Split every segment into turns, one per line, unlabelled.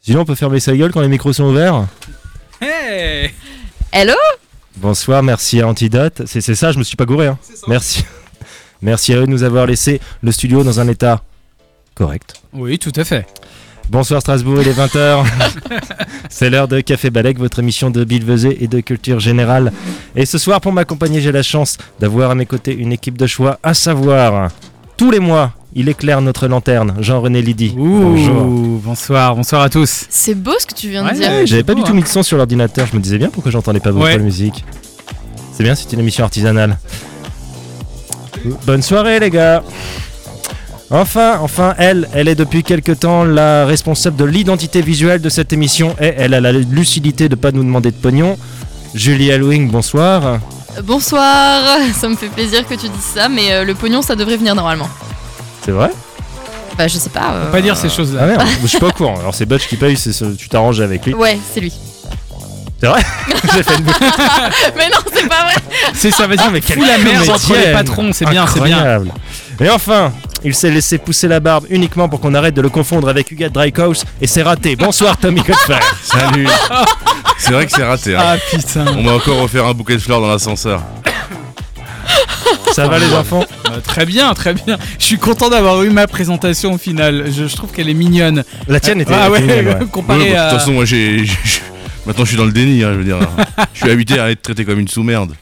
Sinon, on peut fermer sa gueule quand les micros sont ouverts
Hey
Hello
Bonsoir, merci à Antidote. C'est c'est ça, je me suis pas gouré. hein. Merci. Merci à eux de nous avoir laissé le studio dans un état correct.
Oui, tout à fait.
Bonsoir Strasbourg, il est 20h. C'est l'heure de Café Balek, votre émission de Bilvesé et de culture générale. Et ce soir, pour m'accompagner, j'ai la chance d'avoir à mes côtés une équipe de choix, à savoir, tous les mois, il éclaire notre lanterne, Jean-René Lydie. Bonjour.
Ouh, bonsoir, bonsoir à tous.
C'est beau ce que tu viens
Ouais.
de dire.
Ouais, J'avais pas
beau,
du tout
hein.
mis de son sur l'ordinateur, je me disais bien pourquoi j'entendais pas votre
Ouais.
musique. C'est bien, c'est une émission artisanale. Bonne soirée les gars Enfin, enfin, elle, elle est depuis quelque temps la responsable de l'identité visuelle de cette émission et elle a la lucidité de pas nous demander de pognon. Julie Halloween, bonsoir.
Euh, Bonsoir, ça me fait plaisir que tu dises ça, mais euh, le pognon ça devrait venir normalement.
C'est vrai
Bah je sais pas. euh,
Pas dire ces choses-là.
Ah merde, je suis pas au courant. Alors c'est Butch qui paye, c'est ce- tu t'arranges avec lui.
Ouais, c'est lui.
J'ai fait une
mais non, c'est pas vrai.
C'est ça, vas-y, mais
Ah, quelle
fous la merde entre les
comédienne.
patrons, c'est bien, c'est bien.
Incroyable. Et enfin, il s'est laissé pousser la barbe uniquement pour qu'on arrête de le confondre avec Hugo Drykows et c'est raté. Bonsoir Tommy Godfrey.
Salut C'est vrai que c'est raté. hein.
Ah putain.
On m'a encore offert un bouquet de fleurs dans l'ascenseur.
Ça va les enfants
Bah, très bien, très bien. Je suis content d'avoir eu ma présentation au final. Je, je trouve qu'elle est mignonne.
La tienne était.
ah ouais,
était nulle, ouais.
Ouais,
comparée
bah, De
à.
euh,
toute façon, moi j'ai. j'ai- j'ai- Maintenant, je suis dans le déni, hein, je veux dire. Je suis habité à être traité comme une sous-merde.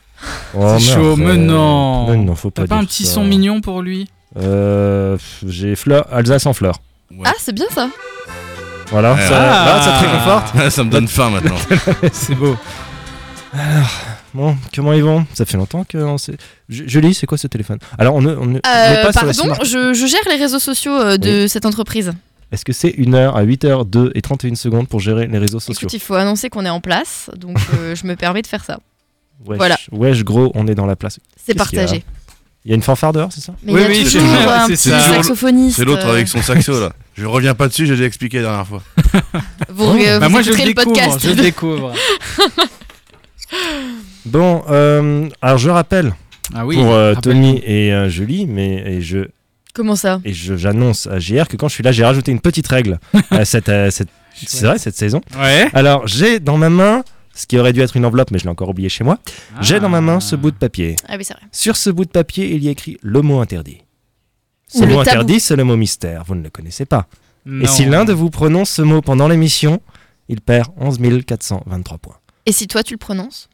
Oh,
C'est
merde,
chaud, mais
euh,
non.
mais non, faut pas
T'as pas un
dire
petit
ça.
son mignon pour lui
Euh, pff, J'ai fleur, Alsace en fleur.
Ouais.
Ah c'est bien ça.
Voilà,
Ah.
ça, là, ça te réconforte.
Ah, Ça me donne faim maintenant.
C'est beau.
Bon, comment ils vont Ça fait longtemps que. on s'est- Ju- Julie, c'est quoi ce téléphone Alors, on ne on ne- on ne
Euh,
pas sur la
pardon,
smart-
je, je gère les réseaux sociaux euh, de cette entreprise.
Est-ce que c'est 1h à 8h2 et 31 secondes pour gérer les réseaux sociaux
Écoute, il faut annoncer qu'on est en place, donc euh, je me permets de faire ça.
Wesh,
voilà.
wesh, gros, on est dans la place.
C'est
Qu'est-ce qu'il y a
partagé.
Il y a une fanfare dehors, c'est ça
Mais
Oui,
il y a
oui,
toujours
c'est-
un
c'est
petit
ça.
saxophoniste.
C'est l'autre avec son saxo là. Je reviens pas dessus, j'ai déjà expliqué la dernière fois.
euh, Vous, euh, vous
bah, moi je le
écouterez le
découvre.
podcast.
Je le découvre.
Bon, euh, alors je rappelle
Ah oui.
pour euh,
rappelle-nous.
Tommy et euh, Julie, mais et je
Comment ça
et je- j'annonce à JR que quand je suis là, j'ai rajouté une petite règle à cette, euh, cette- c'est vrai cette saison.
Ouais.
Alors j'ai dans ma main ce qui aurait dû être une enveloppe, mais je l'ai encore oublié chez moi.
Ah.
J'ai dans ma main ce bout de papier.
Ah oui, c'est vrai.
Sur ce bout de papier, il y a écrit le mot interdit. Ce
Ou le
mot
tabou.
interdit, c'est le mot mystère. Vous ne le connaissez pas.
Non.
Et si l'un de vous prononce ce mot pendant l'émission, il perd 11 423 points.
Et si toi tu le prononces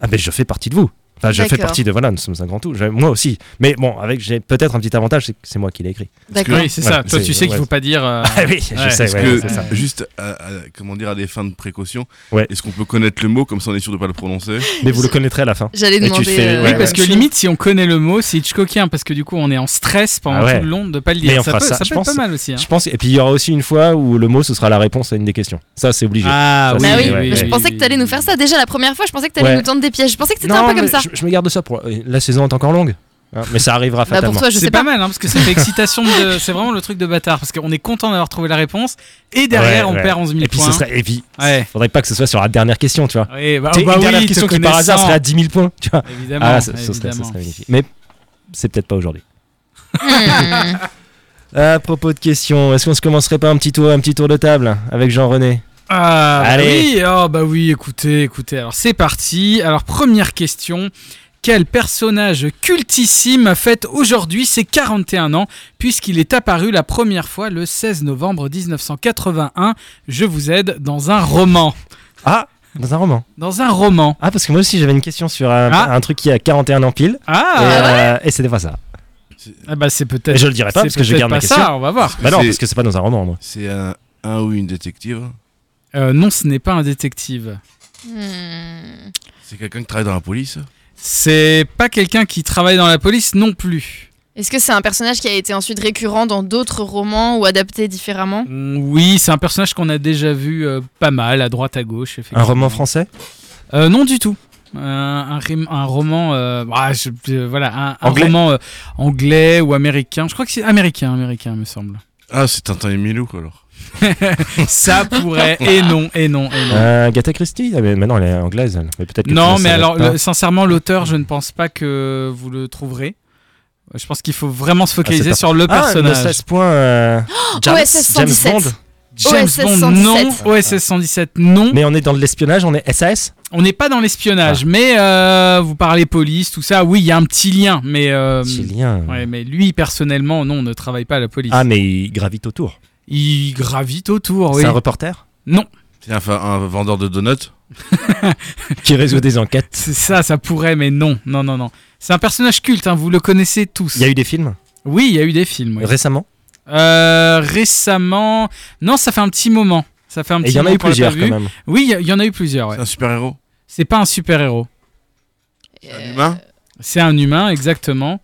Ah ben je fais partie de vous. Enfin, je fais
D'accord.
partie de voilà, nous sommes un grand tout. Je- Moi aussi. Mais bon, avec j'ai peut-être un petit avantage, c'est que c'est moi qui l'ai écrit.
D'accord.
Oui, c'est
Ouais,
ça. Toi,
c'est-
tu sais qu'il
ouais.
faut pas dire. euh,
Ah oui, je
Ouais,
sais.
parce
ouais,
que-
c'est ça.
Juste, à- à- comment dire, à des fins de précaution,
Ouais.
est-ce qu'on peut connaître le mot comme ça on est sûr de pas le prononcer
Mais vous le connaîtrez à la fin.
J'allais
tu
demander.
fais-
euh,
ouais,
Oui, parce
ouais.
que limite, si on connaît le mot, c'est Hitchcockien, parce que du coup, on est en stress pendant
Ah ouais.
tout le long de pas le
Mais
dire.
on
Ça
fera
peut,
ça,
ça
je
peut être
pense.
pas mal aussi. hein.
Je pense. Et puis il y aura aussi une fois où le mot ce sera la réponse à une des questions. Ça c'est obligé. Ça,
Ah oui,
Bah oui,
oui,
mais
oui,
je
oui,
pensais que t'allais nous faire ça. Déjà la première fois, je pensais que t'allais
Ouais.
nous tendre des pièges. Je pensais que c'était
Non,
un peu
mais
comme ça.
Je, je me garde ça pour. La saison est encore longue. hein, mais ça arrivera
Bah pour
fatalement.
toi, je sais
C'est pas
pas.
mal, hein, parce que ça fait excitation de. C'est vraiment le truc de bâtard, parce qu'on est content d'avoir trouvé la réponse, et derrière,
Ouais,
on
ouais.
perd 11 000
et puis
points.
ce serait. Et puis,
Ouais.
faudrait pas que ce soit sur la dernière question, tu vois.
Oui, bah,
Tu sais,
bah
une dernière
oui, te
question qui par hasard
connaissant.
serait à 10 000 points, tu vois.
Évidemment.
Ah, ça, ça serait, ça
évidemment.
serait magnifique. Mais c'est peut-être pas aujourd'hui.
Hmm.
À propos de questions, est-ce qu'on se commencerait pas un petit tour, un petit tour de table avec Jean-René
Ah, bah
Allez.
oui, oh, bah oui, écoutez, écoutez. Alors c'est parti. Alors première question. Quel personnage cultissime a fait aujourd'hui ses 41 ans, puisqu'il est apparu la première fois le 16 novembre 1981 Je vous aide dans un roman.
Ah, dans un roman.
Dans un roman.
Ah, parce que moi aussi j'avais une question sur un,
Ah.
un truc qui a 41 ans pile. et,
Ah,
euh, et c'était pas ça.
Ah bah c'est
Mais
peut-être.
je le dirai pas
c'est
parce que je
peut-être
garde ma
pas
question.
ça, on va voir.
Bah non,
C'est-
parce que c'est pas dans un roman, moi.
C'est un, un ou une détective
Euh, non, ce n'est pas un détective.
Hmm.
C'est quelqu'un qui travaille dans la police
C'est pas quelqu'un qui travaille dans la police non plus.
Est-ce que c'est un personnage qui a été ensuite récurrent dans d'autres romans ou adapté différemment
Mm, Oui, c'est un personnage qu'on a déjà vu euh, pas mal, à droite, à gauche.
Un
effectivement.
roman français
Euh, Non, du tout. Euh, un, rém- un roman, euh, ah, je- euh, voilà, un, un
Anglais.
roman euh, anglais ou américain. Je crois que c'est américain, américain, me semble.
Ah, c'est Tintin et Milou quoi, alors.
Ça pourrait. et non, et non, et non.
Euh, Agatha Christie Ah, mais maintenant elle est anglaise, elle. Mais peut-être que tu
non,
la
mais
savais
alors,
pas.
le- sincèrement, l'auteur, je ne pense pas que vous le trouverez. Je pense qu'il faut vraiment se focaliser
pas-
sur le
Ah, ne
personnage.
serait-ce point. euh, James,
OSS
James
117.
Bond
James
OSS
Bond,
117.
non. OSS 117, non.
Mais Ah. on est dans de l'espionnage, on est SAS
On n'est pas dans l'espionnage, mais euh, vous parlez police, tout ça. Oui, il y a un petit lien, mais. euh,
Chilien.
ouais, mais lui, personnellement, non, ne travaille pas à la police.
Ah, mais il gravite autour.
Il gravite autour, oui.
C'est un reporter
Non,
C'est un, fa- un vendeur de donuts.
qui résout des enquêtes.
c'est ça, ça pourrait, mais non, non, non, non. C'est un personnage culte, hein, vous le connaissez tous.
Il y a eu des films
Oui, il y a eu des films. oui.
récemment.
Euh, récemment. Non, ça fait un petit moment. Ça fait un
Et
petit
il y en a
moment
eu
qu'on l'a pas
plusieurs
vu.
quand même.
Oui, il y a- il y en a eu plusieurs. ouais.
C'est un super héros.
C'est pas un super héros.
Un
Euh,
humain.
C'est un humain, exactement.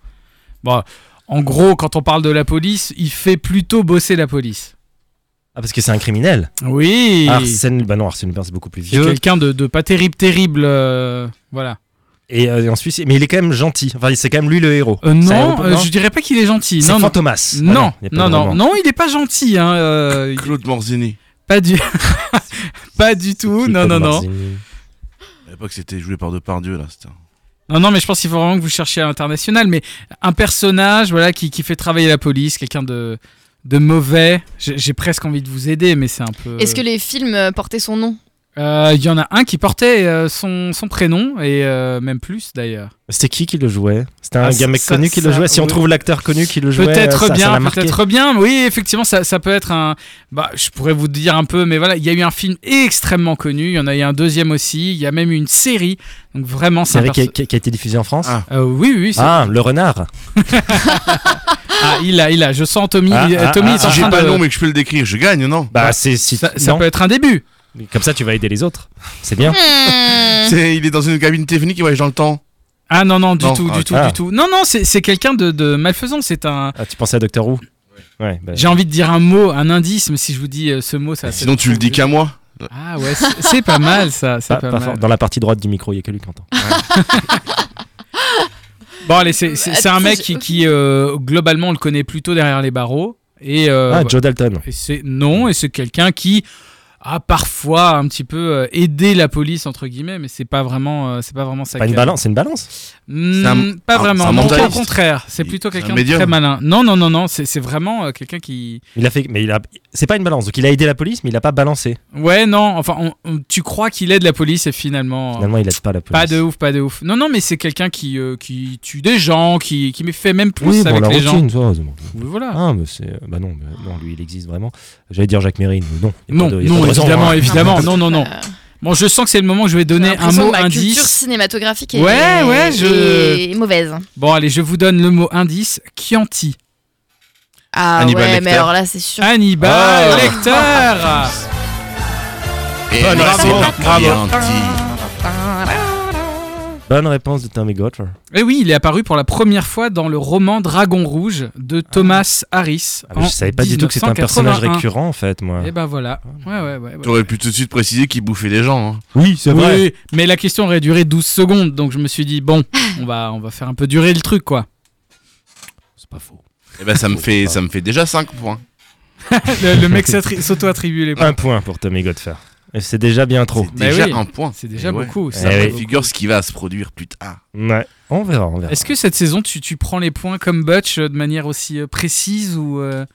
Bon, en gros, quand on parle de la police, il fait plutôt bosser la police.
Ah, parce que c'est un criminel.
Oui.
Arsène, bah non, Arsène Lupin, c'est beaucoup plus
C'est
vieux.
quelqu'un de, de pas terrible, terrible. euh, voilà.
Et euh, ensuite, mais il est quand même gentil. Enfin, c'est quand même lui le héros.
Euh,
C'est un
non,
héros-
euh, je dirais pas qu'il est gentil.
C'est
Non, non.
Fantomas. Ah
Non,
il y a pas
non,
de
non,
roman.
non, il est pas gentil. Hein, euh, il-
Claude Morzini.
pas du, pas du tout.
Qui
Non,
peut
non,
le
non.
voir, c'est-
À l'époque, c'était joué par Depardieu, là. c'était un-
Non, non, mais je pense qu'il faut vraiment que vous cherchiez à l'international. Mais un personnage, voilà, qui, qui fait travailler la police, quelqu'un de, de mauvais. J'ai j'ai presque envie de vous aider, mais c'est un peu.
Est-ce que les films euh, portaient son nom
Euh, Il y en a un qui portait euh, son, son prénom, et euh, même plus d'ailleurs.
C'était qui qui le jouait C'était un
Ah,
gars mec
ça-
connu qui
ça-
le jouait. Si on
oui.
trouve l'acteur connu qui le jouait, ça-
Peut-être
ça
bien,
l'a marqué.
peut-être bien. Oui, effectivement, ça, ça peut être un. Bah, je pourrais vous dire un peu, mais voilà, il y a eu un film extrêmement connu. Il y en a eu un deuxième aussi. Il y a même eu une série. Donc vraiment,
C'est
c'est un
vrai qui a,
perso-
qui a- qui a été diffusé en France.
Ah.
Euh, oui, oui, c'est-
Ah, le renard.
ah, il a, il a. Je sens Tommy.
Ah,
il-
ah,
Tommy
ah,
est en
ah,
Si j'ai
train
pas
de.
le nom, mais que je peux le décrire, je gagne, non
Bah, c'est si-
Ça, ça
non.
peut être un début.
Comme ça, tu vas aider les autres. C'est bien.
Hmm.
C'est- Il est dans une cabine téléphonique, il voyage dans le temps.
Ah non, non, du
Non,
tout,
ah,
du tout,
ah.
du tout. Non, non, c'est c'est quelqu'un de, de malfaisant. C'est un.
Ah, tu pensais à Doctor Who Ouais. bah,
J'ai envie de dire un mot, un indice, mais si je vous dis euh, ce mot, ça. c'est-
Sinon, tu le dis qu'à moi.
Ah ouais, c'est c'est pas mal ça. C'est
pas-
pas,
Ah, pas
mal.
fort. Dans la partie droite du micro, il y a que lui qui entend.
Bon, allez, c'est c'est- c'est un
Attends,
mec
je-
qui, qui, euh, globalement, on le connaît plutôt derrière les barreaux. Et, euh,
Ah,
bah,
Joe Dalton.
et c'est non, et c'est quelqu'un qui a parfois un petit peu euh, aidé la police entre guillemets, mais c'est pas vraiment, euh, c'est pas vraiment ça.
Pas une balance, c'est une balance.
C'est un-
pas
un- c'est
vraiment.
un
Non, au
mentaliste.
contraire, c'est
Il-
plutôt
c'est un
quelqu'un de
médium.
très malin. Non, non, non, non, c'est c'est vraiment euh, quelqu'un qui.
Il a fait, mais il a, c'est pas une balance. Donc il a aidé la police, mais il a pas balancé.
Ouais, non, enfin, on- on- tu crois qu'il aide la police et finalement. euh,
Finalement, il aide pas la police.
Pas de ouf, pas de ouf. Non, non, mais c'est quelqu'un qui, euh, qui tue des gens, qui, qui fait même plus
Oui, bon,
avec
la
les gens.
routine, ça, c'est bon.
Oui, Voilà.
Ah, mais c'est. Bah non, mais non, lui, il existe vraiment. J'allais dire Jacques Mérine, mais non. Il y a
non,
pas de- il y a pas
non,
de raison,
évidemment,
hein.
évidemment.
Non,
Non, non, non.
Euh,
Bon, je sens que c'est le moment où je vais
j'ai
donner un
l'impression que
mot
ma culture
indice.
cinématographique est,
Ouais, ouais, je-
est mauvaise.
Bon, allez, je vous donne le mot indice. Chianti.
Ah
Hannibal
ouais,
Lecter.
mais alors là, c'est sûr.
Ah,
Hannibal
Oh.
Lecter
Et
Bonne
bah, c'est
réponse.
pas gentil.
Bonne réponse de Tommy Godfrey.
Et Eh oui, il est apparu pour la première fois dans le roman Dragon Rouge de Thomas Harris.
Ah, mais je savais pas du tout que c'était un personnage récurrent, en fait, moi.
Et ben voilà. Ouais, ouais, ouais. ouais.
T'aurais pu tout de suite préciser qu'il bouffait des gens. hein.
Oui, c'est
ben. Oui, mais la question aurait duré 12 secondes, donc je me suis dit, bon, on va, on va faire un peu durer le truc, quoi.
C'est pas faux.
Eh ben, ça me fait, ça me fait déjà 5 points.
le, le mec s'attri- s'auto-attribue les points.
Un point pour Tommy Godfrey. Et c'est déjà bien trop.
C'est
Mais
déjà
oui.
un point.
C'est déjà
Et ouais.
beaucoup.
Eh
ça.
oui.
Ça figure ce qui va se produire plus tard.
Ouais. On verra, on verra.
Est-ce que cette saison, tu, tu prends les points comme Butch euh, de manière aussi euh, précise ou. euh,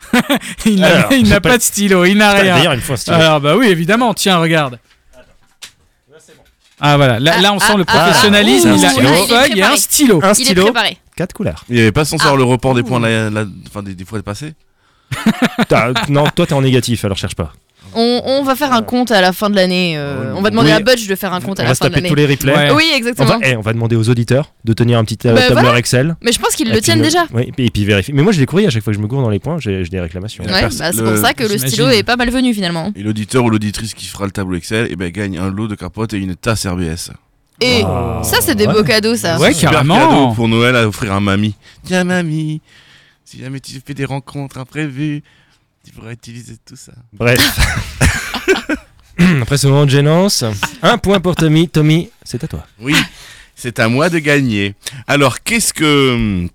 il n'a-
Alors,
il n'a
j'ai
pas,
pas-
de stylo, il n'a
Putain,
rien.
D'ailleurs, il me faut un stylo.
Alors, bah oui, évidemment, tiens, regarde. Ah voilà, là,
Ah,
là, on sent
ah,
le
ah,
professionnalisme,
ah,
il a
ouh,
une
il
est
feuille et un
préparé.
stylo.
un
Il est
stylo,
préparé.
quatre couleurs.
Il n'y avait pas censé avoir le report des
Ouh.
points la- la- enfin, des, des fois passées
T'as- non, toi, t'es en négatif, alors cherche pas.
On, on va faire un compte à la fin de l'année. euh, on va demander
Oui.
à Budge de faire un compte à
on
la
va se
fin de
taper
l'année.
tous les replays.
Ouais.
Oui,
On va,
exactement.
eh, on va demander aux auditeurs de tenir un petit euh,
Bah,
tableur
voilà.
Excel.
Mais je pense qu'ils
Et
le
puis
tiennent
le-
déjà.
Oui, et puis vérifie. Mais moi, je les courrier à chaque fois que je me gourre dans les points, j'ai j'ai des réclamations.
la
Ouais,
perso-
bah, c'est
le-
pour ça que le stylo
J'imagine.
est pas malvenu finalement.
Et l'auditeur ou l'auditrice qui fera le tableau Excel eh ben, gagne un lot de capotes et une tasse RBS.
Et
Ah.
ça, Ah, c'est des
Ouais.
beaux cadeaux, ça.
Ouais,
Super
carrément.
cadeau pour Noël à offrir à mamie. Tiens, mamie, si jamais tu fais des rencontres imprévues, tu pourras utiliser tout ça.
Bref. Après ce moment de gênance, un point pour Tommy. Tommy, c'est à toi.
Oui, c'est à moi de gagner. Alors, qu'est-ce que.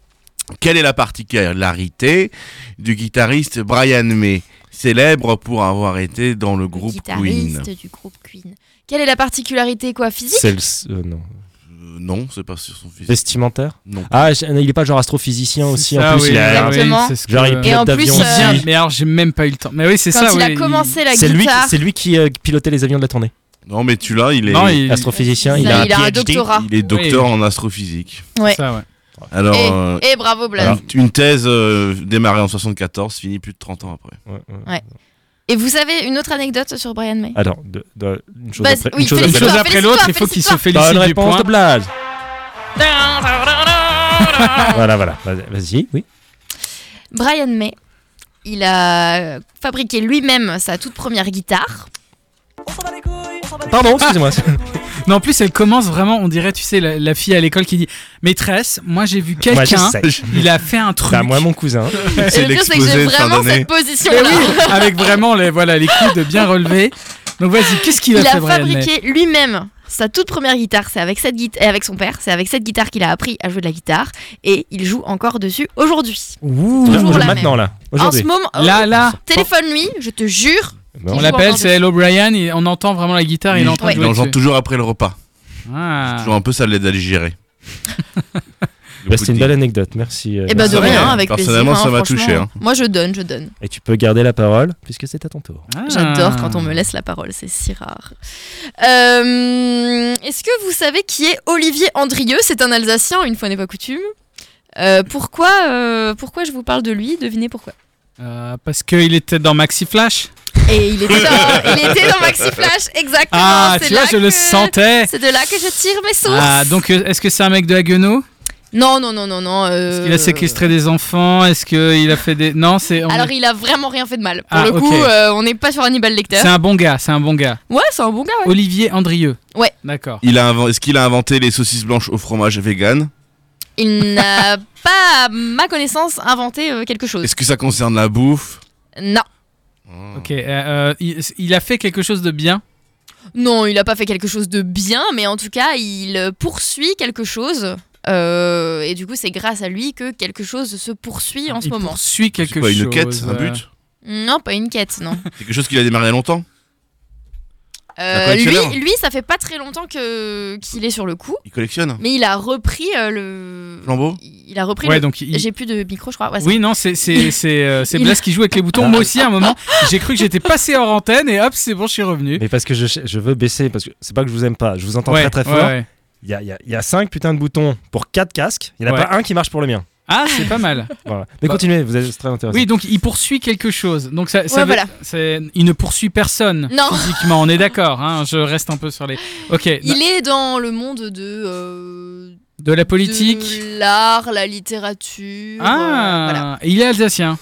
Quelle est la particularité du guitariste Brian May, célèbre pour avoir été dans le
Le
groupe Queen
guitariste du groupe Queen. Quelle est la particularité, quoi, physique
C'est le. s- euh, non.
Euh, non, c'est pas sur son physique.
Vestimentaire
Non.
Ah, je- il est pas genre astrophysicien aussi
C'est ça,
en plus.
Ah oui,
il a-
Exactement.
c'est ce que-
Genre, il
Et en
pilote
plus,
d'avion
euh,
aussi.
Mais alors, j'ai même pas eu le temps. Mais oui, c'est
Quand
ça.
il
oui,
a commencé la
C'est lui,
guitare,
c'est lui qui euh, pilotait les avions de la tournée.
Non, mais tu l'as, il est,
Non, il.
Astrophysicien,
il,
il a,
a, il a un
PhD.
doctorat.
il est docteur en astrophysique.
Ouais.
ça, ouais.
Alors,
Et,
euh,
et Eh, bravo Blaze.
alors, une thèse euh, démarrée en 74, finie plus de 30 ans après.
Ouais, ouais.
Et vous savez une autre anecdote sur Brian May
Alors, de- de- une chose
Bah,
après,
oui,
une chose
Une
après
chose
l'autre.
Félicite-toi,
après l'autre, il faut qu'il se félicite
Bonne
du
réponse
point.
de Blaze.
Ah.
Voilà, voilà. Vas-y, Vas-y, oui.
Brian May, il a fabriqué lui-même sa toute première guitare.
Pardon, excusez-moi.
Non, en plus, elle commence vraiment, on dirait, tu sais, la, la fille à l'école qui dit Maîtresse, moi j'ai vu
Moi, je
quelqu'un,
sais.
il a fait un truc.
Bah, moi, mon cousin.
Et le pire, c'est que j'ai vraiment cette
Mais
position-là.
oui, avec vraiment les, voilà, les coudes bien relevés. Donc vas-y, qu'est-ce qu'il
Il
a,
a
fait, Brian May
fabriqué lui-même sa toute première guitare. C'est avec cette guitare et avec son père. C'est avec cette guitare qu'il a appris à jouer de la guitare et il joue encore dessus aujourd'hui.
Là,
toujours la
maintenant, là.
En ce
Aujourd'hui.
moment, euh,
Là, là,
téléphone-lui, je te jure.
Bon.
on
joue
l'appelle,
encore
c'est Hello Brian, et on entend vraiment la guitare, il est en train de
il
jouer.
engendre
dessus.
toujours après le repas.
Ah.
Toujours un peu, ça l'aide à digérer.
Bah, C'était une belle anecdote, merci. euh,
Et bah de
C'est vrai,
rien,
hein.
avec plaisir.
Personnellement, ça
hein,
m'a
franchement.
touché, hein.
Moi, je donne, je donne.
Et tu peux garder la parole, puisque c'est à ton tour.
Ah.
J'adore quand on me laisse la parole, c'est si rare. Euh, Est-ce que vous savez qui est Olivier Andrieux C'est un Alsacien, une fois n'est pas coutume. Euh, pourquoi, euh, pourquoi je vous parle de lui Devinez pourquoi.
Euh, parce qu'il était dans Maxi Flash.
Et il était dans, il était dans Maxi Flash, exactement.
Ah,
c'est
tu vois,
là
je le
que-
sentais.
C'est de là que je tire mes sources.
Ah, donc euh, est-ce que c'est un mec de Haguenau
Non, non, non, non, non. euh,
Est-ce qu'il a séquestré des enfants Est-ce qu'il a fait des. Non, c'est. on-
Alors, il a vraiment rien fait de mal. Pour
Ah,
le coup,
ok.
euh, on n'est pas sur Hannibal Lecter.
C'est un bon gars, c'est un bon gars.
Ouais, c'est un bon gars, ouais.
Olivier Andrieux.
Ouais.
D'accord.
Il a inven- Est-ce qu'il a inventé les saucisses blanches au fromage vegan
Euh.
Il n'a pas, à ma connaissance, inventé euh, quelque chose.
Est-ce que ça concerne la bouffe Ah.
Non.
Ok. euh, euh, il, il a fait quelque chose de bien.
Non, il n'a pas fait quelque chose de bien, mais en tout cas, il euh, poursuit quelque chose. euh, et du coup, c'est grâce à lui que quelque chose se poursuit en ce
Ah, il
moment.
poursuit
C'est
quelque
quoi,
chose.
une quête,
euh,
un but
Non, pas une quête, non.
Quelque chose qu'il a démarré il y a longtemps
Euh,
collectionneur.
lui, lui, ça fait pas très longtemps que qu'il est sur le coup,
Il collectionne
mais il a repris euh, le.
Flambeau
Il a repris.
Ouais,
le...
donc il-
J'ai plus de micro, je crois. Ouais, c'est-
Oui, non, c'est c'est c'est euh, c'est
Il-
Blas qui joue avec les
Ah.
boutons. Moi aussi, à un moment, j'ai cru que j'étais passé hors antenne et hop, c'est bon, je suis revenu.
Mais parce que je, je veux baisser, parce que c'est pas que je vous aime pas, je vous entends
Ouais,
très très
ouais,
fort.
ouais.
Il y a- il y, a- il y a 5 putains de boutons pour 4 casques, il n'y en a
Ouais.
pas un qui marche pour le mien.
Ah, c'est pas mal.
Voilà. Mais
Bah-
continuez, vous êtes c'est très intéressant.
Oui, donc il poursuit quelque chose. Donc ça, ça
Ouais,
veut-
voilà.
c'est- il ne poursuit personne
Non.
physiquement. On est d'accord. hein, je reste un peu sur les. Ok.
Il est dans le monde de. euh,
De la politique.
de l'art, la littérature.
Ah.
euh, voilà.
et Il est alsacien.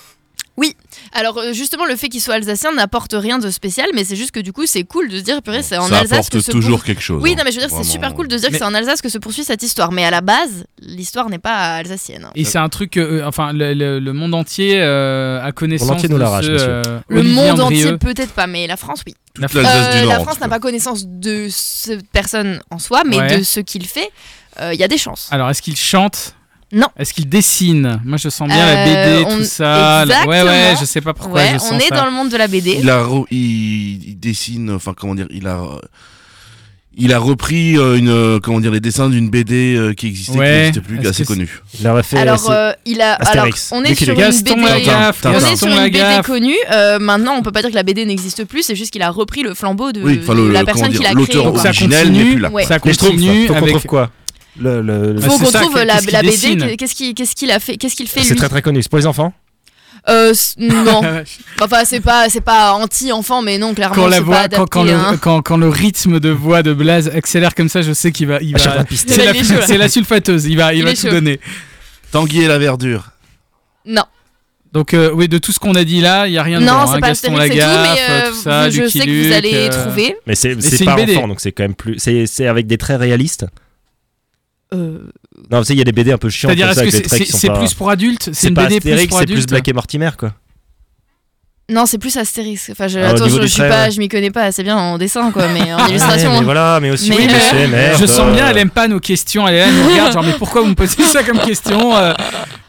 Alors euh, justement, le fait qu'il soit alsacien n'apporte rien de spécial, mais c'est juste que du coup, c'est cool de se dire purée, c'est en
Ça
Alsace que
apporte
se
toujours quelque chose.
Oui,
hein.
non, mais je veux dire, c'est
Vraiment.
super cool de se dire
Mais-
que c'est en Alsace que se poursuit cette histoire. Mais à la base, l'histoire n'est pas alsacienne. hein.
Et c'est un truc. que, euh, enfin, le, le- le monde entier euh, a connaissance
entier
de
nous l'arrache,
ce,
monsieur.
euh,
Le
Olivier
monde
Andrieux.
entier, peut-être pas, mais la France, oui.
Toute
La-
l'Alsace
Euh,
du Nord.
la
en
France
tout
n'a
cas.
pas connaissance de cette personne en soi, mais
Ouais. Ah,
de ce qu'il fait, euh, il y a des chances.
Alors, est-ce qu'il chante
Non.
Est-ce qu'il dessine Moi, je sens bien la
Euh,
BD,
on-
tout ça. la- Ouais, ouais.
Exactement.
Je sais pas pourquoi.
ouais,
je sens
on est
ça.
dans le monde de la BD.
Il, a re- il... il dessine, enfin comment dire, il a, il a repris euh, une, euh, comment dire, les dessins d'une BD euh, qui existait,
Ouais.
qui n'existe plus, qui
Est-ce
est assez
que c'est-
connue.
Il leur a fait.
Alors,
c'est-
euh, il a. Alors,
Astérix.
on est
Lucky
sur
Luke.
une
Gaston
BD.
Lagaffe.
On est
Gaston
sur une BD
Lagaffe.
connue. Euh, maintenant, on peut pas dire que la BD n'existe plus. C'est juste qu'il a repris le flambeau de,
Oui, enfin, le-
de la
le-
personne
comment
qui
dire,
l'a créé.
l'auteur
quoi.
Donc, ça
original
continue,
n'est plus là.
Ouais.
Ça
Les Schtroumpfs,
continue
faut qu'on
avec
trouve quoi le, le- le-
Bah,
Faut
c'est
qu'on
ça,
trouve
qu'est-
la,
qu'est-ce qu'il
la
dessine
BD. Qu'est-ce qu'il qu'est-ce qu'il a fait Qu'est-ce qu'il fait
C'est
lui
très très connu, c'est pour les enfants.
Euh, c- non. Enfin, c'est pas, c'est pas anti-enfant, mais non, clairement,
quand la
c'est
voix,
pas
quand, quand
adapté,
le,
hein.
quand, quand le rythme de voix de Blaze accélère comme ça, je sais qu'il va, il
À chaque fois,
va.
piste.
C'est
Il
la,
est chaud, là.
c'est la sulfateuse, il va, il
Il
va
est
tout
chaud.
donner.
Tanguy et la verdure.
Non,
Donc euh, oui, de tout ce qu'on a dit là, il y a rien de
non,
bon,
c'est
hein,
pas
Gaston
Astérix et tout,
Lagaffe,
mais euh,
tout ça,
je
Lucky
sais que vous
Luke,
allez
euh,
trouver.
Mais c'est
c'est
c'est
une
pas
BD.
enfant, donc c'est quand même plus. C'est c'est avec des traits réalistes.
Euh,
Non, vous savez, il y a des BD un peu chiants comme
C'est-à-dire
ça
est-ce que
avec des
c'est,
traits
c'est-
qui sont
c'est
pas.
plus pour adultes C'est
C'est
une
pas
BD plus
Astérix,
pour
c'est plus
adultes
Black et Mortimer quoi.
Non, c'est plus Astérix. Enfin, je,
Ah, au
attends,
niveau
je,
des
je suis
traits,
pas,
ouais.
je m'y connais pas assez bien en dessin, quoi, Ah, mais en
Ouais,
illustration.
mais voilà, mais aussi.
Mais-
oui,
euh,
sais, merde,
Je sens bien,
euh,
elle aime pas nos questions. Elle est là, elle nous regarde, genre mais pourquoi vous me posez ça comme question Euh,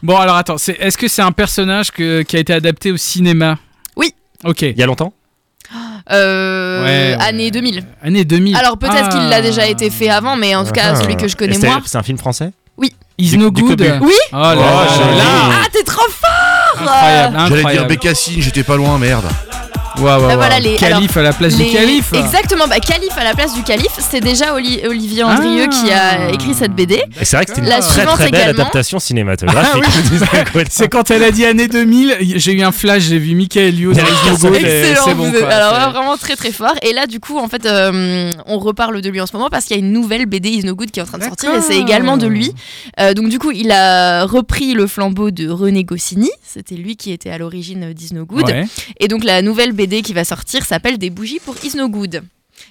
Bon alors attends, c'est, est-ce que c'est un personnage que- qui a été adapté au cinéma
Oui.
Ok.
Il y a longtemps
euh,
Ouais, ouais.
année 2000.
Année Ah. 2000.
Alors peut-être qu'il l'a déjà été fait avant, mais en tout
Ah.
cas, celui que je connais
C'est-
moi.
C'est un film français
Is
Du-
no
du
good.
Cobu.
Oui
Oh là là
Oh,
là
joli.
là.
Ah, t'es trop fort
Incroyable,
J'allais dire
incroyable.
Bécassine, j'étais pas loin, merde.
Waouh, waouh,
Bah
waouh.
voilà, les-
Calife à la place
Les-
du calife.
Exactement, bah, calife à la place du calife, c'est déjà Oli- Olivier Andrieux qui a
Ah.
écrit cette BD.
Et c'est vrai que c'est une
La
très
suivante
très belle
également.
adaptation
Ah
cinématographique. Hein.
C'est quand elle a dit année 2000, y- j'ai eu un flash, j'ai vu Michael Liu dans
Avec
Is No
Carson.
Good, et
Excellent,
c'est bon
vous êtes-
quoi.
alors
c'est-
ouais, vraiment très très fort. Et là, du coup, en fait, euh, on reparle de lui en ce moment parce qu'il y a une nouvelle BD Is No Good qui est en train de sortir et c'est
D'accord.
également de lui. Euh, donc, du coup, il a repris le flambeau de René Goscinny. C'était lui qui était à l'origine d'Is No Good.
Ouais.
Et donc, la nouvelle BD qui va sortir s'appelle Des bougies pour Is No Good.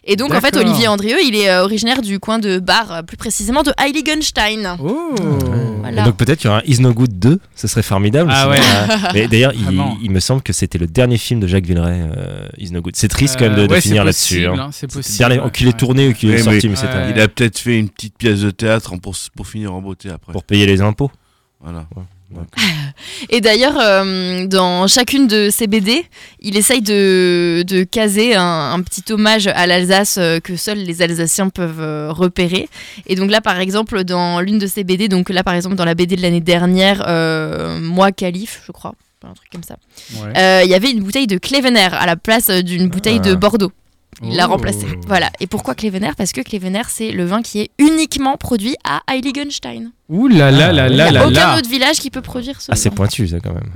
Et donc, en fait,
D'accord.
Olivier Andrieux, il est euh, originaire du coin de Bar, euh, plus précisément de Heiligenstein.
Oh.
Voilà.
Et Donc peut-être qu'il y aura un Is No Good 2, ce serait formidable.
Ah
sinon,
ouais.
euh, Mais d'ailleurs, il,
Vraiment.
il me semble que c'était le dernier film de Jacques Villeray, euh, Is No Good. C'est triste quand même de,
Euh,
de
ouais,
finir
c'est
là-dessus.
possible,
hein.
hein, C'est possible.
Dernier, ou qu'il est
ouais.
tourné ou qu'il est
Ouais,
sorti,
mais-
mais c'est
Ouais.
un-
Il a peut-être fait une petite pièce de théâtre en- pour, pour finir en beauté après.
pour payer les impôts.
Voilà.
Et d'ailleurs, euh, dans chacune de ces BD, il essaye de, de caser un, un petit hommage à l'Alsace euh, que seuls les Alsaciens peuvent euh, repérer. Et donc là, par exemple, dans l'une de ces BD, donc là, par exemple, dans la BD de l'année dernière, euh, Moi Calife, je crois, un truc comme ça,
Ouais.
euh, il y avait une bouteille de Clévener à la place d'une bouteille de
Ah.
Bordeaux. Il l'a
Oh.
remplacée. Voilà. Et pourquoi Clévener Parce que Clévener, c'est le vin qui est uniquement produit à Heiligenstein.
Ouh là là là
Il
là
il n'y a
là
aucun
là.
autre village qui peut produire ce
Ah, c'est
vin.
pointu ça quand même.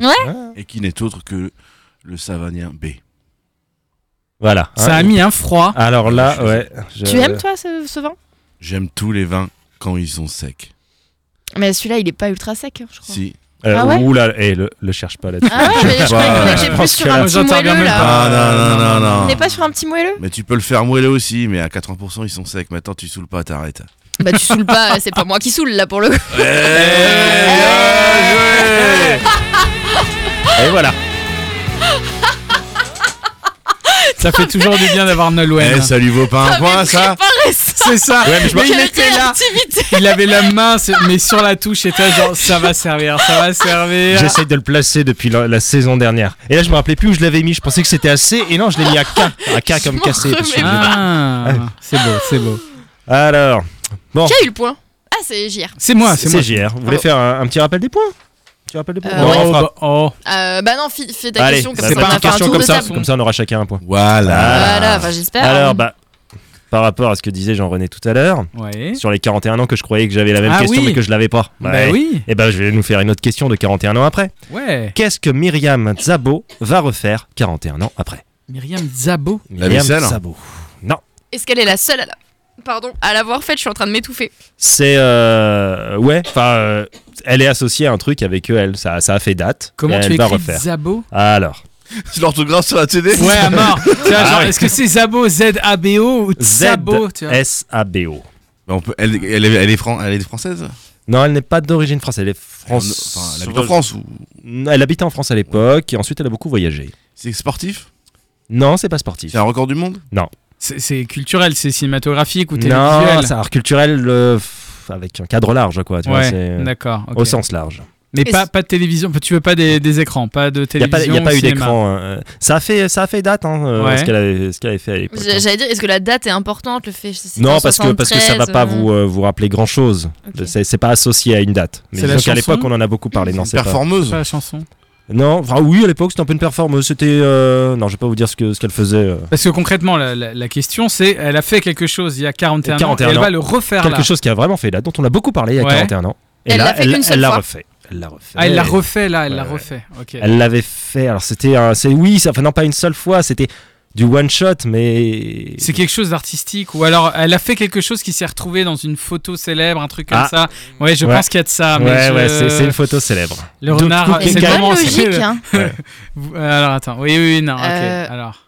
Et qui n'est autre que le Savanien B.
Voilà.
Ça
hein.
a mis un froid.
Alors là, ouais. je-
Euh,
Tu aimes, toi, ce- ce vin
J'aime tous les vins quand ils sont secs.
Mais celui-là, il est pas ultra sec, hein, je crois.
Si.
Euh,
Ah ouais
Oula, et le, le cherche pas là-dessus.
Ah ouais, mais je crois qu'on
Ouais,
était
Bah, je
plus
pense
sur
que
un
là,
petit
j'interviens
moelleux
même
là.
pas.
Ah non, non, non, non,
On
non.
n'est pas sur un petit moelleux
Mais tu peux le faire moelleux aussi, mais à 80% ils sont secs. Maintenant tu saoules pas, t'arrêtes.
Bah tu saoules pas, c'est pas moi qui saoule là pour le coup.
Eh, bien joué
Et voilà.
Ça fait toujours du bien d'avoir Nolwenn.
Eh, ça lui vaut pas un point ça
Préparez ça
C'est ça.
Ouais, mais je
Mais il
Quelle
était là.
réactivité
Il avait la main, c'est- mais sur la touche, et t'as genre ça va servir, ça va servir.
J'essaye de le placer depuis la, la saison dernière. Et là, je me rappelais plus où je l'avais mis. Je pensais que c'était à C, et non, je l'ai mis à K. À K comme
m'en
cassé. parce que-
remets
Ah, c'est beau, c'est beau.
Alors, bon,
Qui a eu le point Ah, c'est JR.
C'est moi, c'est
c'est
moi.
JR. Vous voulez faire un, un petit rappel des points Tu rappelles des points
Ah. Euh,
Non, on
Oh,
ouais.
fera-
bah, oh.
Euh, bah non, fi- fais ta
Allez,
question comme
c'est
ça,
pas
on
une
a fait un
question
tour
comme
de
ça,
table.
comme ça on aura chacun un point.
Voilà.
Voilà, bah j'espère.
Alors, bah, par rapport à ce que disait Jean-René tout à l'heure,
Ouais.
sur les 41 ans que je croyais que j'avais la même
Hmm. Ah
question
oui.
mais que je l'avais pas.
Bah oui.
Et ben, je vais nous faire une autre question de 41 ans après.
Ouais.
Qu'est-ce que Myriam Zabo va refaire 41 ans après
Myriam Zabo.
La
Myriam
vaisselle hein.
Zabo.
Est-ce qu'elle est la seule à la- Pardon, à l'avoir faite, je suis en train de m'étouffer.
C'est. euh, ouais, enfin, euh, elle est associée à un truc avec eux, elle. Ça, ça a fait date.
Comment
Et
tu
elle va
écris
refaire
Zabo
Alors.
C'est l'orthographe sur la TD
Ouais, à mort. Tu vois,
Ah
genre,
ouais.
est-ce que c'est Zabo, Z-A-B-O ou Zabo tu vois
Z-S-A-B-O.
Bah, on peut- elle, elle est, elle est fran- elle est française
Non, elle n'est pas d'origine française. Elle est France.
Enfin, elle habite en France ou...
Elle habitait en France à l'époque et ensuite elle a beaucoup voyagé.
C'est sportif
Non, c'est pas sportif.
C'est un record du monde
C'est c'est culturel, c'est cinématographique ou
Non,
télévisuel.
c'est art culturel euh, pff, avec un cadre large, quoi. Tu vois, c'est,
Ouais,
euh,
d'accord. ok.
Au sens large.
Mais
Et
pas,
c'est-
pas de télévision, tu veux pas des, des écrans, pas de
Il n'y a pas,
télévision.
y a pas eu
cinéma.
d'écran. euh, ça, a fait, ça a fait date, hein, euh,
Ouais.
ce, qu'elle avait, ce qu'elle avait fait à l'époque.
J'-
hein.
J'allais dire, est-ce que la date est importante, le fait c'était
Non,
en
parce que, parce que ça va pas
73, euh,
vous, euh, vous rappeler grand chose.
Ok.
C'est, c'est pas associé à une date. Mais
C'est la
disons qu'à
chanson
l'époque, on en a beaucoup parlé. Non, c'est pas-
Performeuse
Pas la chanson.
Non, enfin, oui, à l'époque, c'était un peu une performance. C'était. euh, Non, je vais pas vous dire ce, que, ce qu'elle faisait. euh,
Parce que concrètement, la, la- la question c'est elle a fait quelque chose il y a 41, ans,
41
et elle va
ans.
le refaire
quelque
là.
chose qui a vraiment fait date, dont on a beaucoup parlé il y a
Ouais.
41 ans. Et
Elle
là,
l'a fait
elle,
une seule
elle l'a
fois.
refait. Elle l'a refait.
Ah, elle l'a refait là, elle
Ouais,
l'a
ouais.
refait. Ok.
Elle l'avait fait. Alors, c'était. un- C'est... Oui, ça... enfin, non, pas une seule fois. C'était du one shot, mais.
C'est quelque chose d'artistique ou alors elle a fait quelque chose qui s'est retrouvé dans une photo célèbre, un truc comme
Ah.
ça. Ouais, je
Ouais.
pense qu'il y a de ça. Ah, mais
Ouais,
je-
ouais, c'est, c'est une photo célèbre.
Le
Donc,
renard.
Cooking Cat-
C'est pas
vraiment- c'est-
logique, hein.
Vous- euh, Alors attends, oui, oui, oui, non,
Euh.
ok. Alors.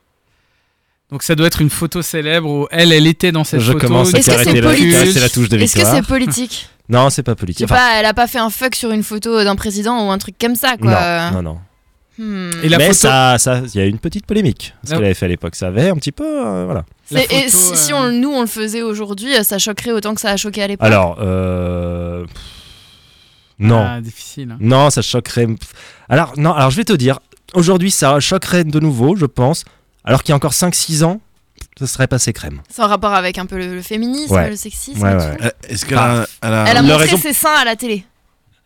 Donc ça doit être une photo célèbre où elle, elle était dans cette
Je
photo.
commence à
Est-ce que c'est
t'arrêter là.
politique
C'est la touche de
Est-ce que
victoire.
c'est politique
Non, c'est pas
Je sais
politique. Enfin,
pas, elle a pas fait un fuck sur une photo d'un président ou un truc comme ça, quoi.
Non, non, non.
Hmm.
Et la
mais
photo.
ça, ça, il y a eu une petite polémique. Ce
Ah.
qu'elle avait fait à l'époque, ça avait un petit peu, euh, voilà.
la
C'est- et
photo,
si, si
euh,
on, nous on le faisait aujourd'hui, euh, ça choquerait autant que ça a choqué à l'époque.
Alors, euh... pff, non,
Ah, difficile. hein.
non, ça choquerait. Pff. Alors non, alors je vais te dire. Aujourd'hui, ça choquerait de nouveau, je pense. Alors qu'il y a encore 5-6 ans, ça serait passé crème.
C'est en rapport avec un peu le, le féminisme,
Ouais.
le sexisme.
Ouais,
et
ouais.
tout.
Euh, Est-ce qu'elle
Bah,
a, un- elle a un-
Elle a
Le
montré
raison-
ses seins à la télé.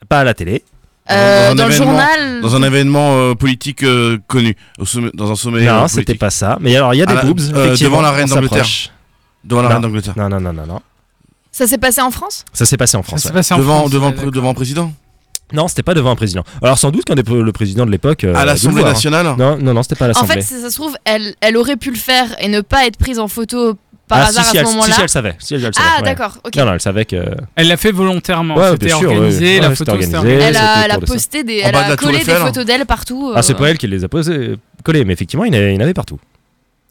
Pas à la télé.
Dans-
Euh,
dans un
dans le
événement-
journal.
dans un événement euh, politique euh, connu, au sommet- dans un sommet euh,
non,
politique.
c'était pas ça. Mais alors, il y a des
Ah,
boobs.
euh,
effectivement,
devant la reine
on
d'Angleterre.
s'approche.
devant la
Non.
reine d'Angleterre.
Non, non, non, non, non.
Ça s'est passé en France
Ça s'est passé en
Ça
France.
s'est
ouais.
passé en
Devant,
France,
devant,
ouais, d'accord.
devant président.
Non, c'était pas devant un président. Alors, sans doute qu'un des le président de l'époque. euh, a
à
dû le
l'Assemblée
voir, hein.
nationale.
Non, non, non, c'était pas à
En
l'Assemblée.
fait, si ça se trouve, elle, elle aurait pu le faire et ne pas être prise en photo par
ah,
hasard
si, si,
à
elle,
ce
si,
moment-là.
si, elle savait. Si, elle, elle savait,
ah,
ouais.
d'accord, ok.
Non, non, elle savait que.
Elle l'a fait volontairement.
Ouais,
c'était
bien sûr,
organisé,
ouais.
la
Ouais,
photo
c'était
c'était
organisé.
organisé.
Elle a,
autour
elle a
de ça.
posté des,
En
elle
bas de
a
la Tour
collé des
Eiffel, hein.
photos d'elle partout.
Ah, c'est
euh,
pas elle qui les a posés, collés, mais effectivement, il y en a- il y en avait partout.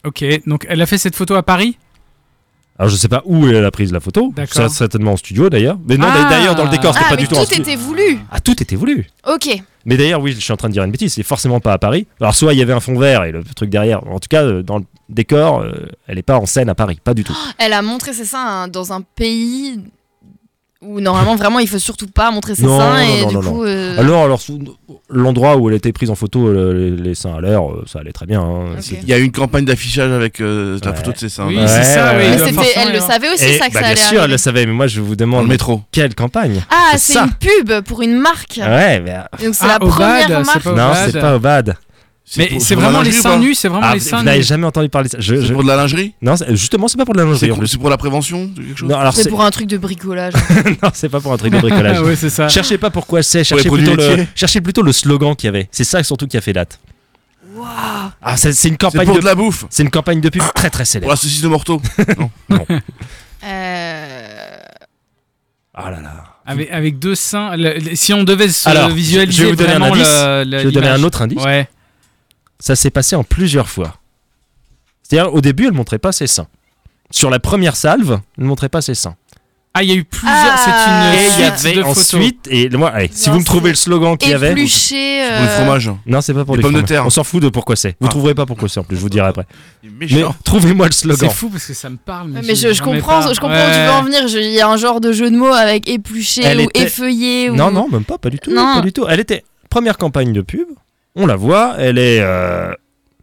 Ok, donc elle a fait cette photo à Paris
Alors je sais pas où elle a prise la photo,
D'accord.
Ça, certainement en studio d'ailleurs. Mais non,
Ah.
d'ailleurs dans le décor, c'était
Ah,
hein, pas
mais
du tout. en
tout
studio.
était voulu.
Ah tout était voulu.
Ok.
Mais d'ailleurs oui, je suis en train de dire une bêtise, c'est forcément pas à Paris. Alors soit il y avait un fond vert et le truc derrière. En tout cas euh, dans le décor, euh, elle est pas en scène à Paris, pas du tout.
Elle a montré ses seins hein, dans un pays où normalement vraiment il faut surtout pas montrer ses
Non,
seins
non,
et
non,
du
non,
coup. euh,
Alors alors sous- l'endroit où elle était prise en photo euh, les, les seins à l'heure, euh, ça allait très bien. hein.
Ok.
C'est-
Il y a eu une campagne d'affichage avec euh, la
Ouais.
photo de ses seins.
Oui,
Ouais,
c'est
ouais,
ça, oui.
ouais.
mais
bah,
c'était-
forcément,
elle le
hein.
savait aussi
Et,
ça que
bah,
ça
bien
allait
sûr, elle
arriver.
le savait, mais moi je vous
Dans
demande
le métro.
quelle campagne.
Ah,
C'est
c'est
ça.
une pub pour une marque.
Ouais, mais
Donc c'est
Ah,
la
au Bad,
première
c'est
marque.
pas au
non,
Bad.
c'est pas au bad.
Mais
pour-
c'est
pour
vraiment
la
les
lingerie ou
seins
pas
nus, c'est vraiment
Ah,
les
vous vous
seins
n'avez
nus.
jamais entendu parler de ça. Je-
C'est
je-
pour de la lingerie
Non, c'est- justement, c'est pas pour de la
C'est
lingerie. en
pour,
plus.
c'est pour la prévention de quelque chose
Non, alors
C'est
c'est
pour un truc de bricolage.
non, c'est pas pour un truc de bricolage.
Ah ouais, c'est ça.
Cherchez pas pourquoi c'est,
Pour les
cherchez
produits
plutôt, le,
laitiers.
cherchez plutôt le slogan qu'il y avait. C'est ça surtout qui a fait date.
Waouh.
Ah, c'est c'est une
C'est
campagne
pour
de,
de la bouffe.
c'est une campagne de pub très très
Pour
célèbre.
la saucisse de morteau.
Euh,
Ah là là.
Avec, avec deux seins. le- le- si on devait se
Alors,
visualiser
je vais vous donner un
vraiment
indice.
le- le-
Je vais donner
l'image.
un autre indice.
Ouais.
Ça s'est passé en plusieurs fois. C'est-à-dire au début, elle montrait pas ses seins. Sur la première salve, elle ne montrait pas ses seins.
Ah, il y a eu plusieurs.
Ah.
c'est
Et
une
Euh,
il y
suite de
avait
photos.
ensuite et moi, allez, si
Non,
vous me
c'est-
trouvez le slogan qu'il y avait,
Épluché.
Pour le
euh,
fromage.
non, c'est pas pour
Des
les
pommes de
fromages.
terre.
On s'en fout de pourquoi c'est. Vous
Ah.
trouverez pas pourquoi c'est en plus. Je vous dirai après.
Il est
Mais
Méchant.
trouvez-moi le
C'est
slogan.
fou parce que ça me parle.
Mais je, je
j'en ai
comprends,
pas.
je comprends où tu
Ouais.
veux en venir. Je- Il y a un genre de jeu de mots avec épluché
Elle
ou
était-
effeuillé. ou-
Non, non, même pas, pas du tout,
Non.
pas du tout. Elle était première campagne de pub. On la voit, elle est euh,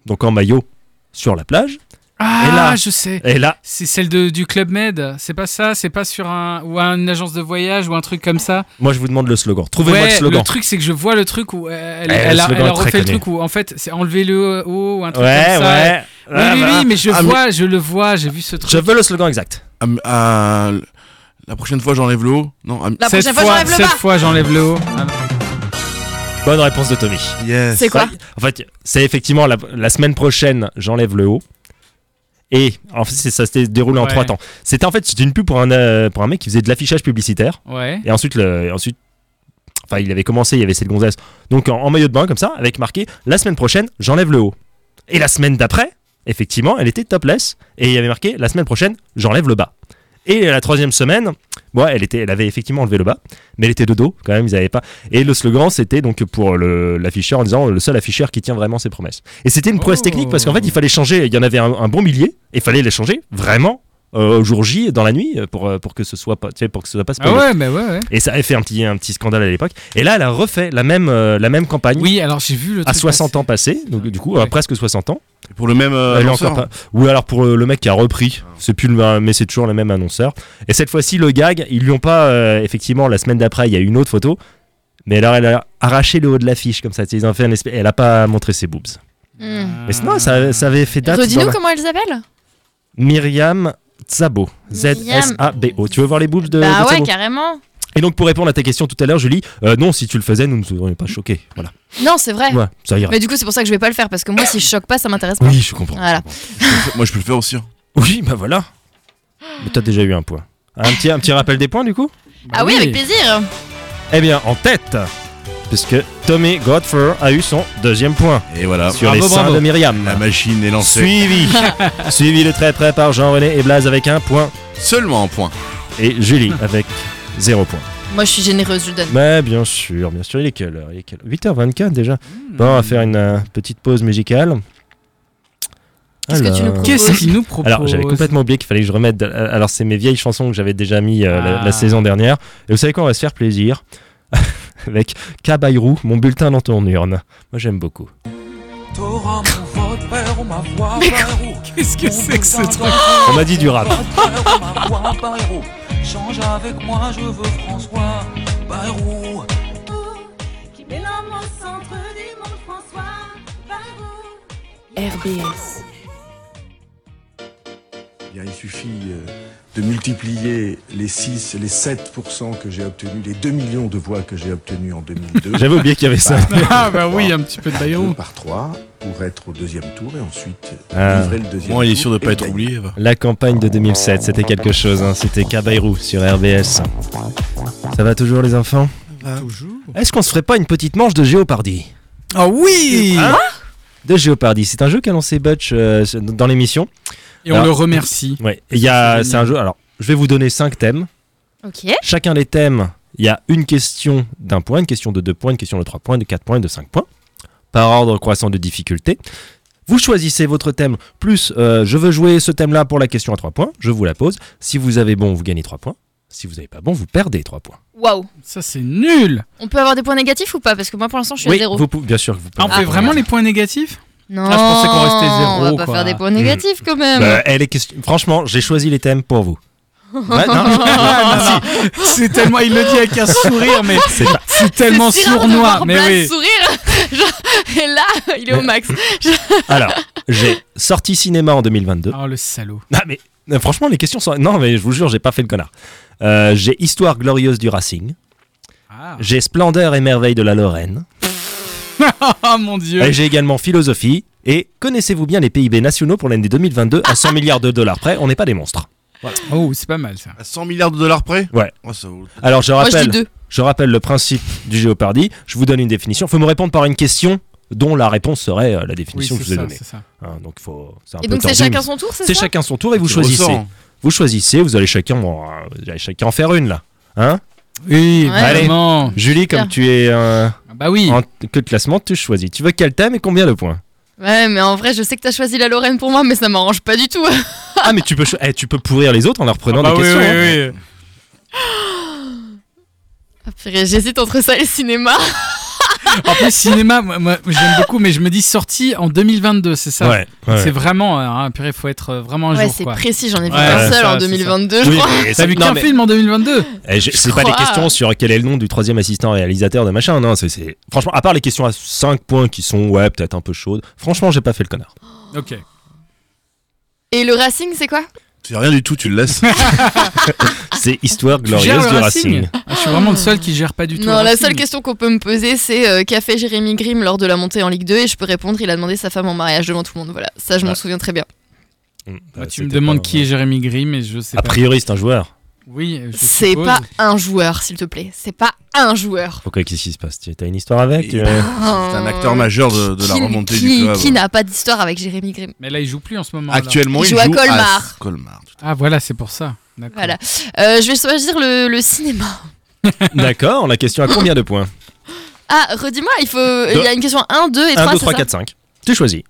donc en maillot sur la plage.
Ah,
Et là-
je sais.
Et là,
C'est celle de, du Club Med. C'est pas ça C'est pas sur un ou une agence de voyage ou un truc comme ça
moi je vous demande le slogan. Trouvez-moi
Ouais,
le slogan.
truc, c'est que je vois le truc où euh, elle,
Eh, le
elle a,
slogan
elle a
est très
refait le
connu.
truc où en fait c'est enlever le haut ou un truc
ouais,
comme ça.
ouais.
Oui, oui, oui, mais je
Ah, mais-
vois, je le vois, j'ai vu ce truc.
Je veux le slogan exact.
Ah, mais, ah, la prochaine fois, j'enlève le haut. Non. ah,
La
cette
prochaine fois, j'enlève le
cette
bas.
fois, j'enlève le haut.
Bonne réponse de Tommy.
yes.
C'est quoi
Ouais, En fait, c'est effectivement la, la semaine prochaine, j'enlève le haut. Et en fait, c'est- ça s'était déroulé en
Ouais.
trois temps. C'était en fait c'était une pub pour un, euh, pour un mec qui faisait de l'affichage publicitaire.
Ouais.
Et ensuite, le, et ensuite, enfin, il avait commencé, il y avait cette gonzesse. Donc en, en maillot de bain comme ça, avec marqué la semaine prochaine, j'enlève le haut. Et la semaine d'après, effectivement, elle était topless et il y avait marqué la semaine prochaine, j'enlève le bas. Et la troisième semaine, ouais, elle était, elle avait effectivement enlevé le bas, mais elle était de dos quand même, ils n'avaient pas. Et le slogan, c'était donc pour le- l'afficheur en disant le seul afficheur qui tient vraiment ses promesses. Et c'était une prouesse
Oh.
technique parce qu'en fait, il fallait changer. Il y en avait un, un bon millier et il fallait les changer vraiment euh, au jour J dans la nuit pour euh, pour que ce soit pas, tu sais, pour que ce soit pas
Ah
spoilé.
ouais, mais ouais, ouais.
Et ça avait fait un petit, un petit scandale à l'époque. Et là, elle a refait la même, euh, la même campagne
Oui, alors j'ai vu le
à
truc.
60 ans passés, donc du coup,
Ouais.
à presque 60 ans.
Pour le même. euh,
Elle est
lanceur.
encore pas- Ou alors pour euh, le mec qui a repris, c'est plus le, mais c'est toujours le même annonceur. Et cette fois-ci, le gag, ils lui ont pas, euh, effectivement, la semaine d'après, il y a une autre photo. Mais alors, elle a arraché le haut de l'affiche comme ça. tu sais, Ils ont fait un espèce- Elle a pas montré ses boobs.
Hmm.
Mais non, ça, ça avait fait date. dans
Redis-nous
la-
comment elle s'appelle
Myriam Zabo.
Myriam-
Z-S-A-B-O. Tu veux voir les boobs de,
Bah
de
ouais,
Szabo
carrément.
Et donc, pour répondre à ta question tout à l'heure, Julie, euh, non, si tu le faisais, nous ne serions pas choqués. Voilà.
Non, c'est vrai.
Ouais, ça ira.
Mais du coup, c'est pour ça que je vais pas le faire parce que moi, si je choque pas, ça m'intéresse pas.
Oui, je comprends.
Voilà.
Moi, je peux le faire aussi. hein.
Oui, bah voilà. Mais T'as déjà eu un point. Un petit, un petit rappel des points du coup
Bah
Ah oui, avec plaisir.
Eh bien, en tête Puisque Tommy Godfer a eu son deuxième point
Et voilà.
sur
Bravo,
les seins
bravo.
de Myriam.
Ah, La machine est lancée.
Suivi Suivi de très près par Jean-René et Blaze avec un point
Seulement un point.
et Julie avec zéro point.
Moi, je suis généreuse, je le donne.
Mais bien sûr, bien sûr, il est quelle heure, il est quelle heure 8h24 déjà. Bon, on va faire une euh, petite pause musicale.
Qu'est-ce que tu nous
Alors-
Qu'est-ce qu'il nous propose
Alors, j'avais complètement oublié qu'il fallait que je remette. de- euh, Alors, c'est mes vieilles chansons que j'avais déjà mis euh, la,
Ah.
la saison dernière. Et vous savez quoi On va se faire plaisir avec Kabayrou, mon bulletin dans ton urne. Moi, j'aime beaucoup.
T'auras mon vote, frère,
Mais qu'est-ce que c'est que ce truc
On m'a dit du rap.
Change avec moi, je veux François Bayrou.
qui met l'homme au centre du monde, François Bayrou.
RBS.
Bien, il suffit euh, de multiplier les 6, les 7% que j'ai obtenus, les 2 millions de voix que j'ai obtenues en 2002.
J'avais oublié qu'il y avait ça.
Ah bah oui, un petit peu de
Deux
Bayrou.
par 3 pour être au deuxième tour et ensuite
Ah.
livrer le deuxième
Moi, il est sûr de
tour
ne pas
et
être
gagner.
oublié. va.
La campagne de 2007, c'était quelque chose. hein. C'était Kabayrou sur RBS. Ça va toujours les enfants
Toujours.
Est-ce qu'on se ferait pas une petite manche de Géopardy
Ah oui
De Géopardy, c'est un jeu qu'a lancé Butch euh, dans l'émission.
Et on le remercie.
Ouais. Il y
C'est
a,
génial.
c'est un jeu. Alors, je vais vous donner cinq thèmes.
Ok.
Chacun des thèmes, il y a une question d'un point, une question de deux points, une question de trois points, de quatre points, de cinq points, par ordre croissant de difficulté. Vous choisissez votre thème, plus euh, je veux jouer ce thème-là pour la question à trois points, je vous la pose. Si vous avez bon, vous gagnez trois points. Si vous n'avez pas bon, vous perdez trois points.
Waouh.
Ça c'est nul.
On peut avoir des points négatifs ou pas Parce que moi pour l'instant je suis à
oui,
zéro.
vous pouvez- bien sûr que vous
Ah,
pouvez.
on fait vraiment les points négatifs
Non.
Ah, je pensais qu'on restait zéro,
On va pas
quoi. Hmm.
faire des points négatifs quand même.
hein.
Bah, elle est question- Franchement, j'ai choisi les thèmes pour vous. Ouais, non,
Ah, non, non. C'est tellement, il le dit avec un sourire, mais
c'est pas-
c'est tellement
C'est si rare de
sournois.
voir
Mais
Blas
oui.
sourire. Genre, et là, il est au max.
Alors, j'ai sorti cinéma en 2022.
Oh le salaud.
Non, mais euh, franchement, les questions sont. Non, mais je vous jure, j'ai pas fait le connard. Euh, j'ai Histoire glorieuse du Racing.
Ah
J'ai Splendeur et merveille de la Lorraine.
Ah, mon dieu.
Et j'ai également Philosophie. Et connaissez-vous bien les PIB nationaux pour l'année 2022 à 100 milliards de dollars près On n'est pas des monstres.
Oh, c'est pas mal ça.
À 100 milliards de dollars près
Ouais.
Oh, ça vaut-
Alors je
Moi je dis
rappelle, je,
deux.
rappelle le principe du Géopardy. Je vous donne une définition. Il faut me répondre par une question dont la réponse serait euh, la
Oui,
définition
c'est
que je vous ai
ça,
donnée.
c'est ça.
Hein, donc faut. un
Et
peu
donc c'est
tordu,
chacun
mais-
son tour, c'est ça
C'est chacun son tour et vous
Tu
choisissez.
ressens.
Vous choisissez. Vous allez chacun, bon, euh, vous allez chacun en faire une là. Hein
Oui,
Ouais.
vraiment.
Julie, comme
Bien.
tu es euh,
Ah Bah oui.
en queue de classement, tu choisis. Tu veux quel thème et combien de points
Ouais, mais en vrai, je sais que t'as choisi la Lorraine pour moi, mais ça m'arrange pas du tout.
Ah mais tu peux, cho- eh, tu peux pourrir les autres en leur prenant
Ah bah
des questions.
oui,
hein.
oui, oui.
Ah, purée, J'hésite entre ça et le cinéma.
En plus, cinéma, moi, moi, j'aime beaucoup, mais je me dis sorti en 2022, c'est ça
Ouais, ouais.
C'est vraiment, euh, hein, purée, faut être euh, vraiment un
Ouais,
jour,
c'est
quoi.
précis, j'en ai vu
Ouais,
un
ça,
seul en
c'est
2022, je
Oui,
crois.
mais
T'as
c'est-
vu
non,
qu'un
mais-
film en 2022
eh, je- C'est pas des
crois.
questions sur quel est le nom du troisième assistant réalisateur de machin, non, c'est- c'est... Franchement, à part les questions à 5 points qui sont, ouais, peut-être un peu chaudes, franchement, j'ai pas fait le connard.
Ok.
Et le Racing, c'est quoi
C'est rien du tout, tu le laisses.
C'est Histoire
Ah. Tu gères
glorieuse
le
du
Racing
Racing.
Ah, Je suis vraiment le seul qui gère pas du tout. le
Non, la
Racing.
seule question qu'on peut me poser, c'est euh, qu'a fait Jérémy Grimm lors de la montée en Ligue 2 Et je peux répondre, il a demandé sa femme en mariage devant tout le monde. Voilà, ça, je m'en
Ouais.
souviens très bien.
Hum,
Moi,
bah,
tu me
c'était
demandes
pas-
qui est Jérémy Grimm et je sais
A
pas.
priori, c'est un joueur.
Oui, je
C'est
suppose.
pas un joueur, s'il te plaît. C'est pas un joueur.
Pourquoi qu'est-ce qui se passe Tu- T'as une histoire avec
Et-
tu-
bah,
bah.
euh,
C'est un acteur majeur de, de la
Qui-
remontée
qui-
du club.
Qui n'a pas d'histoire avec Jérémy Grimm
Mais là, il joue plus en ce moment. alors.
Actuellement,
Il
il
joue
joue
à Colmar.
à Colmar. tout à
Ah, voilà, c'est pour ça. D'accord.
Voilà. Euh, je vais choisir le, le cinéma.
D'accord, la question à combien de points
Ah, redis-moi, il faut. Il y a une question 1, 2 et 3.
1, 2,
c'est
3,
ça
4, 5. Tu choisis.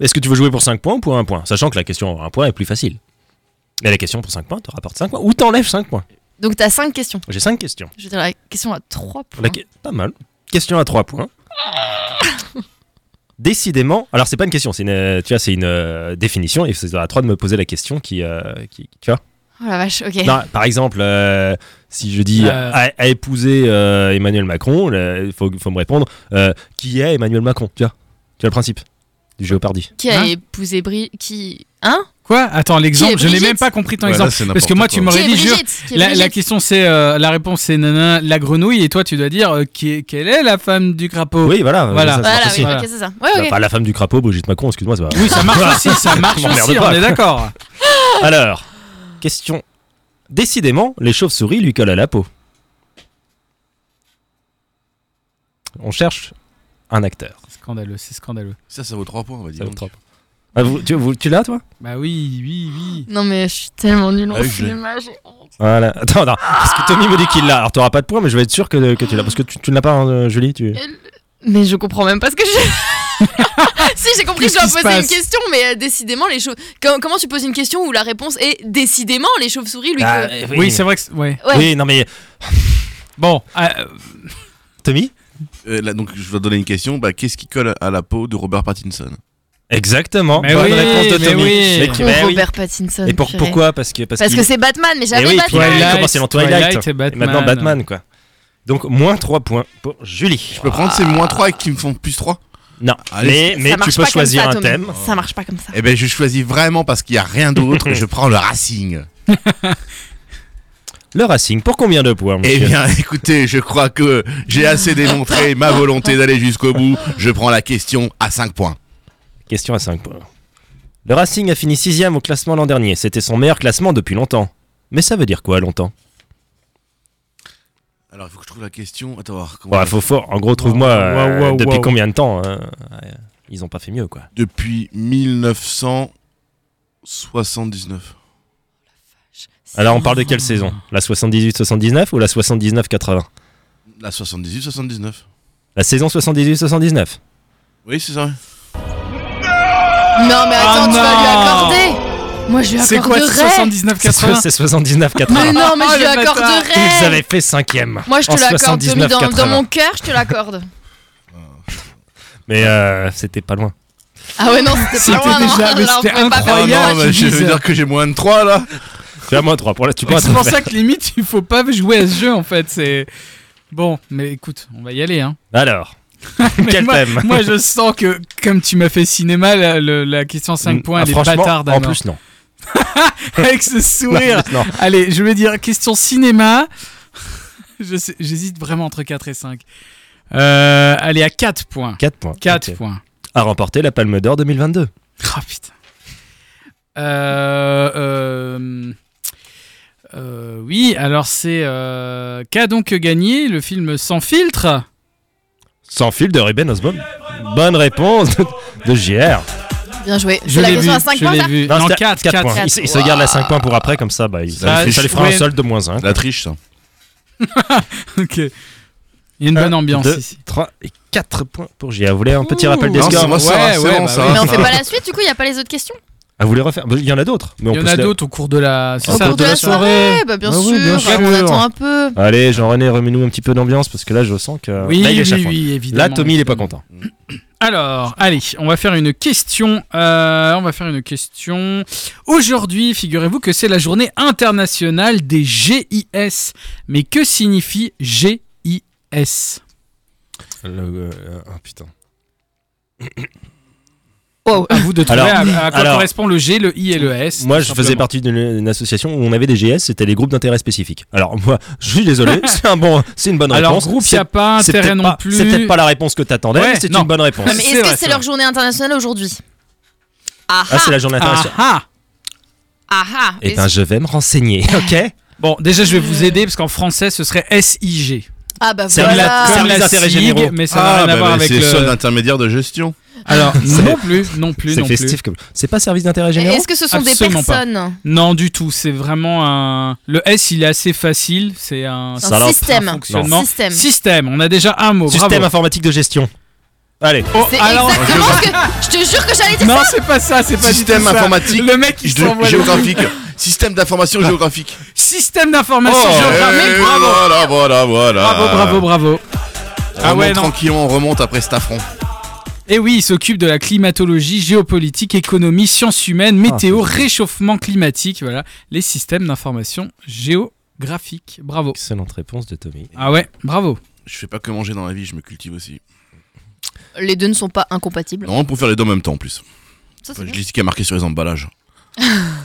Est-ce que tu veux jouer pour 5 points ou pour 1 point Sachant que la question à 1 point est plus facile. Mais la question pour 5 points te rapporte 5 points ou t'enlèves 5 points.
Donc t'as 5 questions.
J'ai 5 questions.
Je veux dire, la question à 3 points.
La que- Pas mal. Question à 3 points. Décidément, alors c'est pas une question, c'est une, euh, tu vois, c'est une euh, définition et c'est à toi de me poser la question qui, euh, qui tu vois.
Oh la vache, ok.
Non, par exemple, euh, si je dis
Euh.
à, à épouser euh, Emmanuel Macron, il faut, faut me répondre euh, qui est Emmanuel Macron, tu vois, tu vois le principe du Géopardy.
Qui a
Hein
épousé Bri... Qui. Hein
Quoi Attends, l'exemple,
Qui
je
est
l'ai
Brigitte
même pas compris ton
Ouais, là,
exemple.
c'est
Parce que
n'importe
moi, tu
quoi.
Qui
m'aurais
est
dit, je-
Brigitte Qui est
La, la
Brigitte
question c'est euh, la réponse c'est nanana, la grenouille et toi tu dois dire euh, qui est- quelle est la femme du crapaud.
Oui, voilà.
Voilà.
ça, c'est
Voilà,
pas possible.
oui, ok, c'est ça. Ouais, ok.
Enfin, la femme du crapaud, Brigitte Macron, excuse-moi, ça va.
Oui, ça marche aussi, ça marche
M'emmerde
aussi,
pas.
on est d'accord.
Alors, question. Décidément, les chauves-souris lui collent à la peau. On cherche un acteur.
C'est scandaleux, c'est scandaleux.
l'heure. Ça, ça vaut 3 points, on va
Ça
dire.
vous trompe. Ah, vous- tu vous- tu l'as, toi
Bah oui, oui, oui.
Non, mais je suis tellement nulle en
Ah oui, je l'ai.
cinéma. j'ai honte.
Voilà. Attends, non, parce que Tommy me dit qu'il l'a. Alors, t'auras pas de points, mais je vais être sûr que, que tu l'as. Parce que tu, tu ne l'as pas, hein, euh, Julie tu...
Mais je comprends même pas ce que je. si, j'ai compris que je dois
Qu'est-ce qui se
poser une
passe
question, mais euh, décidément, les choses. Comment tu poses une question où la réponse est décidément les chauves-souris lui.
Ah,
que-
euh,
Oui, c'est vrai que c'est- ouais.
Euh, ouais.
Oui, non, mais
Bon, ah, euh,
Tommy
Euh, là, donc, je vais donner une question. Bah, Qu'est-ce qui colle à la peau de Robert Pattinson
Exactement.
Mais
Bonne
oui,
réponse de
mais
Tommy.
oui.
Mais qui-
Pour
mais oui.
Robert Pattinson.
Et pour-
purée.
pourquoi Parce que
Parce
qu'il-
que c'est Batman, mais
Eh
j'avais
oui, puis
Batman.
il a commencé dans Twilight.
Twilight et
et
Batman.
maintenant Batman quoi. Donc moins 3 points pour Julie.
Je peux prendre ces moins 3 qui me font plus 3
Ah. Non,
Allez,
mais, mais
Ça marche
tu peux
pas comme
choisir
ça,
un
Tommy.
thème.
Ça marche pas comme ça.
Eh ben je choisis vraiment parce qu'il n'y a rien d'autre. je prends le Racing.
Le Racing, pour combien de points
Eh
monsieur
bien écoutez, je crois que j'ai assez démontré ma volonté d'aller jusqu'au bout. Je prends la question à 5 points.
Question à 5 points. Le Racing a fini 6 au classement l'an dernier. C'était son meilleur classement depuis longtemps. Mais ça veut dire quoi longtemps
Alors il faut que je trouve la question. Attends, voir comment-
Bah, faut fort. En gros, trouve-moi euh,
Waouh, waouh,
depuis
waouh.
combien de temps euh, euh, Ils ont pas fait mieux quoi.
Depuis 1979.
Alors on parle de quelle saison La 78-79 ou la 79-80
La 78-79.
La saison 78-79
Oui, c'est ça.
Non, mais
Ah
attends, tu vas
non.
lui accorder. Moi, je lui
C'est quoi
accorderais.
ce 79-80
C'est 79-80.
Mais non, mais
Oh,
je lui
le bâtard.
Ils
accorderais.
avaient fait cinquième.
Moi, je
en
te l'accorde, Tommy, dans,
79-80.
dans mon cœur, je te l'accorde.
Mais euh, c'était pas loin.
Ah ouais, non, c'était
C'était
pas loin, non.
déjà- mais
Là, on
c'était
pouvait
incroyable.
pas
Oh
Ah,
faire
yeah,
non, mais
tu
je veux
disais.
dire que j'ai moins de 3 là.
Tu as moins 3 pour là, tu peux
C'est pour ça que limite, il faut pas jouer à ce jeu en fait. C'est bon, mais écoute, on va y aller. Hein.
Alors,
Mais
quel
moi,
thème
moi, je sens que comme tu m'as fait cinéma, la, le- la question 5 points,
Ah,
elle est
franchement,
bâtarde.
En
Anna.
plus, non.
avec ce sourire.
En plus, non.
Allez, je vais dire question cinéma. Je sais- J'hésite vraiment entre 4 et 5. Euh, allez, à 4 points.
4 points.
4
Ok.
points.
À remporter la Palme d'Or 2022.
Oh putain. Euh, euh, euh, oui, alors c'est euh, Qu'a donc gagné le film Sans filtre
Sans fil de Ruben Osborne. Bonne réponse de- de JR.
Bien joué.
Je
C'est la
l'ai vu.
question à 5
je
points,
l'ai
ça
vu.
Non,
Non,
c'était
4,
quatre points.
4.
Il, s- il se garde la 5 points pour après, comme ça, bah, il,
Ça
ça,
fait
lui
chier.
fera un
Ouais.
solde de moins 1.
La triche, ça.
Ok. Il y a une bonne ambiance ici.
3 et 4 points pour JR. Vous voulez Hein un petit rappel des
Non, c'est
scores hein,
moi, ça,
Ouais,
c'est
ouais,
bon,
bah
ça.
oui.
Mais on fait pas la suite, du coup, il n'y a pas les autres questions
Ah, vous voulez refaire Bah, Il y en a d'autres. mais on
Il y en
peut
a
se la-
d'autres au cours de la,
Au
ça,
cours de la
Eh bah, bien
Ah
sûr,
oui, bien sûr.
on attend un peu.
Allez, Jean-René, remets-nous un petit peu d'ambiance parce que là, je sens que.
Oui,
là, il
oui,
échappe.
oui, évidemment.
Là, Tommy, il est pas content.
Alors, allez, on va faire une question. euh, on va faire une question. Aujourd'hui, figurez-vous que c'est la journée internationale des GIS. Mais que signifie GIS
putain.
Oh, à vous de trouver
Alors,
à, à quoi
alors,
correspond le G, le I et le S.
Moi,
tout
je faisais
simplement.
partie d'une d'une association où on avait des GS, c'était les groupes d'intérêt spécifiques. Alors, moi, je suis désolé, c'est un bon, c'est une bonne
Alors,
réponse.
groupe, il
C'est-
n'y a pas
c'est
intérêt
peut-être
non
pas-
plus.
C'est peut-être pas la réponse que t'attendais,
Ouais,
mais c'est
non.
une bonne réponse.
Non, mais
C'est
est-ce
vrai,
que
c'est
c'est leur
vrai.
journée internationale aujourd'hui Ah
Ah, c'est la journée
Ah,
internationale.
ah
ah ah.
Eh ben, je vais me renseigner, ok
Bon, déjà, je vais vous aider parce qu'en français, ce serait SIG.
Ah bah
C'est Comme la-
voilà.
comme les intérêts
SIG,
généraux. Ah, bah
Mais ça n'a rien à voir avec
Ah, bah, c'est solde
le.
intermédiaire de gestion.
Alors,
C'est-
non plus, non plus,
C'est
non plus.
festif comme. C'est pas service d'intérêt
Mais
général
Est-ce que ce sont
Absolument
des
pas.
personnes
Non, du tout. C'est vraiment un. Le S, il est assez facile. C'est un,
C'est un
Salope.
système.
un fonctionnement.
Système.
Système. On a déjà un mot.
Système
Oh, bravo.
informatique de gestion. Allez,
Oh,
C'est
alors-
exactement ce que. Je te jure que j'allais dire
Non,
ça
c'est pas ça. C'est pas
Système
du tout ça.
informatique
Le mec, il
Gé-
s'envoie. Ah. le-
géographique. Système d'information géographique.
Système d'information.
Oh,
géographique.
eh,
bravo.
Voilà, voilà, voilà.
Bravo, bravo, bravo.
On
Ah
remonte
ouais, non.
tranquillement, on remonte après cet affront.
Et oui, il s'occupe de la climatologie, géopolitique, économie, sciences humaines,
Ah,
météo, réchauffement climatique. Voilà, les systèmes d'information géographique. Bravo.
excellente réponse de Tommy.
Ah ouais, bravo.
Je fais pas que manger dans la vie, je me cultive aussi.
Les deux ne sont pas incompatibles.
Non, pour faire les deux en même temps en plus.
Ça, c'est
Je
bien.
lis ce qui a marqué sur les emballages.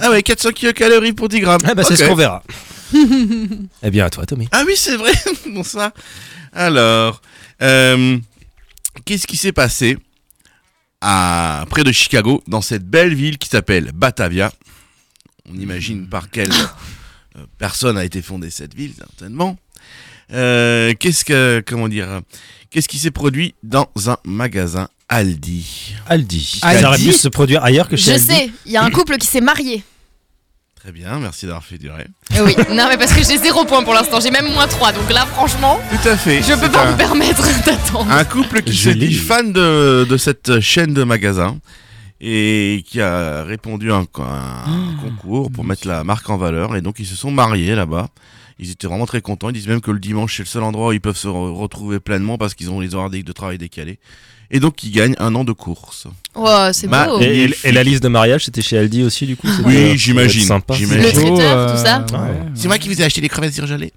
ah ouais, 400 kilocalories pour 10 grammes.
Ah bah,
Ok.
c'est ce qu'on verra. eh bien, à toi, Tommy.
Ah oui, c'est vrai. bon ça. Alors, euh, qu'est-ce qui s'est passé à près de Chicago dans cette belle ville qui s'appelle Batavia On imagine par quelle euh, personne a été fondée cette ville, certainement. Euh, qu'est-ce que comment dire Qu'est-ce qui s'est produit dans un magasin Aldi
Aldi.
Aldi.
Ça aurait pu se produire ailleurs que chez
Je
Aldi.
sais, il y a un couple qui s'est marié.
Très bien, merci d'avoir fait durer.
Eh Oui, non mais parce que j'ai zéro point pour l'instant, j'ai même moins 3, donc là franchement,
Tout à fait.
je peux
C'est
pas
un-
me permettre d'attendre.
Un couple qui s'est
Julie.
dit fan de, de cette chaîne de magasins et qui a répondu à un, à un concours pour mettre la marque en valeur. Et donc, ils se sont mariés là-bas. Ils étaient vraiment très contents. Ils disent même que le dimanche, c'est le seul endroit où ils peuvent se re- retrouver pleinement parce qu'ils ont les horaires de de travail décalés. Et Et donc, il gagne un an de course.
Oh, c'est
Ma-
beau.
Oh.
Et, et- et la liste de mariage, c'était chez Aldi aussi, du coup. c'était- euh,
Oui,
ça doit
j'imagine,
être Sympa.
j'imagine. Le
traiteur,
beau,
tout ça.
ouais, Euh, ouais.
C'est moi qui vous ai acheté les crevettes surgelées.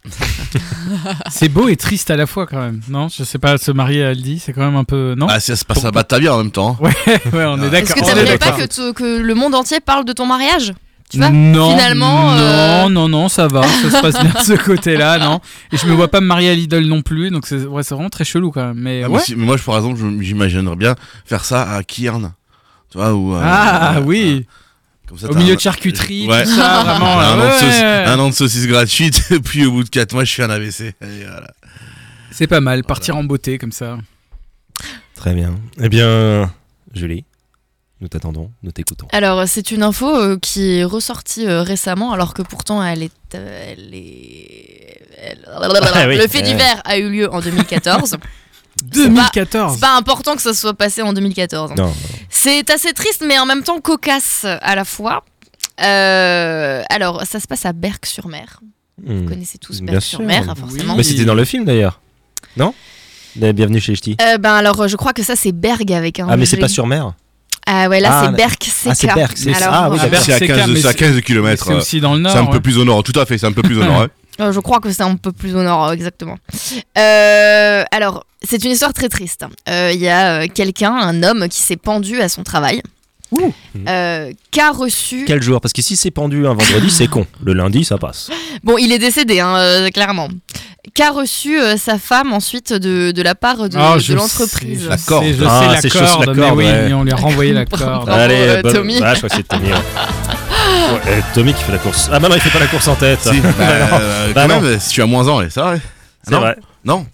C'est beau et triste à la fois quand même. Non, je sais pas, se marier à Aldi, c'est quand même un peu. Non
Ah, ça se passe à Batavia en même temps.
Ouais, on est
Est-ce
d'accord.
Est-ce que
on est
t'aimerais pas
d'accord.
que, tu- que le monde entier parle de ton mariage tu
Mm.
vois,
non,
finalement, euh,
Non, non, non, ça va, ça se passe bien de ce côté-là, non. Et je me vois pas me marier à l'idole non plus, donc c'est ouais, c'est vraiment très chelou quand même. Mais
Ah, mais
ouais.
si- mais moi, je- par exemple, je- j'imaginerais bien faire ça à Kiern. Tu vois, ou, euh,
Ah
euh,
oui,
euh, comme ça,
au
t'as
milieu
un-
de charcuterie,
Ouais.
tout ça, vraiment. là,
un, an de saucisse-
ouais.
un an de saucisse gratuite, et puis au bout de 4 mois, je fais un AVC. Et voilà.
C'est pas mal, partir en beauté comme ça.
Très bien. Eh bien, Julie, nous t'attendons, nous t'écoutons.
Alors, c'est une info euh, qui est ressortie euh, récemment, alors que pourtant elle est. euh, elle est- elle-
oui.
Le fait
Ouais.
divers a eu lieu en 2014. C'est pas-
2014.
C'est pas important que ça soit passé en 2014. hein.
Non,
C'est assez triste, mais en même temps cocasse à la fois. Euh, alors, ça se passe à Berck-sur-Mer.
Hmm.
Vous connaissez tous
Bien
Berck-sur-Mer,
sûr.
hein, forcément.
Mais c'était dans le film d'ailleurs, non La Bienvenue chez Ch'ti.
Euh, ben alors, je crois que ça, c'est Berg avec un.
Ah, mais c'est
G.
pas sur mer
Ah, ouais, là,
Ah,
c'est
mais-
Berck, c'est
Ah, c'est
K.
Berck, c'est-
Alors,
ah, oui,
euh,
Ah,
d'accord.
C'est à
C'est
15,
mais
c'est à 15
Mais
km.
C'est aussi dans le nord.
euh. C'est un peu
ouais.
plus au nord, tout à fait, c'est un peu plus au nord. ouais.
Euh, je crois que c'est un peu plus au nord, euh, exactement. Euh, alors, c'est une histoire très triste. Euh, Il y a euh, quelqu'un, un homme, qui s'est pendu à son travail.
Ouh.
Euh, qu'a reçu.
Quel jour Parce que si c'est pendu un vendredi, c'est con. Le lundi, ça passe.
Bon, il est décédé, hein, euh, clairement. Qu'a reçu euh, sa femme ensuite de, de la part de,
Ah,
de
je
l'entreprise
sais,
La
Je
corde.
sais, je
Ah,
sais la,
c'est chose,
corde,
la
mais
corde,
oui,
ouais.
mais on lui a renvoyé la corde.
Bravo, euh,
bonne-
Tommy.
Ah, je crois que c'est Tommy. ouais. Ouais, Tommy qui fait la course. Ah, bah non, il fait pas la course en tête.
Si, bah, euh,
Bah
quand
non.
même, si tu as moins 1, ça, ouais.
C'est
non.
vrai.
Non.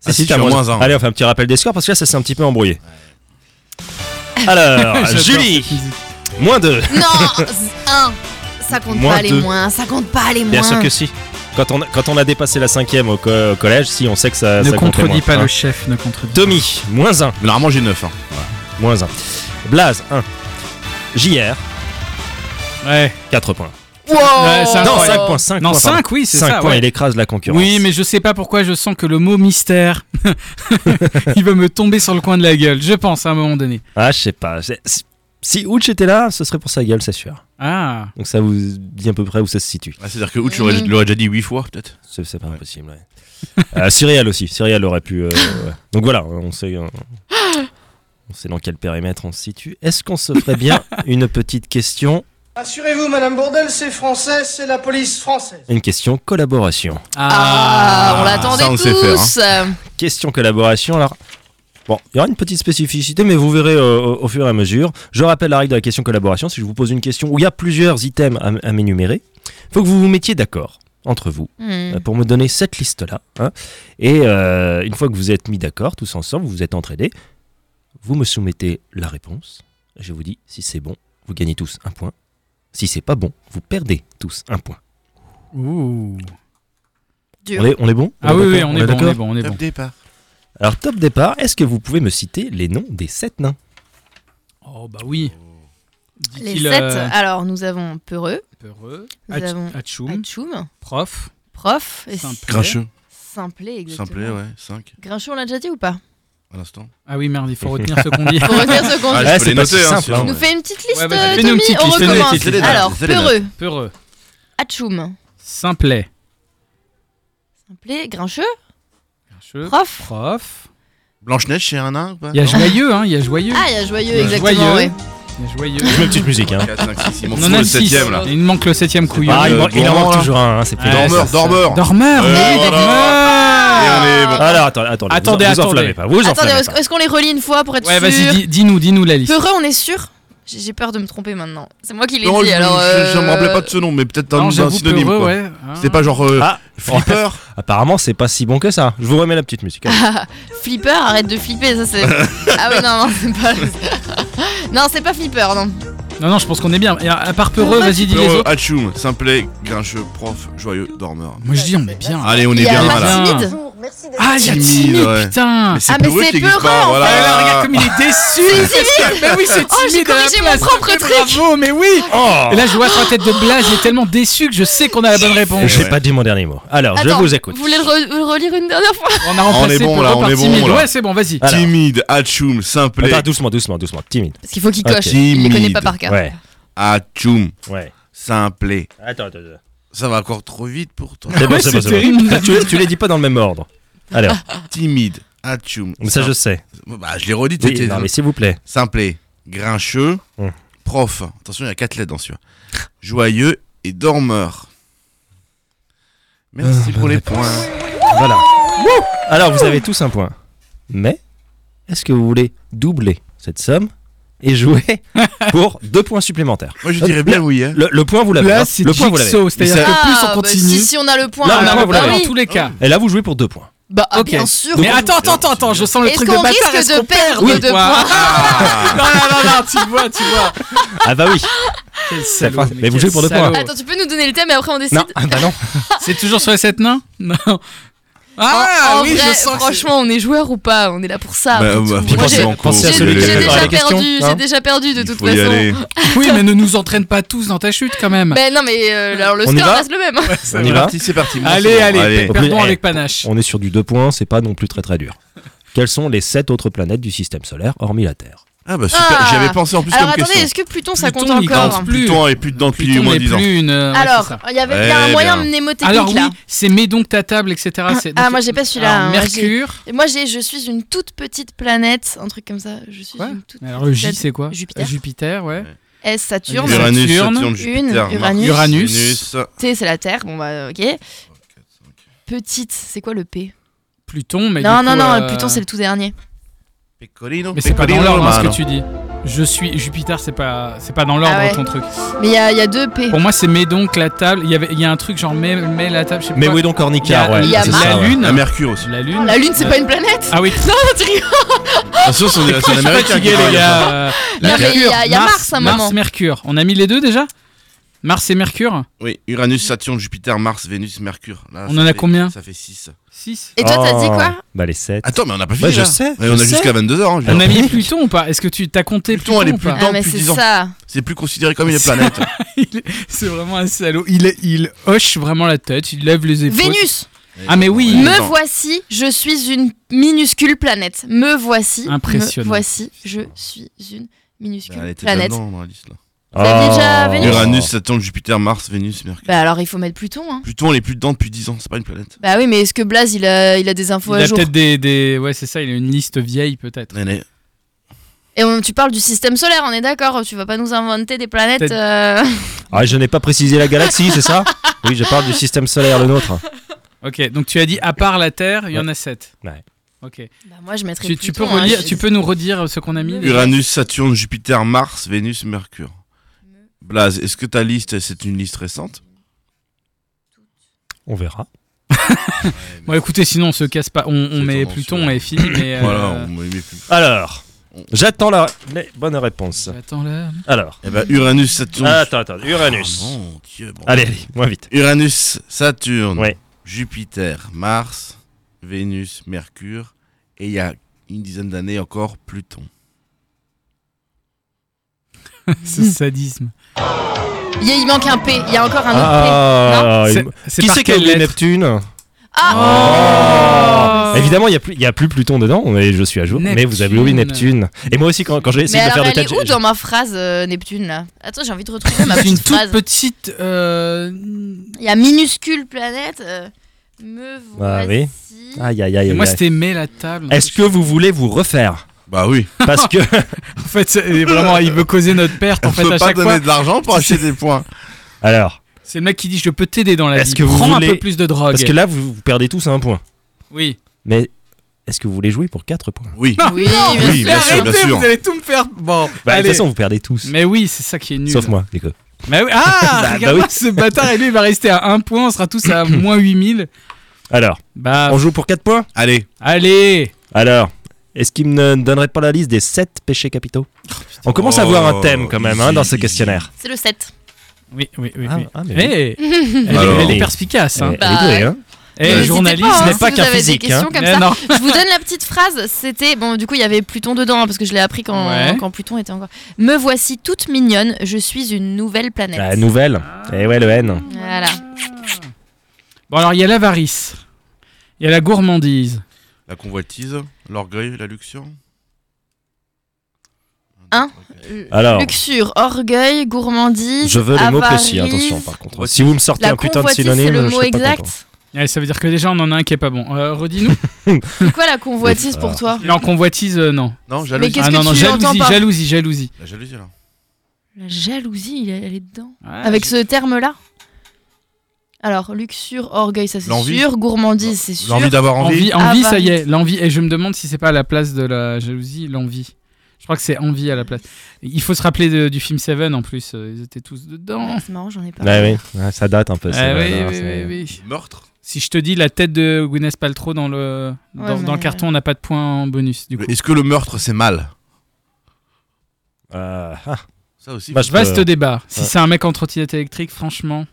Si,
Ah,
si,
si,
t'as
tu as
moins
moins un.
Allez, on fait un petit rappel des scores parce que là, ça s'est un petit peu embrouillé. Alors,
J'adore
Ah, Julie,
cette musique.
moins 2.
Non, un. Ça compte
Moins
pas les
deux.
moins, ça compte pas les moins.
Bien sûr que si. Quand on, a- quand on a dépassé la cinquième au, co- au collège, si, on sait que ça.
Ne
ça comptait
contredis
moins,
pas
hein.
le chef, ne contredis pas.
Tommy, moins 1.
Mais Normalement, j'ai 9. Hein.
Moins 1. Blaze, 1. JR,
Ouais.
4 points.
Wow.
Ah Ouais, c'est
Non,
incroyable.
5 points. 5
Non,
points, pardon.
5, oui, c'est
Cinq
ça.
points,
ouais.
il écrase la concurrence.
Oui, mais je sais pas pourquoi je sens que le mot mystère, il va me tomber sur le coin de la gueule, je pense, à un moment donné.
Ah, je sais pas. C'est- c'est- Si Ouch était là, ce serait pour sa gueule, c'est sûr.
Ah,
Donc ça vous dit à peu près où ça se situe.
Ah, C'est-à-dire que Ouch l'aurait
Mhm.
l'aurait déjà dit 8 fois, peut-être.
C'est c'est pas impossible, ouais. Euh, Cyrielle aussi. Cyrielle aurait pu. euh, ouais. Donc voilà, on sait. euh, on sait dans quel périmètre on se situe. Est-ce qu'on se ferait bien une petite question
Assurez-vous, Madame Bourdel, c'est français, c'est la police française.
Une question collaboration.
Ah, on
ça, on
l'attendait
sait faire,
tous.
Question collaboration. Alors, bon, il y aura une petite spécificité, mais vous verrez euh, au, au fur et à mesure. Je rappelle la règle de la question collaboration. Si je vous pose une question où il y a plusieurs items à, m- à m'énumérer, il faut que vous vous mettiez d'accord entre vous
Hmm.
euh, pour me donner cette liste-là. hein. Et euh, une fois que vous êtes mis d'accord, tous ensemble, vous vous êtes entraînés, vous me soumettez la réponse. Je vous dis si c'est bon, vous gagnez tous un point. Si c'est pas bon, vous perdez tous un point.
Ouh.
Dur.
On est, on est bon
Ah oui, oui,
d'accord
on est bon, on
d'accord
est bon, on est
Top
bon.
départ.
Alors, top départ, est-ce que vous pouvez me citer les noms des sept nains
Oh, bah oui.
Les
Dit-il,
sept.
euh,
Alors, nous avons Peureux,
peureux,
Nous
Hatch-
avons-
Hatchoum,
Atchoum,
prof,
Prof et
Simple.
Grincheux.
Simplé, exactement.
Simplé, ouais, 5
Grincheux, on l'a déjà dit ou pas
à l'instant.
Ah oui, merde, il faut retenir ce qu'on dit.
Pour retenir ce qu'on
Ah,
dit.
je
Ouais,
peux
c'est
les
pas si
noter, hein,
simple,
sinon.
hein.
Nous fais une petite liste,
Ouais, vas-y,
euh,
fais-nous une
Tommy,
petite
on
liste, fais-nous une
recommence.
petite liste.
Alors,
Fais-les dates,
Peureux,
Peureux,
Atchoum,
Simplet,
Simplé, Grincheux,
Grincheux,
Prof.
prof.
Blanche-Neige, c'est un nain ou pas
Il y a joyeux, hein, il y a joyeux.
Ah, il y a Joyeux,
Il y a
exactement,
Joyeux.
ouais.
Il y a joyeux.
Je mets une petite musique. Hein.
4, 5, 6, il m'en
On en
fout
a
le
6.
7ème là.
Il nous manque le 7ème couillon.
Ah, il,
Euh,
man- il en
dormeur,
manque
là.
toujours un, hein, c'est plus
Ouais,
grave.
ça,
dormeur,
ça.
dormeur.
Dormeur,
Euh,
mais
voilà.
dormeur
Et on est bon.
Alors, attendez, attendez.
Attendez,
vous, vous
attendez.
enflammez pas. Vous
Ah, Attendez,
enflammez
est-ce
pas.
est-ce qu'on les relie une fois pour être
Ouais,
sûr
vas-y, dis- dis-nous, dis-nous la liste.
Peureux, on est sûr J'ai j'ai peur de me tromper maintenant. C'est moi qui l'ai
Non,
dit,
Oh, je-
alors...
je, je me
euh,
rappelais pas de ce nom, mais peut-être
Non,
un, un
j'avoue,
synonyme.
peureux,
quoi.
ouais. Ah.
C'était pas genre euh,
Ah,
flipper.
apparemment, c'est pas si bon que ça. Je vous remets la petite musique.
Ah.
allez.
Flipper, arrête de flipper, ça c'est... ah oui, non, non, c'est pas... non, c'est pas Flipper, non.
Non, non, je pense qu'on est bien. Et à part peureux,
Peureux,
vas-y, dis les
Peureux,
autres.
Hachoum, Simplet, Grincheux, Prof, Joyeux, Dormeur.
Moi, je dis, on est bien. Ah,
Allez, on
Il
est
y a
bien
pas
là.
Maxime.
timide
Pour
Merci d'être
Ah, il y a
Timide,
Timmy,
ouais.
putain
Mais c'est
Ah, mais
peureux
c'est
qu'il existe pas,
peureux,
voilà.
Ah, là, regarde comme il est déçu Mais oui, c'est
Oh, j'ai
timide à la
corrigé mon
place.
propre
Mais
truc.
Bravo, mais oui
Oh
Et là, je vois sur la tête de Blaze, il est tellement déçu que je sais qu'on a la bonne réponse.
J'ai
Ouais.
pas dit mon dernier mot. Alors,
Attends,
je vous écoute.
Vous voulez le re- relire une dernière fois
On a remplacé
est bon,
Pedro
là, on
par
est bon, Ah,
timide.
là.
Ouais, c'est bon, vas-y.
Alors.
Timide, Hachoum, simplet,
Attends, doucement, doucement, doucement. Timide.
Parce qu'il faut qu'il
Ok.
coche. Il les connaît
Timide.
pas par cœur.
Ouais,
Hachoum,
ouais.
simplet.
Attends, attends, attends.
Ça va encore trop vite pour toi.
C'est bon,
Ouais,
c'est bon,
c'est
c'est bon.
terrible.
Ah, Tu, tu les dis pas dans le même ordre. Alors,
Timide, Hachoum.
ça je sais.
Bah, je l'ai redit,
Oui,
t'étais-
non, mais s'il vous plaît.
Simplet, grincheux,
Hmm.
prof. Attention, il y a quatre lettres dans celui-là. Joyeux et dormeur. Merci
Ah,
pour les points.
Voilà. Alors, vous avez tous un point. Mais, est-ce que vous voulez doubler cette somme et jouer pour deux points supplémentaires
Moi, je dirais bien oui. hein.
Le, le point, vous l'avez. hein.
Là, c'est
Le point, vous l'avez.
Jigsaw, c'est-à-dire
Mais
que
ça-
plus
bah,
on continue...
si, si on a le point,
Ah,
Là, on a
alors,
le point, vous
bah,
l'avez.
dans
oui.
tous les cas.
Et là, vous jouez pour deux points.
Bah, ah,
Ok.
bien sûr.
Mais attends, attends, attends, attends, je sens le
Est-ce
truc de
qu'on
bâtard.
risque
est-ce
de
qu'on
perdre
Oui,
deux
voilà.
points
Ah. Non, non, non, non, tu vois, tu vois.
Ah bah oui.
Quel salaud,
facile. Mais vous
quel
jouez pour deux points.
salaud.
Attends, tu peux nous donner le thème et après on décide
Non, ah bah non.
C'est toujours sur les 7 nains Non.
En-
Ah
en
oui,
vrai,
je sens que c'est-
franchement, on est joueur ou pas On est là pour ça.
Bah,
après
bah,
tout.
puis
Moi,
pensez-
j'ai-
en cours,
pensez à
vous
celui
allez-
qui
j'ai
a
déjà
préparé la question,
perdu, j'ai
hein.
déjà perdu de
Il
toute
faut y aller.
façon.
Oui, mais ne nous entraîne pas tous dans ta chute quand même.
Mais non, mais euh, alors le
On y
score
va
reste le même.
On y va.
C'est parti. moi,
Allez,
c'est bon,
allez,
Au plus-
perdons
eh,
avec panache.
On est sur du deux points, c'est pas non plus très très dur. Quelles sont les sept autres planètes du système solaire, hormis la Terre
Ah bah super,
Ah.
j'avais pensé en plus
Alors
comme
attendez,
question.
est-ce que Pluton ça compte
Pluton, il
encore
compte plus.
Pluton est plus dedans depuis
Pluton
au moins
n'est
10 ans.
plus une, euh, ouais, c'est
Alors,
ça.
il y avait il y a un
Eh
moyen
bien.
mnémotechnique
alors oui,
là.
c'est mets donc ta table, etc. c'est-
Ah,
donc-
moi, j'ai pas celui-là,
alors,
hein,
Mercure.
Et moi j'ai je suis une toute petite planète, un truc comme ça, je suis
Ouais.
une toute
Alors le J,
planète.
c'est quoi
Jupiter.
Euh, Jupiter, ouais.
S Saturne,
Uranus, Saturne,
une,
Mars,
Uranus.
Uranus.
T c'est la Terre. Bon bah OK. Petite, c'est quoi le P
Pluton, mais
Non
du
non
coup,
non,
euh,
Pluton c'est le tout dernier.
Pecorino.
Mais c'est pas dans
Pecorino
l'ordre hein, ce que
ah,
Romano.
tu dis. Je suis Jupiter, c'est pas c'est pas dans l'ordre
Ah ouais.
ton truc.
Mais il y, a- il y a deux P.
Pour moi, c'est mets donc la table. Il y avait il y a un truc genre mets, mets la table, je sais pas.
Mais
quoi.
oui, donc
Il y a,
Ornicar, ouais.
il y a
c'est
la
ça, ouais.
lune.
Ah, Mercure aussi.
La lune.
La lune c'est pas une planète.
Ah oui.
tu rigoles.
Attention, Ah, c'est un
Je suis fatigué, les gars. Euh,
Non, mais il y a- il y a Mars, hein, à un moment.
Mars, Mercure. On a mis les deux déjà Mars et Mercure
Oui, Uranus, Saturne, Jupiter, Mars, Vénus, Mercure. Là,
On
ça
en a
fait-
combien
Ça fait 6
6
Et toi t'as dit
Oh,
quoi
Bah les sept.
Attends, mais on n'a pas
Bah,
fini
je
là.
sais.
Mais on
je
a jusqu'à
sais.
22 ans.
On a mis Pluton ou pas Est-ce que tu t'as compté
Pluton,
Pluton,
elle est
ou pas
plus dedans
Ah mais
depuis
c'est
10 ans.
ça.
C'est plus considéré comme une planète.
Il est- C'est vraiment un salaud. Il, est- il hoche vraiment la tête, il lève les épaules.
Vénus.
Ah, mais oui.
Ouais,
Me
attends.
voici, je suis une minuscule planète. Me voici.
Impressionnant.
Me voici, je suis une minuscule
Ah, elle était
planète.
dedans dans la liste, là.
Vous aviez déjà
Ah.
Oh.
Vénus
Uranus, Saturne, Jupiter, Mars, Vénus, Mercure.
Bah alors il faut mettre Pluton. Hein.
Pluton, elle est plus dedans depuis 10 ans. C'est pas une planète.
Bah oui, mais est-ce que Blaze il a, il a des infos
il
à
a
jour
peut-être des, des- Ouais, c'est ça, il a une liste vieille peut-être.
Allez.
Et on- tu parles du système solaire, on est d'accord Tu vas pas nous inventer des planètes
Peut-être.
euh,
Ah, je n'ai pas précisé la galaxie, c'est ça Oui, je parle du système solaire, le nôtre.
Ok, donc tu as dit à part la Terre, il y en a 7.
Ouais.
Ok.
Bah moi je mettrais
Tu,
Pluton.
tu peux
hein,
relire,
je-
tu peux nous redire ce qu'on a mis déjà
Uranus, Saturne, Jupiter, Mars, Vénus, Mercure. Blaze, est-ce que ta liste, c'est une liste récente
On verra.
Bon, écoutez, sinon on se casse pas. On, on
C'est
met
tendancieux.
Pluton et fini. Mais euh,
Voilà, on ne met plus.
Alors, j'attends la les bonnes réponses.
Attends là.
Alors,
Eh ben, Uranus, Saturne.
Ah, attends, attends, Uranus.
Ah
Oh, mon Dieu, bon.
Allez, allez, moins vite.
Uranus, Saturne,
Ouais.
Jupiter, Mars, Vénus, Mercure, et il y a une dizaine d'années encore Pluton.
Ce sadisme.
Il, y a- il manque un P, il y a encore un autre
Ah, il-
C'est- c'est
qui
par
c'est qui a
quelle
oublié
lettre Euh.
Neptune
P. Non
Oh,
Ah
Évidemment, il n'y a, plus- il y a plus Pluton dedans, mais je suis à jour. Mais vous avez oublié
Neptune.
Neptune. Et moi aussi, quand, quand j'ai
Mais
essayé de
alors
faire le
elle
tête,
est où
j'ai-
dans ma phrase euh, Neptune là Attends, j'ai envie de retrouver ma
C'est une
petite
toute
phrase.
petite. euh,
Il y a minuscule planète. euh, me
Ah,
voici.
oui. Aïe, aïe, aïe,
Moi,
aïe, aïe.
c'était mais la table.
Est-ce que vous voulez vous refaire
Bah oui.
Parce que
En fait, c'est- vraiment, il veut causer notre perte. En
On
fait,
peut
à
pas
chaque
donner
fois,
de l'argent pour acheter des points.
alors,
c'est le mec qui dit je peux t'aider dans la vie.
Est-ce que vous
Prends
voulez-
un peu plus de drogue.
parce que là vous, vous perdez tous un point.
Oui.
Mais est-ce que vous voulez jouer pour 4 points
Oui.
Ah.
Oui,
bien Oui, sûr. bien sûr, bien sûr.
vous allez tout me faire. Bon,
Bah, de
allez.
toute façon, vous perdez tous.
Mais oui, c'est ça qui est nul.
Sauf moi, les gars.
Mais oui. Ah,
Bah,
regarde
bah
ce bâtard et lui, il va rester à 1 point. On sera tous à moins 8000.
Alors,
Bah,
on joue pour 4 points
Allez.
allez.
Alors, est-ce qu'il ne donnerait pas la liste des 7 péchés capitaux
Oh,
On commence à avoir un thème quand même hein,
easy,
dans ce
easy.
questionnaire.
C'est le 7.
Oui, oui, oui.
Ah,
oui.
ah, mais oui.
Eh, elle, est-
Alors.
elle est perspicace. hein.
Eh,
Bah,
elle est douée, hein
Eh,
N'hésitez
journaliste,
pas,
ce n'est
si
pas
vous
qu'un
avez
physique,
Des questions
hein.
comme
Eh
ça.
non.
Je vous donne la petite phrase. C'était bon, du coup, il y avait Pluton dedans hein, parce que je l'ai appris quand,
Ouais.
quand Pluton était encore. Me voici toute mignonne. Je suis une nouvelle planète.
La nouvelle.
Ah.
Et ouais, le N.
Voilà.
Bon, alors il y a l'avarice, il y a la gourmandise.
La convoitise, l'orgueil, la luxure.
Hein
Euh, Alors,
Luxure, orgueil, gourmandise.
je veux les mots
avarice,
précis, attention, par contre.
Ouais.
Si vous me sortez
La
un putain de
convoitise,
synonyme,
c'est le
je
mot
suis pas
exact.
content.
Ouais, Eh, ça veut dire que déjà on en a un qui est pas bon. Euh, Redis-nous.
C'est quoi la convoitise
Euh,
pour toi
non, convoitise, euh, non.
Non, jalousie.
qu'est-ce
ah
que
non, non,
tu entends
jalousie,
par-
jalousie, jalousie.
La jalousie, alors.
La jalousie, il est- elle est dedans.
Ouais,
Ah, Avec
je-
ce terme-là Alors, luxure, orgueil, ça c'est
L'envie.
sûr. Gourmandise, c'est sûr.
L'envie d'avoir envie.
Envie, envie, ça
Avarice.
y est, l'envie. Et je me demande si c'est pas à la place de la jalousie, l'envie. Je crois que c'est envie à la place. Il faut se rappeler de- du film Seven en plus, euh, ils étaient tous dedans.
Ouais, Ah, C'est marrant, j'en ai pas.
Ouais, Ah Bah oui, ouais, ça date un peu. c'est
Ah
vrai,
oui,
non,
oui,
c'est-
oui, oui.
Meurtre.
Si je te dis la tête de Gwyneth Paltrow dans le, dans,
Ouais, mais-
dans le carton, on n'a pas de point en bonus. Du coup.
Est-ce que le meurtre, c'est mal
Euh, ah,
Ça aussi.
Bah, je-
Vaste
Euh,
débat. Si
ouais.
c'est un mec en trottinette électrique, franchement,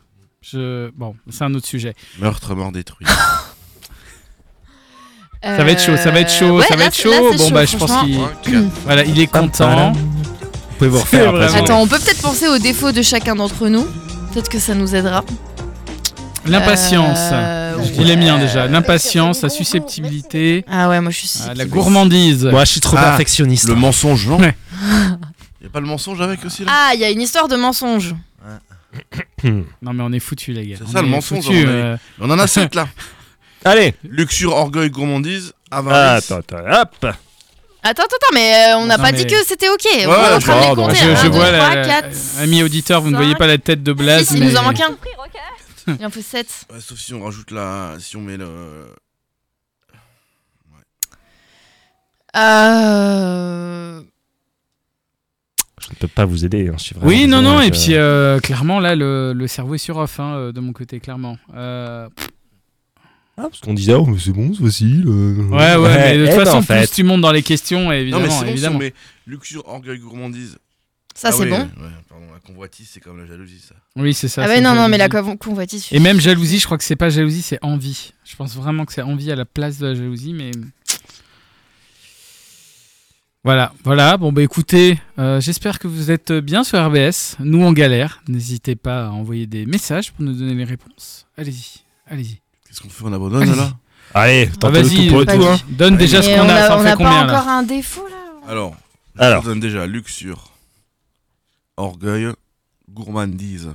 je... bon, c'est un autre sujet.
Meurtre, mort, détruit.
Euh,
Ça va être chaud, ça va être chaud,
ouais,
ça va
là,
être
c'est-
chaud.
là, c'est
bon,
chaud,
bah, je pense
franchement.
qu'il
Un, quatre.
voilà, il est content.
Vous pouvez vous
C'est
refaire après.
vraiment-
c'est-
Attends, on peut peut-être penser aux défauts de chacun d'entre nous. Peut-être que ça nous aidera.
L'impatience.
Euh,
Je Il est
ouais.
mien déjà. L'impatience, la susceptibilité,
Ah ouais, moi je suis.
euh,
susceptible.
la gourmandise.
Moi, je suis trop
Ah,
perfectionniste.
Le mensonge, non
Ouais.
Y a pas le mensonge avec aussi là
Ah, il y a une histoire de mensonge.
Non, mais on est foutu, les gars.
C'est
On
ça, le
est
mensonge,
foutus,
à mon
euh,
On en a sept là.
Allez,
Luxure, orgueil, gourmandise, avarice.
attends, attends, hop.
Attends, attends, attends, mais euh, on n'a
Non,
pas
mais-
dit que c'était ok. on
Ouais,
est en train de les
pardon.
compter.
bah, je,
Un, hein.
je
deux,
vois, la-
trois,
la-
quatre,
ami auditeur, vous ne
cinq,
voyez pas la tête de Blaze.
six, il nous en
mais-
manque un. Il en faut 7.
Ouais, sauf si on rajoute la. Si on met le.
Euh.
Je ne peux pas vous aider. hein, je suis vraiment
Oui, non,
désolé,
non, et
je-
puis euh, clairement, là, le, le cerveau est sur off, hein, euh, de mon côté, clairement. Euh,
Ah, parce qu'on disait, oh, mais c'est bon, c'est facile. euh,
ouais, ouais, mais de
eh
toute
ben,
façon,
en fait.
plus tu montes dans les questions, et
Non,
évidemment,
mais c'est bon, si
évidemment.
on met luxure, orgueil, gourmandise.
Ça,
Ah
c'est
oui,
bon.
ouais, pardon, la convoitise, c'est comme la jalousie, ça.
Oui, c'est ça.
ah,
c'est
ouais, non, non, mais la
jalousie.
convo- convoitise.
Et même jalousie, je crois que c'est pas jalousie, c'est envie. Je pense vraiment que c'est envie à la place de la jalousie, mais. Voilà, voilà. Bon, bah écoutez, euh, j'espère que vous êtes bien sur RBS. Nous, on galère. N'hésitez pas à envoyer des messages pour nous donner les réponses. Allez-y, allez-y.
Qu'est-ce qu'on fait On abandonne
Vas-y.
là
Allez,
Ah,
tentez le tout pour le
vas-y,
tout. hein.
donne déjà ce
Mais
qu'on
on
a.
a,
Ça en
on
fait
a pas
combien là
encore un défaut là
Alors,
Alors.
je vous donne déjà luxure, orgueil, gourmandise,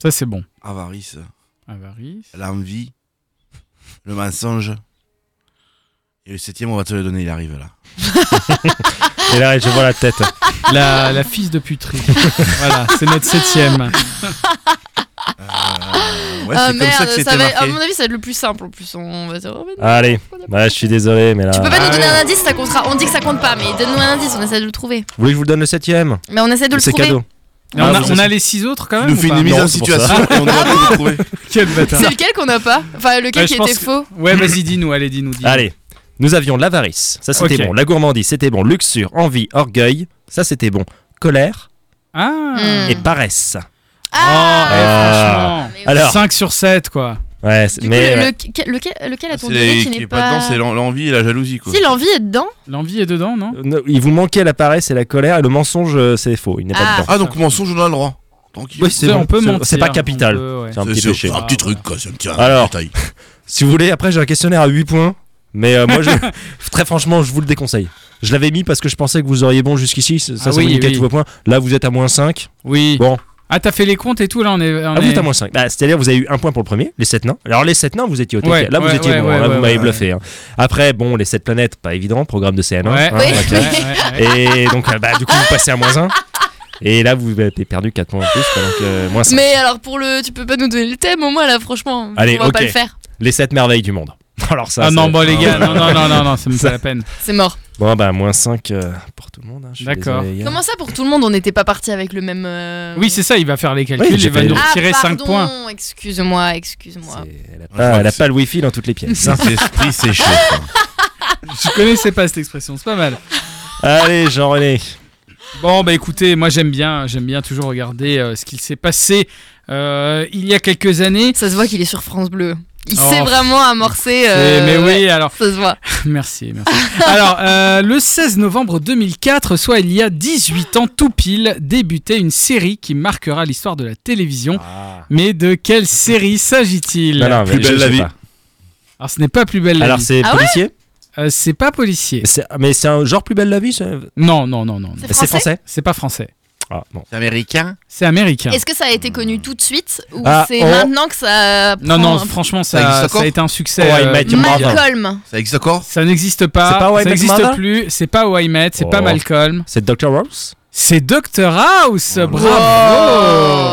Ça, c'est bon.
avarice,
Avarice.
l'envie, le mensonge. Et le septième, on va te le donner, il arrive là.
hein. Et là, je vois la tête.
La, la fille de puterie. voilà, c'est notre septième.
Ah,
Euh, ouais,
Ah
c'est comme ça que
merde,
c'était
va, à
marqué.
mon avis, ça va être le plus simple en plus. On va se dire, oh, mais non,
Allez. Bah,
pourquoi on a pas
Ouais, je suis désolé, mais là.
Tu peux pas
Ah
nous donner
ouais.
un indice, ça comptera. On dit que ça compte pas, mais donne-nous un indice, on essaie de le trouver.
Vous voulez que je vous le donne le septième
Mais on essaie de le
C'est
trouver.
cadeau.
Et on,
Ah,
a,
vous
on a
êtes-
les ciseaux autres quand
Tu
même
nous
ou
fait
pas
une mise
Non,
en
c'est pour
situation et on doit tout retrouver.
Quel bâtard.
C'est lequel qu'on n'a pas Enfin, lequel
Ouais,
qui
je pense
était
que-
faux
Ouais, vas-y, dis-nous, allez, dis-nous. dis-nous.
Allez. Nous avions l'avarice, ça c'était
Ok.
bon. La gourmandise, c'était bon. Luxure, envie, orgueil, ça c'était bon. Colère
Ah
Hmm. Ah,
et paresse.
eh,
Ah, ouais, eh, franchement.
Alors,
5 Ah. sur 7, quoi.
ouais, c'est-
Du coup,
mais
le-
ouais.
lequel, lequel, lequel a-t-on
C'est
donné
les-
qui
qui est
n'est
pas
pas.
dedans, c'est l'en- l'envie et la jalousie quoi.
Si l'envie est dedans
L'envie est dedans, non
Euh, il vous manquait la paresse et la colère et le mensonge, euh, c'est faux. Il n'est pas
Ah.
dedans.
Ah donc mensonge on a le droit. Tranquille.
Oui, c'est
Ça,
bon,
on peut
c'est-
mentir.
C'est pas
on
capital.
peut, ouais.
C'est un petit
C'est-
péché.
c'est un
Ah,
petit truc
voilà.
quoi, c'est un petit
Alors.
détail.
Si vous voulez, après j'ai un questionnaire à 8 points. Mais euh, moi, je, très franchement, je vous le déconseille. Je l'avais mis parce que je pensais que vous auriez bon jusqu'ici. Ça,
Ah
ça
oui,
vous niquait
oui.
tous vos points. Là, vous êtes à moins 5.
Oui.
Bon.
Ah, t'as fait les comptes et tout, là, on est. on
Ah, vous
est-
êtes à moins 5. Bah, C'est-à-dire, vous avez eu un point pour le premier, les 7 nains. Alors, les 7 nains, vous étiez au
Ouais,
taquet. Là, vous
ouais,
étiez
ouais,
bon.
ouais,
là, vous
ouais,
m'avez
ouais.
bluffé. hein. Après, bon, les 7 planètes, pas évident. Programme de CN1.
Ouais,
hein,
ouais,
ok.
ouais, ouais, ouais.
Et donc, euh, bah, du coup, vous passez à moins 1. Et là, vous avez perdu 4 points en plus. quoi, donc, euh, moins 5.
Mais alors, pour le. Tu peux pas nous donner le thème au moins là, franchement.
Allez,
on va pas
ok.
le faire.
Les 7 merveilles du monde. Alors, ça.
Ah
c'est-
non, bon, les
Ah,
gars,
ouais.
non, non, non, non, non, c'est même pas la peine.
C'est mort.
Bon, bah, moins 5 pour tout le monde. hein, je suis
D'accord.
désolé, les gars.
Comment ça pour tout le monde On n'était pas parti avec le même. euh,
Oui, c'est ça, il va faire les calculs,
Oui, j'ai
il va
fait
nous
les-
Ah,
retirer 5
pardon,
points.
Excuse-moi, excuse-moi.
C'est- Elle a
crois
pas, elle
que
a
c'est-
pas le wifi dans toutes les pièces. hein.
esprit c'est chaud. quoi.
Je connaissais pas cette expression, c'est pas mal.
Allez, Jean-René.
Bon bah écoutez, moi j'aime bien, j'aime bien toujours regarder euh, ce qu'il s'est passé euh, il y a quelques années.
Ça se voit qu'il est sur France Bleu. Il
Oh,
s'est vraiment amorcé.
C'est-
euh,
mais oui,
ouais,
alors.
Ça se voit.
Merci, merci. Alors, euh, le 16 novembre 2004, soit il y a 18 ans tout pile, débutait une série qui marquera l'histoire de la télévision. Mais de quelle série s'agit-il
Non, non,
Plus
mais je
belle la
sais
vie.
pas.
Alors, ce n'est pas plus belle
Ben
la
Alors
vie.
c'est
Ah ouais
policier
Euh, c'est pas policier.
Mais c'est- Mais c'est un genre plus belle la vie ça
Non, non, non, non. non.
C'est
C'est
français.
français
C'est pas français.
Ah bon.
C'est américain
C'est américain.
Est-ce que ça a été connu tout de suite ou
Ah,
c'est
on-
maintenant que ça.
oh. Non,
prend-
non, franchement,
Ça
ça,
existe
ça
encore
a été un succès.
Oh, I
euh,
Met Your Mother.
Malcolm.
Ça existe encore
Ça n'existe pas.
C'est pas Why I
ça
Met
n'existe
Mother
plus. C'est pas Why I Met, c'est pas
Oh.
Malcolm.
C'est Dr. Rose
C'est Doctor House. Bravo.
Oh.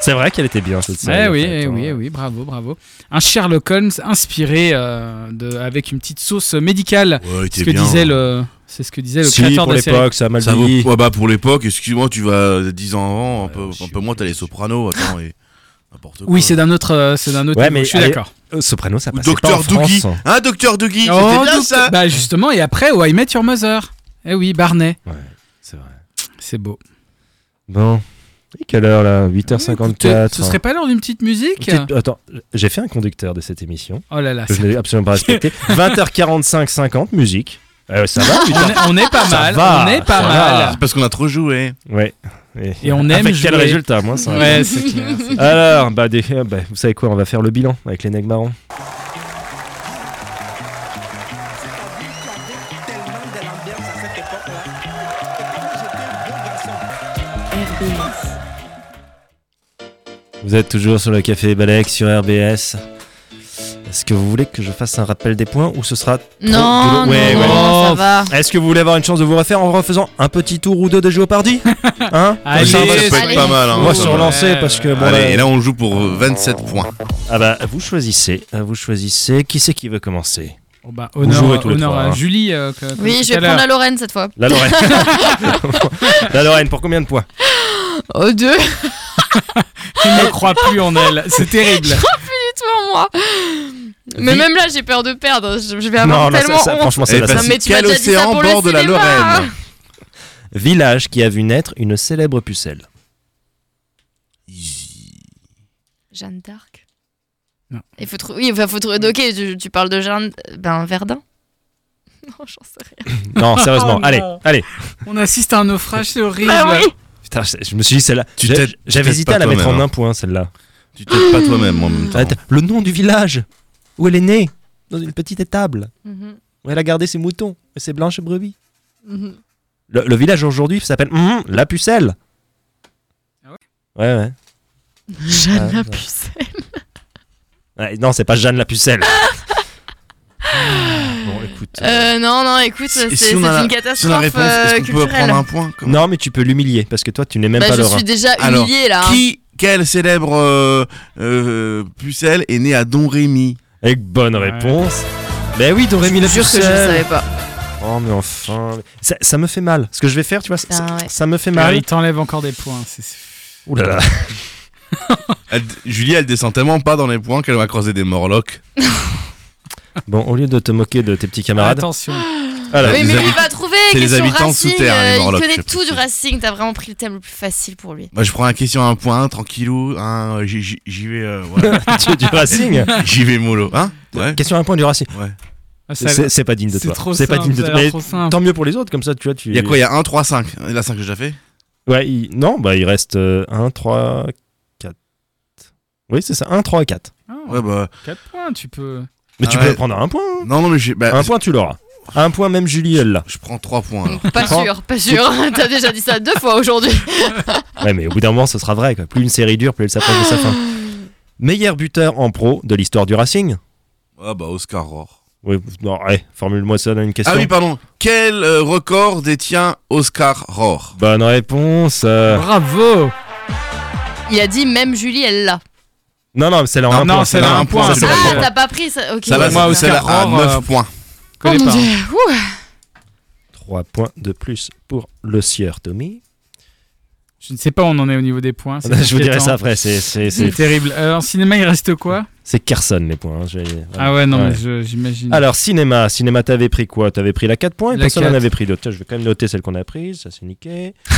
C'est vrai qu'elle était bien cette
Eh
série. en
oui,
fait,
eh
hein.
oui, eh oui, bravo, bravo. Un Sherlock Holmes inspiré euh, de, avec une petite sauce médicale.
Ouais, hein.
C'est ce que disait le, c'est ce que disait le
hein. Si,
créateur
pour
de la série.
l'époque, ça a mal
Ça vaut,
vieilli.
ouais, bah, pour l'époque, excuse-moi, tu vas 10 ans avant, un
Ouais,
peu,
je
un
suis
peu moins, t'as les sopranos, attends, et n'importe quoi.
Oui, c'est d'un autre, euh, c'est d'un autre.
Ouais,
niveau,
mais
je suis
allez,
d'accord.
Euh, Soprano, ça
Ou
passait pas en
Docteur Doogie.
France.
Hein, Docteur Dougie
Oh,
C'était bien
donc-
ça
Bah justement, et après, Why I Met Your Mother. Eh oui, Barney.
C'est vrai.
C'est beau.
Bon. Et quelle heure là 8h54.
Écoutez, Ce serait pas l'heure d'une petite musique
hein. Petite- Attends, j'ai fait un conducteur de cette émission
Oh là là.
que je
c'est-
n'ai absolument pas respecté. 20h45, 50, musique. Euh, ça va
On est, on est pas
Ça
mal.
va,
on est pas
ça
mal.
va.
C'est parce qu'on a trop joué.
Ouais.
Et on aime
Avec quel
jouer.
résultat, moi ça
Ouais, c'est clair. c'est clair.
Alors, bah, des- bah, vous savez quoi On va faire le bilan avec les nègres marrons.
RBS.
Vous êtes toujours sur le Café Balek sur RBS. Est-ce que vous voulez que je fasse un rappel des points ou ce sera
Non,
Trop de- ouais,
non,
ouais.
non, ça
Oh.
va.
Est-ce que vous voulez avoir une chance de vous refaire en refaisant un petit tour ou deux de Jeopardy Hein
Allez,
Ça, on va-
ça peut
allez.
être pas mal. Hein,
Moi,
ça
je suis
va.
relancé parce que bon,
bah,
Allez,
là-
et là, on joue pour euh, 27 points.
Oh,
Ah bah, vous choisissez. euh, Vous choisissez. Qui c'est qui veut commencer
Bon, bah,
jouez
honneur,
tous les
honneur
trois,
à
hein.
Julie. euh, que- comme
Oui,
tout
je vais
à l'heure.
prendre la Lorraine cette fois.
La Lorraine. la Lorraine, pour combien de points
Oh, deux.
Tu ne crois plus en elle. C'est terrible.
Toi, moi. Mais
Oui.
même là, j'ai peur de perdre. Je je vais avoir
ça-
tellement
ça-
honte.
franchement, c'est
Eh,
la
parce
seule.
Non, mais tu m'as
quel
déjà dit ça
océan
pour le
bord de la
cinéma, hein.
Lorraine
Village qui a vu naître une célèbre pucelle.
Jeanne d'Arc.
Non.
Il faut trouver. Oui, enfin, faut trouver. Ok, tu, tu parles de Jeanne. Ben, Verdun. Non, j'en sais rien.
Non, sérieusement.
Oh non.
Allez, allez.
On assiste à un naufrage, c'est horrible.
Ah
Bah Putain, je, je me suis dit celle-là.
Tu
J'ai-
t'aides- tu t'aides
J'avais hésité
pas
à la mettre
toi-même,
en
hein.
un point, celle-là.
Tu t'aides pas toi-même en même temps.
Attends, Le nom du village où elle est née dans une petite étable
Mhm,
où elle a gardé ses moutons et ses blanches brebis.
mhm.
Le, le village aujourd'hui s'appelle hum, la pucelle.
Ah ouais
Ouais ouais.
Jeanne
Ah,
la
ouais.
pucelle.
Ouais, non, c'est pas Jeanne la pucelle. bon, écoute.
bah.
Euh, non, non, écoute, c'est
Et si
c'est
on a la-
une
Si on a
catastrophe
la réponse,
euh,
est-ce qu'on peut
culturelle.
prendre un point quand même
Non, mais tu peux l'humilier parce que toi, tu n'es même
Bah,
pas
je
Laura.
suis déjà
Alors,
humiliée là. hein.
Qui, quelle célèbre euh, euh, pucelle est née à Don Rémy
Avec bonne
Ouais.
réponse. Ben oui,
Je
t'aurais mis la
vous jure que je
pucelle.
savais pas.
Oh, mais enfin. Ça, ça me fait mal. Ce que je vais faire, tu vois, ça,
Putain,
ça-
Ah, ouais.
ça me fait
Alors,
mal.
il t'enlève encore des points. c'est-
Ouh là là.
Elle- Julie, elle descend tellement pas dans les points qu'elle va croiser des morlocks.
Bon, au lieu de te moquer de tes petits camarades.
Attention.
alors,
Oui,
euh, les
mais lui, il
habitants-
va trouver.
c'est les
question
habitants
racing,
sous terre, hein, les
euh, il
Morlocks,
connaît
je
tout du
précise.
racing. T'as vraiment pris le thème le plus facile pour lui.
Moi, je prends la question à un point, tranquillou. hein, euh, j'y- J'y j'y vais, euh, voilà.
tu es du Racing.
j'y vais mollo, hein Ouais.
Question à un point du Racing.
Ah, ça-
C'est c'est pas digne de
C'est
toi.
trop
C'est pas
simple.
digne de
ça a
toi.
l'air
Mais
trop simple.
tant mieux pour les autres, comme ça, tu vois. Tu...
Il y a quoi Il y a 1, 3, 5. La 5 que j'ai déjà fait
Ouais, il- non, bah il reste 1, 3, 4. Oui, c'est ça, 1, 3, 4.
Ah,
Ouais, bah.
4 points, tu peux.
Mais
Ah
tu
ouais.
peux prendre un point. hein.
Non, non, mais j'ai. Bah,
un point, tu l'auras. Un point, même Julie, elle l'a.
Je prends 3 points alors.
Pas
Prends.
sûr, pas sûr. T'as déjà dit ça deux fois aujourd'hui.
Ouais, mais au bout d'un moment, ce sera vrai. quoi. Plus une série dure, plus elle s'approche de sa fin. Meilleur buteur en pro de l'histoire du Racing
Ah, bah, Oscar Rohr.
Oui, non, ouais, formule-moi ça dans une question.
Ah oui, pardon. Quel euh, record détient Oscar Rohr
Bonne réponse. euh.
Bravo.
Il a dit même Julie, elle l'a.
Non, non, c'est là en
Non,
un
non,
point.
celle-là
là
en un point,
Ça,
c'est
c'est
vrai.
là en
Ah,
un point.
t'as pas pris ça. Ok.
Ça va,
Moi,
c'est
Oscar
celle à
Rohr,
9
euh,
points.
Oh
Connais
mon
pas.
dieu. Ouh.
3 points de plus pour le sieur Tommy.
Je ne sais pas où on en est au niveau des points. c'est
Je vous dirai
inquiétant.
ça après. c'est- C'est c'est-
C'est terrible. Euh, en cinéma, il reste quoi
c'est Carson, les points. hein, je vais-
Ah ouais, non,
Ouais.
mais je- j'imagine.
Alors, cinéma, cinéma, t'avais pris quoi T'avais pris la 4 points et
La
personne n'en
4.
avait pris d'autres. Tiens, Je vais quand même noter celle qu'on a prise, ça c'est niqué.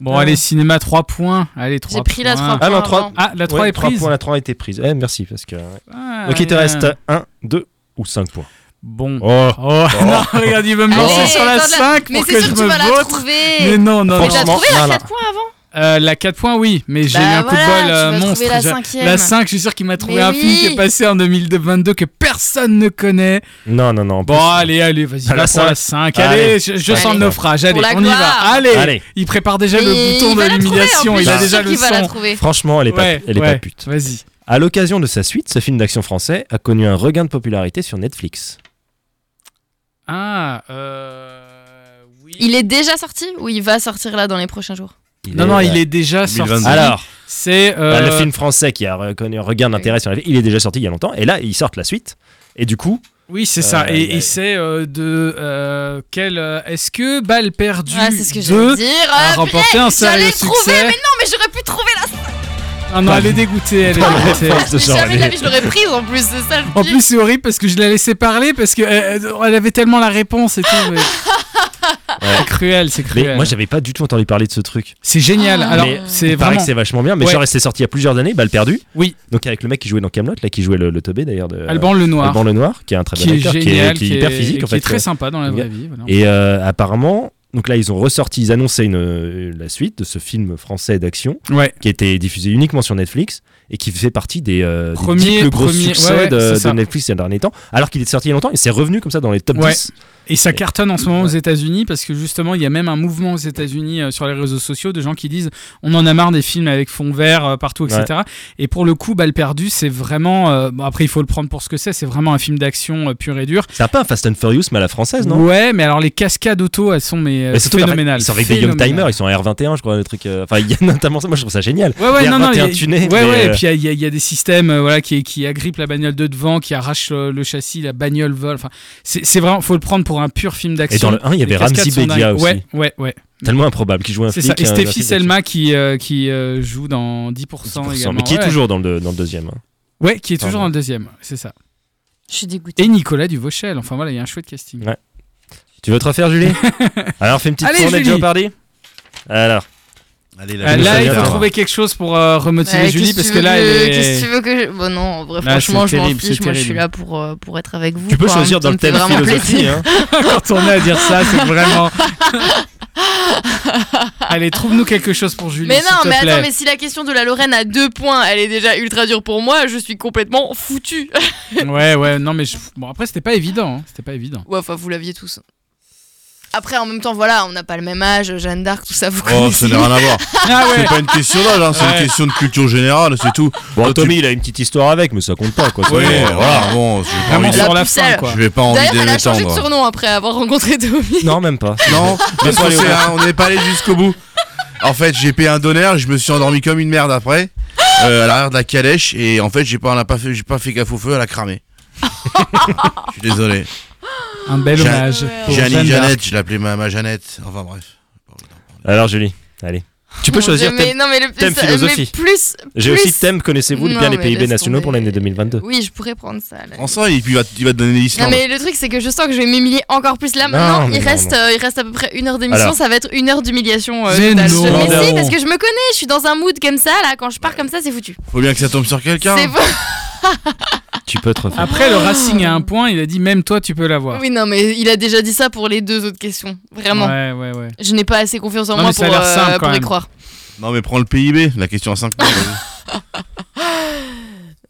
Bon, allez, cinéma 3 points. Allez, 3
J'ai pris la 3
Ah non,
points
trois-
avant.
Ah, la 3
Ouais,
est
trois
prise.
points, la 3 a été prise. Eh, merci, parce que.
Ah,
Donc il te
rien.
reste 1, 2 ou 5 points.
Bon.
Oh,
Oh, non, regarde, il veut me lancer
Allez,
sur la
attends, la-
5
Mais
pour
c'est
que je
sûr que tu
me
vas la
vautre.
trouver.
Mais non, non,
Mais
non.
tu l'as
Franchement,
trouvé la
voilà.
4 points avant
Euh, la 4 points, oui, mais j'ai
Bah
eu un coup de
voilà,
bol
tu
euh,
vas
monstre.
trouver la
J'ai-
cinquième.
la 5, je suis sûr qu'il m'a trouvé
Mais
un film
oui.
qui est passé en 2022 que personne ne connaît.
Non, non, non. en
Bon,
plus-
allez, allez, vas-y,
Ah, la
va pour la 5. Allez,
Allez.
je, je sens
Allez.
le naufrage. Allez,
Pour la
on y va.
gloire.
Allez.
Allez.
Il prépare déjà
Mais
le bouton
il va
de
la trouver, en
l'humiliation.
plus,
Il
je
a
suis
déjà
sûre
le
qu'il va la
son.
trouver.
Franchement, elle est,
Ouais,
pas, elle est
ouais.
pas pute.
Vas-y.
À l'occasion de sa suite, ce film d'action français a connu un regain de popularité sur Netflix.
Ah, euh. Oui.
Il est déjà sorti ou il va sortir là dans les prochains jours
Non, non, il
euh,
est déjà
2022.
sorti.
Alors,
c'est. euh,
bah, le film français qui a reconnu un regain d'intérêt sur la il est déjà sorti il y a longtemps, et là, ils sortent la suite. Et du coup,
Oui, c'est ça.
Euh,
Et,
il y a-
et c'est euh, de. euh, quel. euh, Est-ce que Balle perdue
Ouais, c'est ce que
2
j'allais dire.
a
Euh,
remporté un sérieux
j'allais trouver,
succès
mais non, mais j'aurais pu trouver la
Ah non, elle est dégoûtée. Elle
Pas
est
de
dégoûtée.
réponse de
Mais jamais de la
Jean-René.
vie, je l'aurais prise en plus, c'est ça le
En
pire.
plus, c'est horrible parce que je l'ai laissé parler parce que euh, euh, elle avait tellement la réponse et tout. mais- C'est cruel, c'est
Mais
cruel.
moi, j'avais pas du tout entendu parler de ce truc.
C'est génial.
Ah.
Alors,
Mais
c'est
Il paraît
vraiment.
que c'est vachement bien, mais
Ouais.
genre, c'est sorti il y a plusieurs années, balle perdue.
Oui.
Donc, avec le mec qui jouait dans Camelot, là, qui jouait le, le teubé d'ailleurs. De,
Alban Lenoir,
euh, Alban Lenoir, qui est un très
qui
bon
est
acteur,
génial,
qui est, hyper physique en
qui
fait.
est très sympa dans la
Il y a-
vraie vie. voilà.
Et euh, apparemment, donc là, ils ont ressorti, ils annonçaient une, euh, la suite de ce film français d'action
Ouais.
qui était diffusé uniquement sur Netflix et qui fait partie des, euh, des
Premier-
dix plus gros
premier-
succès
ouais, ouais,
de,
c'est
de
ça.
Netflix ces derniers temps, alors qu'il est sorti il y a longtemps et c'est revenu comme ça dans les top
Ouais.
10.
Et ça cartonne en ce moment aux États-Unis parce que justement, il y a même un mouvement aux États-Unis euh, sur les réseaux sociaux de gens qui disent on en a marre des films avec fond vert euh, partout, etc. Et pour le coup, Balle perdue, c'est vraiment. euh, bon, après, il faut le prendre pour ce que c'est. C'est vraiment un film d'action euh, pur et dur.
C'est un peu un Fast and Furious, mais à la française, non
Ouais, mais alors les cascades auto, elles sont mais, euh,
Mais surtout qu'en fait,
phénoménales.
ils sont avec des young
Phénoménales.
timers, ils sont en R21, je crois, le truc. euh, Enfin, il y a notamment ça. Moi, je trouve ça génial.
Ouais, ouais,
Des
non, non, il y a-
R21 tunés,
ouais,
mais,
ouais, et
euh,
puis il y a- il y, a- il y a des systèmes euh, voilà, qui, qui agrippent la bagnole de devant, qui arrachent euh, le châssis, la bagnole vole. Enfin, c'est c'est vraiment, faut le prendre pour un pur film
Et
d'action.
dans le 1, il y
Les
avait
cascades
Ramzi
sont
Bedia
dingues.
aussi.
Ouais, ouais, ouais.
Tellement improbable, qui joue un
C'est
flic.
ça. Et
un- un
Stéphie
flic
Selma qui, euh, qui euh, joue dans 10%,
d'action.
également.
Mais qui est
ouais.
toujours dans le, dans le deuxième. hein.
Ouais, qui est toujours
Pardon.
dans le deuxième, c'est ça.
Je suis dégoûtée.
Et Nicolas Duvauchel. Enfin voilà, il y a un chouette casting.
Ouais. Tu veux te refaire, Julie Alors, fais une petite
Allez,
tournée de
Julie.
Joe Pardy. Alors,
Allez,
Je
Euh, là,
me
il faut
souviens.
trouver quelque chose pour euh, remotiver
Ouais,
Julie
Bah,
parce
qu'est-ce tu
que
veux
là,
que-
elle
Qu'est-ce que
est...
tu veux que je... Bon non, en vrai,
Là,
franchement,
c'est
je m'en
terrible,
fiche.
c'est
Moi, je suis
terrible.
là pour, euh, pour être avec vous.
tu peux
quoi,
choisir
hein,
dans
ça
le
me fait
thème
vraiment
philosophie.
plaisir.
hein.
quand on est à dire ça, c'est vraiment. Allez, trouve-nous quelque chose pour Julie.
Mais
s'il
non,
te
mais
plaît.
attends, mais si la question de la Lorraine à deux points, elle est déjà ultra dure pour moi, je suis complètement foutue.
Ouais, ouais, non, mais je- bon, après, c'était pas évident. hein, C'était pas évident.
Ouais, enfin, vous l'aviez tous. Après, en même temps, voilà, on n'a pas le même âge, Jeanne d'Arc, tout ça, vous
Oh,
connaissez.
ça n'a rien à voir.
Ah ouais.
C'est pas une question d'âge, hein, c'est
Ouais.
une question de culture générale, c'est tout.
Bon,
Toi, tu-
Tommy, il a une petite histoire avec, mais ça compte pas, quoi.
Oui,
Ça, bon,
voilà, bon, j'ai pas
Vraiment
envie de-
La
sur la
pucelle.
fin, quoi.
je vais pas envie
D'ailleurs, elle a changé de
d'étendre.
surnom après avoir rencontré Tommy.
Non, même pas.
Non, parce qu'on
aller au
s'est-
bout.
hein, on n'est pas allé jusqu'au bout. En fait, j'ai payé un donner, je me suis endormi comme une merde après, euh, à l'arrière de la calèche, et en fait, j'ai pas, on a pas fait, j'ai pas fait gaffe au feu, elle a cramé. je suis désolé.
Un bel
Jean-
hommage. pour
Jeannie
Jeanne d'Arc.
Jeannette, je l'appelais ma, ma Jeannette. Enfin bref.
Alors, Julie, allez. Tu peux
Mon
choisir
Dieu,
thème-
mais non, mais le plus,
thème
ça-
philosophie.
Mais plus,
J'ai
plus-
aussi thème Connaissez-vous
Non,
bien les
mais
Pays-Bas
laisse
nationaux pour
tomber.
l'année 2022
Oui, je pourrais prendre ça. là.
En sens, et puis il va, il va te donner
Non
l'Islande.
mais le truc c'est que je sens que je vais m'humilier encore plus là
Non,
maintenant.
mais
il
non,
reste
non.
euh, il reste à peu près une heure d'émission,
Alors.
ça va être une heure d'humiliation. euh,
Mais
totale.
non.
Je- mais
Non,
si
non.
parce que je me connais, je suis dans un mood comme ça là. Quand je pars comme ça, c'est foutu.
Faut bien que ça tombe sur quelqu'un.
C'est fou-
Tu peux te refaire.
Après, le Racing a un point. Il a dit même toi, tu peux l'avoir.
Oui non mais il a déjà dit ça pour les deux autres questions. Vraiment,
Ouais, ouais, ouais.
je n'ai pas assez confiance en
Non,
moi
mais ça
pour,
a l'air
euh,
simple, quand
pour y
même.
croire.
Non, mais prends le PIB, la question à 5 points.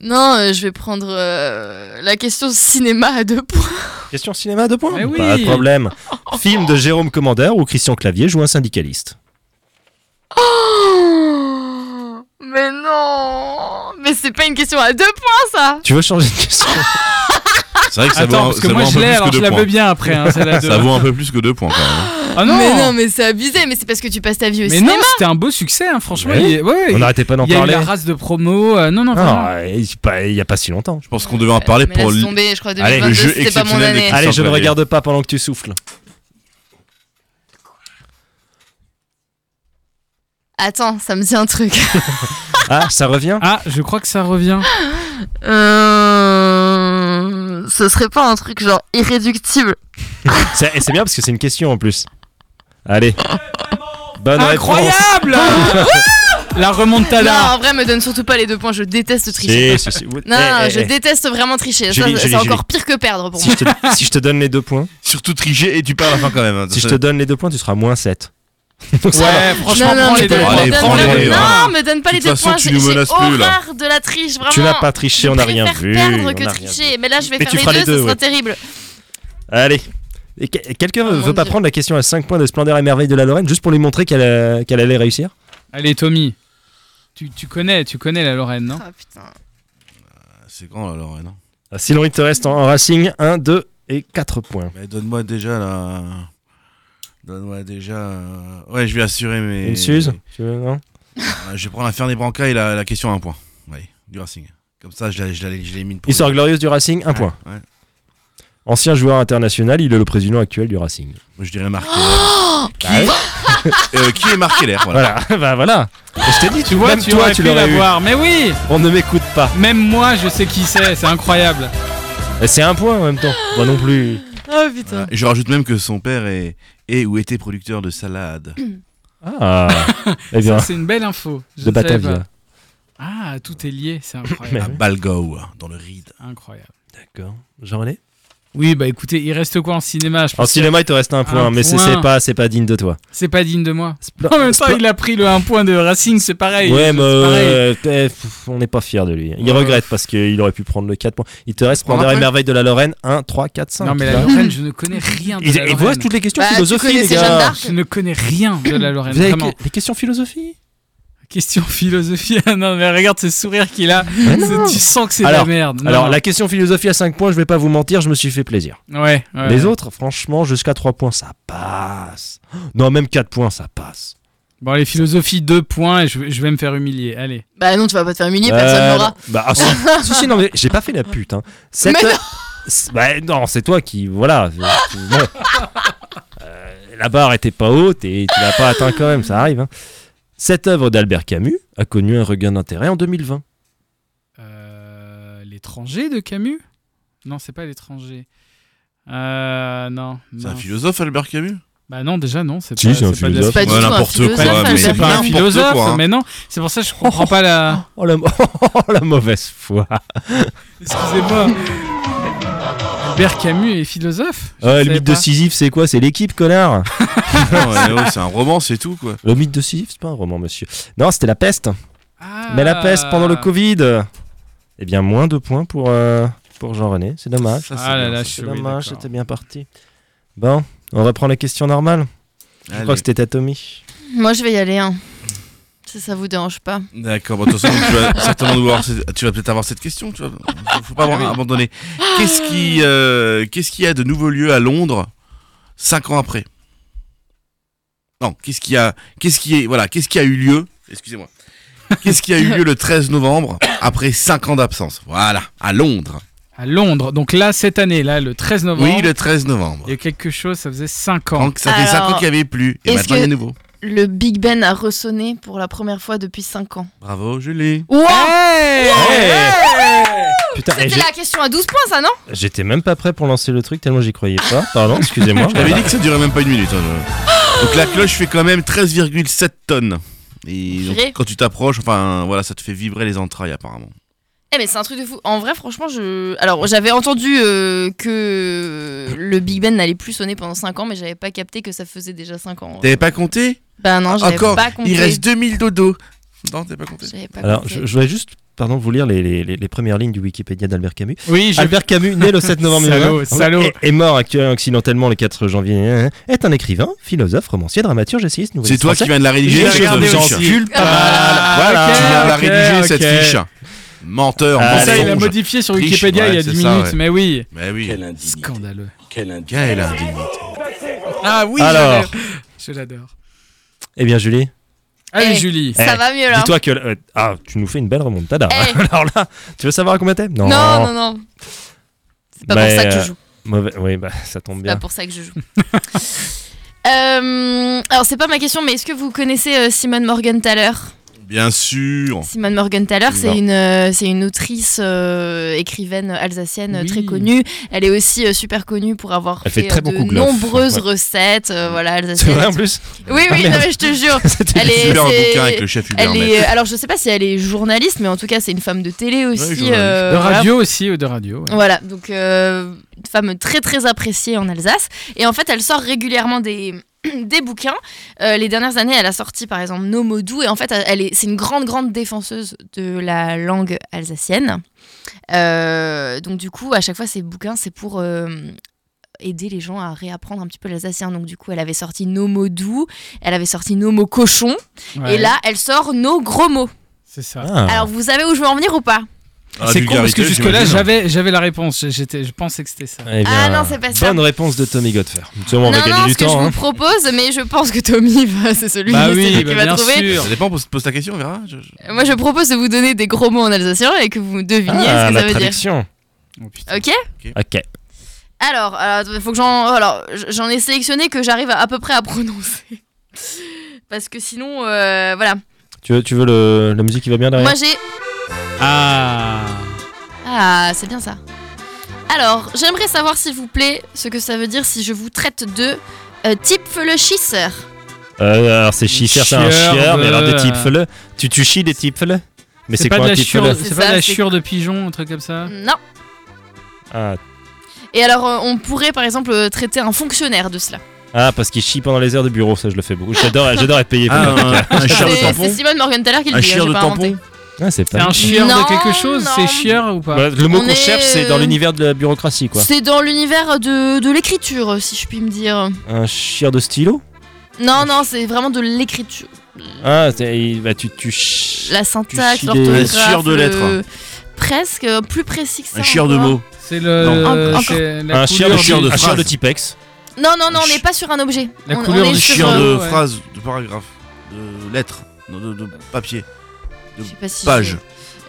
Non, euh, je vais prendre euh, la question cinéma à deux points.
Question cinéma, deux points.
Mais oui.
Pas de problème. Film de Jérôme Commandeur où Christian Clavier joue un syndicaliste.
mais non, mais c'est pas une question à deux points ça.
Tu veux changer de question
C'est vrai que ça
Attends,
vaut, un-
parce que
ça vaut
moi
un
je
peu
l'ai,
plus
alors
que
je
2
la veux
points.
bien après. hein, celle-là de-
Ça vaut un peu plus que 2 points quand même. hein.
Ah non
Mais non, mais c'est abusé, mais c'est parce que tu passes ta vie au
Mais
cinéma.
non, c'était un beau succès, hein, franchement.
Ouais.
il y a- ouais,
On n'arrêtait pas d'en
il y a eu
parler. Ah.
la race de promo. euh, non, non, vraiment.
Non, il n'y a pas si longtemps.
Je pense qu'on devait en parler
mais
pour
laisse
l-
tomber, je crois
Allez, le
2022,
jeu
c'était pas mon
exceptionnel des
année.
Christian
Allez, je ne
Clavier.
regarde pas pendant que tu souffles.
Attends, ça me dit un truc.
Ah, ça revient
Ah, je crois que ça revient.
Euh... Ce serait pas un truc genre irréductible.
C'est et c'est bien parce que c'est une question en plus. Allez. Bonne réponse.
Incroyable La
Non,
remontada
en vrai, me donne surtout pas les deux points. Je déteste tricher.
Si, si, si. Oui.
Non,
Eh, eh,
je
eh.
déteste vraiment tricher. Ça,
Julie,
C'est
Julie,
encore pire que perdre pour
Si
moi.
je, te, si je te donne les deux points,
Surtout tricher et tu parles à la fin quand même. hein.
si je te donne les deux points, tu seras moins 7. Donc ça va.
Ouais, franchement, prends
non, non, me
les deux.
donne-
Allez,
me donne
prends
pas-
les deux.
Non, me donne pas
De
les deux
toute façon,
points.
tu
J'ai
nous
j'ai
menaces plus, là.
horreur de la triche, vraiment.
Tu n'as pas triché, on n'a rien
Je
vu.
préfère perdre
on
que
n'a rien vu.
tricher. Mais là, je vais
Mais tu
faire
feras
les
les
deux,
deux,
ce sera
ouais.
terrible.
Allez. Et que- Quelqu'un
Oh, mon
veut pas
Dieu.
prendre la question à 5 points de Splendeur et Merveille de la Lorraine juste pour lui montrer qu'elle euh, qu'elle allait réussir
Allez, Tommy. Tu, tu connais, tu connais la Lorraine, non
Ah, putain.
C'est grand hein. alors, non
Ah, Sinon, il te reste en, en Racing 1, 2 et 4 points.
Mais donne-moi déjà la. Donne-moi déjà. euh, Ouais, je vais assurer mes.
Une Suze tu veux, non
Euh, Je vais prendre l'affaire des Brancas et la, la question à un point. Ouais, du Racing. Comme ça, je l'ai- je l'ai je l'ai mis. pour-
Histoire glorieuse du Racing, 1 point.
Ouais, ouais.
Ancien joueur international, il est le président actuel du Racing.
Moi, Je dirais marqué.
Oh,
qui... Euh, qui est marqué l'air voilà.
Voilà, bah voilà. Je t'ai dit,
Tu vois,
même
tu
toi,
aurais
tu
pu
l'aurais eu.
l'avoir. Mais oui
On ne m'écoute pas.
Même moi, je sais qui c'est, c'est incroyable.
Et C'est un point en même temps. Moi non plus.
Oh putain.
Voilà. Je rajoute même que son père est, est ou était producteur de salade.
Mm.
Ah, eh bien,
Ça, c'est une belle info. Je
de
ne savais
Batavia.
pas. Ah, tout est lié, c'est
Mais-
incroyable.
à Balgao, dans le ride.
incroyable.
Ah, D'accord. Jean-René
Oui, bah écoutez, il reste quoi en cinéma Je
En
pense que
cinéma, il te reste un point,
Un
mais c'est
point.
c'est pas, c'est pas digne de toi.
c'est pas digne de moi.
Spl-
En même temps,
Spl-
il a pris le 1 point de Racing, c'est pareil.
ouais,
C'est
mais
pareil.
euh, eh, pff, on n'est pas fier de lui. Il
Ouais.
regrette parce qu'il aurait pu prendre le 4 points. Il te reste
Prends
Splendeur et
après.
Merveille de la Lorraine 1, 3, 4, 5.
Non, mais la Lorraine, je ne connais rien de
Bah Et,
la
et voilà
Lorraine.
toutes les questions
Bah, tu
philosophiques, les
connaissais
gars.
Jeanne d'Arc.
Je ne connais rien de la Lorraine,
Vous avez
vraiment.
que- des questions philosophie
Question philosophie. Ah non, mais regarde ce sourire qu'il a.
non.
C'est- Tu sens que c'est de la
Alors-
merde. Non,
Alors,
non.
la question philosophie à 5 points, je vais pas vous mentir, je me suis fait plaisir.
Ouais, ouais.
Les autres, franchement, jusqu'à 3 points, ça passe. Non, même 4 points, ça passe.
Bon, les philosophies, deux points, et je, vais- je vais me faire humilier. Allez.
Bah non, tu vas pas te faire humilier, personne
Euh,
n'aura.
Bah, ah, si, si, si, non, mais j'ai pas fait la pute. Hein. Cette-
Mais non.
C'est- bah, non, c'est toi qui. Voilà. c'est- bon. Euh, la barre était pas haute et tu l'as pas atteint quand même, ça arrive. hein. Cette œuvre d'Albert Camus a connu un regain d'intérêt en 2020.
Euh, l'étranger de Camus Non, c'est pas l'étranger. Euh, non.
C'est un
non.
philosophe, Albert Camus
Bah non, déjà non, c'est
Si,
pas,
c'est un
pas de la-
philosophe.
Pas du
Ouais,
tout un
n'importe quoi,
philosophe.
mais
Albert
c'est
C'est pas un
N'importe
philosophe,
quoi, hein.
mais non. C'est pour ça que je comprends pas la.
Oh la, oh, la mauvaise foi.
Excusez-moi. Albert Camus est philosophe Je
Euh, le
savais
mythe
pas.
de Sisyphe, c'est quoi C'est l'équipe, connard
Non, ouais, ouais, C'est un roman, c'est tout, quoi.
Le mythe de Sisyphe, c'est pas un roman, monsieur. Non, c'était la peste.
Ah.
Mais la peste pendant le Covid. Eh bien, moins de points pour, euh, pour Jean-René. C'est dommage.
Ça, c'est
Ah là
bien,
là,
ça.
je
C'est
suis oui,
dommage,
d'accord.
c'était bien parti. Bon, on reprend la question normale. Je crois
Allez.
que c'était à Tommy.
Moi, je vais y aller, hein. Si ça vous dérange pas.
D'accord, bah, de toute façon, tu vas certainement devoir- tu vas peut-être avoir cette question, tu vois. Faut pas
Ah
avoir- abandonner. Qu'est-ce qui, euh, qu'est-ce qu'il y a de nouveau lieu à Londres cinq ans après Non, qu'est-ce qui a, qu'est-ce qui est, voilà, qu'est-ce qui a eu lieu Excusez-moi. Qu'est-ce qui a eu lieu le 13 novembre après cinq ans d'absence Voilà, à Londres.
À Londres. Donc là, cette année, là, le 13 novembre.
Oui, le 13 novembre.
Il y a quelque chose, ça faisait 5 ans.
Donc ça fait
Alors,
5 ans qu'il n'y avait plus. Et
est-ce
maintenant il y a
que-
nouveau.
Le Big Ben a ressonné pour la première fois depuis 5 ans. Eh
Bravo Julie.
Ouah
Hey Putain, eh,
C'était
j'ai-
la question à 12 points, ça, non
j'étais même pas prêt pour lancer le truc tellement j'y croyais pas. Pardon, excusez-moi.
Je t'avais
Voilà.
dit que ça durait même pas une minute. hein, je-
Oh
Donc la cloche fait quand même 13,7 tonnes. Et donc,
Purée.
quand tu t'approches, enfin voilà, ça te fait vibrer les entrailles apparemment.
Eh mais c'est un truc de fou. En vrai, franchement, je. Alors, j'avais entendu euh, que le Big Ben n'allait plus sonner pendant 5 ans, mais j'avais pas capté que ça faisait déjà 5 ans.
T'avais pas compté
Bah non, j'avais
Encore
pas compté.
Il reste 2000 dodo. Non, t'avais pas compté.
J'avais pas
Alors,
compté.
je, je voudrais juste, pardon, vous lire les, les- les- les premières lignes du Wikipédia d'Albert Camus.
Oui,
Ah,
je
Albert Camus, né le 7 novembre
Salaud,
1920,
salaud.
Est, est mort actuellement accidentellement le 4 janvier, euh, est un écrivain, philosophe, romancier, dramaturge, essayiste,
C'est
nouvelliste
toi qui
français.
viens de la rédiger,
J'ai
cette
regardé
fiche.
aussi.
Tu
pas mal.
Voilà.
Ah, ok,
Tu
viens de la
ok,
rédiger,
ok.
cette fiche. Menteur,
Ah,
Ça, il a
mensonge.
modifié sur
Triche,
Wikipédia il y a
ouais,
10
c'est
minutes,
ça, ouais.
mais oui.
Mais oui,
Quelle indignité.
Scandaleux.
Quelle indignité.
quelle indignité.
Ah oui,
je Alors.
je l'adore.
Eh bien, Julie,
Allez,
Eh.
Julie.
Ça
Eh,
va mieux là.
dis-toi que. euh, ah, tu nous fais une belle remontada.
Eh.
Alors là, tu veux savoir à combien t'es
Non, non, non. C'est pas
Mais,
pour ça que
euh,
je joue.
Mauvais... Oui, bah, ça tombe
C'est pas
bien.
pour ça que je joue. Euh, alors, c'est pas ma question, mais est-ce que vous connaissez euh, Simone Morgenthaler
Bien, Bien sûr.
Simone Morgenthaler,
Non.
c'est une, euh, c'est une autrice, euh, écrivaine alsacienne euh, très
Oui.
connue. Elle est aussi euh, super connue pour avoir
Elle fait très
euh,
bon
de
coup de bluff.
nombreuses
Ouais. Mm.
recettes euh, voilà,
C'est
alsaciennes.
vrai en plus
Oui,
Ah,
oui, non,
merde.
mais je te jure.
C'était-
Elle
J'ai
est,
lu un
c'est-
bouquin avec le chef Hubert
elle
Net.
est, alors, je sais pas si elle est journaliste, mais en tout cas, c'est une femme de télé aussi.
journaliste.
euh,
de
voilà.
radio aussi, euh, de radio. ouais.
Voilà, donc euh, une femme très très appréciée en Alsace. Et en fait, elle sort régulièrement des, des bouquins. Euh, les dernières années, elle a sorti par exemple Nos mots doux. Et en fait, elle est, c'est une grande grande défenseuse de la langue alsacienne. Euh, donc du coup, à chaque fois, ces bouquins, c'est pour... euh, aider les gens à réapprendre un petit peu l'alsacien. Donc du coup, elle avait sorti nos mots doux, elle avait sorti nos mots cochons,
Ouais,
et là, elle sort nos gros mots.
c'est ça.
Ah.
Alors, vous savez où je veux en venir ou pas
Ah,
c'est con parce
vulgarité,
que jusque-là,
j'imagine.
j'avais, j'avais la réponse. J'étais, je pensais que c'était ça.
Eh bien,
Ah non, c'est pas ça.
Bonne réponse de Tommy Godfer. Sûrement, on va
non,
gagner
non,
du
ce que je
temps.
vous
hein.
propose, mais je pense que Tommy, va- c'est celui,
bah
c'est
oui,
lui
bah
qui va
bien
trouver.
sûr.
Ça dépend, pose, pose ta question, on verra. Je- je-
Moi, je propose de vous donner des gros mots en alsacien et que vous deviniez
Ah,
ce que
la
ça veut dire.
traduction.
Oh, putain.
Ok
Ok.
Alors, il faut que j'en, oh, alors, j- j'en ai sélectionné que j'arrive à, à peu près à prononcer. Parce que sinon, euh, voilà.
Tu veux, tu veux le, la musique qui va bien derrière
Moi, j'ai.
Ah.
Ah, c'est bien ça. Alors, j'aimerais savoir, s'il vous plaît, ce que ça veut dire si je vous traite de euh, type le schisser.
Euh, Alors, c'est schisser, c'est un
Chieur
chieur, mais alors
de-
des types Tu, tu chies des types Mais c'est
pas
quoi
de
un
la
type
chiure, c'est
C'est
pas de
ça,
la
c'est-
chiure de pigeon, un truc comme ça.
Non.
ah,
Et alors, euh, on pourrait, par exemple, euh, traiter un fonctionnaire de cela.
ah, parce qu'il chie pendant les heures de bureau, ça je le fais beaucoup. J'adore j'adore être payé pour
Ah,
ça.
un, un chien de
C'est
tampon
c'est Simone Morgenthaler qui le
Un
dit, hein,
chieur
j'ai
de
pas inventé.
tampon
Ah, c'est
C'est
pas
un chieur
Mm. Non,
de quelque chose.
non.
C'est chieur ou pas
Voilà, le mot
On
qu'on
est- euh,
cherche, c'est dans l'univers de la bureaucratie, quoi.
C'est dans l'univers de, de l'écriture, si je puis me dire.
Un chieur de stylo
Non, non, c'est vraiment de l'écriture.
Ah, c'est- il- bah, tu, tu chies.
La syntaxe,
chies des-
l'orthographe.
Un chieur de
le-
lettres.
Presque, euh, plus précis que ça. hein.
Un chieur de
encore.
mots.
C'est le.
Non.
En-
c'est la
Un chieur de,
couleur
chieur
du-
de
un chieur de
phrase.
typex.
Non, non, non, on
Un
n'est pas sur un objet.
La
on, on
couleur
est
du
sur,
Chien
euh,
de
ouais.
phrase, de paragraphe, de lettre, non, de, de papier,
Je sais pas si
page.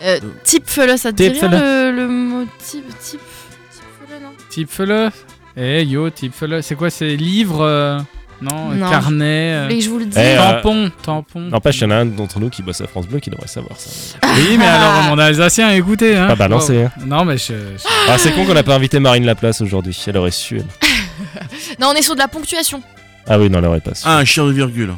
j'ai- Euh, typefele, ça te dit rien,
Typefele.
le, le mot type, type, typefele, non
Tipfele. Eh yo, Tipfele. C'est quoi C'est livre euh, Non, euh,
Non.
carnet.
Vous
euh,
voulez que je vous le dise
Eh, euh,
Tampon, tampon.
N'empêche, il y en a un d'entre nous qui bosse à France Bleu qui devrait savoir ça.
Oui, mais
Ah.
alors mon Alsacien, écoutez. Hein.
Pas balancé, hein.
Oh. Non, mais je. je-
Ah, c'est con qu'on n'a pas invité Marine Laplace aujourd'hui. Elle aurait su. elle.
Non, on est sur de la ponctuation.
Ah oui, non, elle aurait pas su.
Ah, un chien de virgule.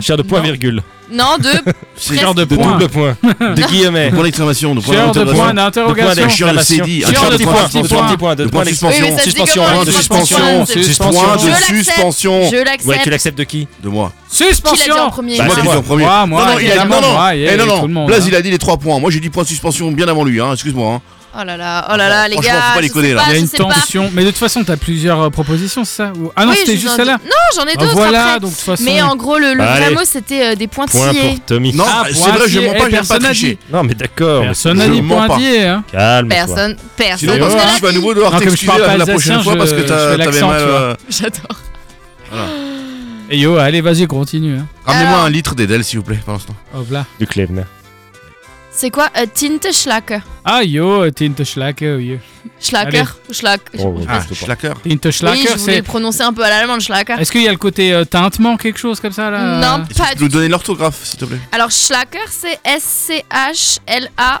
Chieur de point
Non.
virgule.
Non, de.
C'est
Chieur de
De
Point.
double point. De
De
Guillemet.
point d'exclamation, de point
Chieur de
De
point
d'interrogation.
point
d'interrogation.
Chieur de
d'exclamation.
CD, un
Chieur
chieur
de
de
point.
point,
De point, petit point. De
de
point
point
d'exclamation.
suspension.
Oui, mais ça se dit
Suspension, point
comment,
Point
de
de
les
suspension.
suspension,
points,
suspension.
point
Je
de
l'accepte.
suspension.
Je
Ouais,
l'accepte.
tu l'acceptes de qui
De moi.
Qui l'a dit en
Suspension.
premier
Bah,
moi
c'est
qui dis
moi.
en premier.
Moi, moi,
non, non, il a dit
évidemment,
non, non.
moi,
Eh,
et-
non,
et
non.
tout le monde,
Blaise,
hein.
il a dit les trois points. Moi, j'ai dit point de suspension bien avant lui. Hein. Excuse-moi. hein.
Oh là là, oh là là, les
Franchement,
gars.
faut pas les
je
coder,
sais
là.
pas,
Il y a
je
une
sais pas.
tension. Mais de toute façon, t'as plusieurs euh, propositions, c'est ça Ou- Ah non,
Oui,
c'était
je vous en
juste
dis-
celle-là.
Non, j'en ai
Ah,
d'autres
voilà,
après.
donc de toute façon.
Mais en gros, le, le
Bah, Allez.
vrai mot, c'était euh, des
Point
pointillers.
pour Tommy.
Non,
Ah,
c'est vrai,
pointier.
je
Eh,
mens pas, j'aime pas
personne n'a
tricher.
dit.
Non, mais d'accord. mais
Personne n'a
Je
dit
mens pas.
pointier. Hein.
Calme-toi.
Personne, personne.
Sinon, parce
Parce
que
que
là,
là,
tu vas à
il-
nouveau devoir
Non, comme je
t'excuser
parle
la,
pas
la prochaine
alsacien,
fois
je-
parce que
je
t'as-
fais
t'avais
l'accent,
mal.
tu
euh,
J'adore.
Eh,
Et yo, allez, vas-y, continue. Hein.
Ramenez-moi
Alors.
un litre d'Edel, s'il vous plaît, pendant ce temps.
Hop là.
Du Klebner.
C'est quoi euh, Tinte Schlacker.
Ah yo, Tinteschlacker. oui.
Schlacker
Allez.
ou Schlack
Oh, ouais,
Ah,
je sais pas.
Schlacker.
Oui, je
Tinteschlacker,
voulais
c'est.
le prononcer un peu à l'allemand, le Schlacker.
Est-ce qu'il y a le côté euh, teintement, quelque chose comme ça là
Non,
Est-ce que
pas
tu
du
peux nous donner l'orthographe, s'il te plaît
Alors, Schlacker, c'est S-C-H-L-A.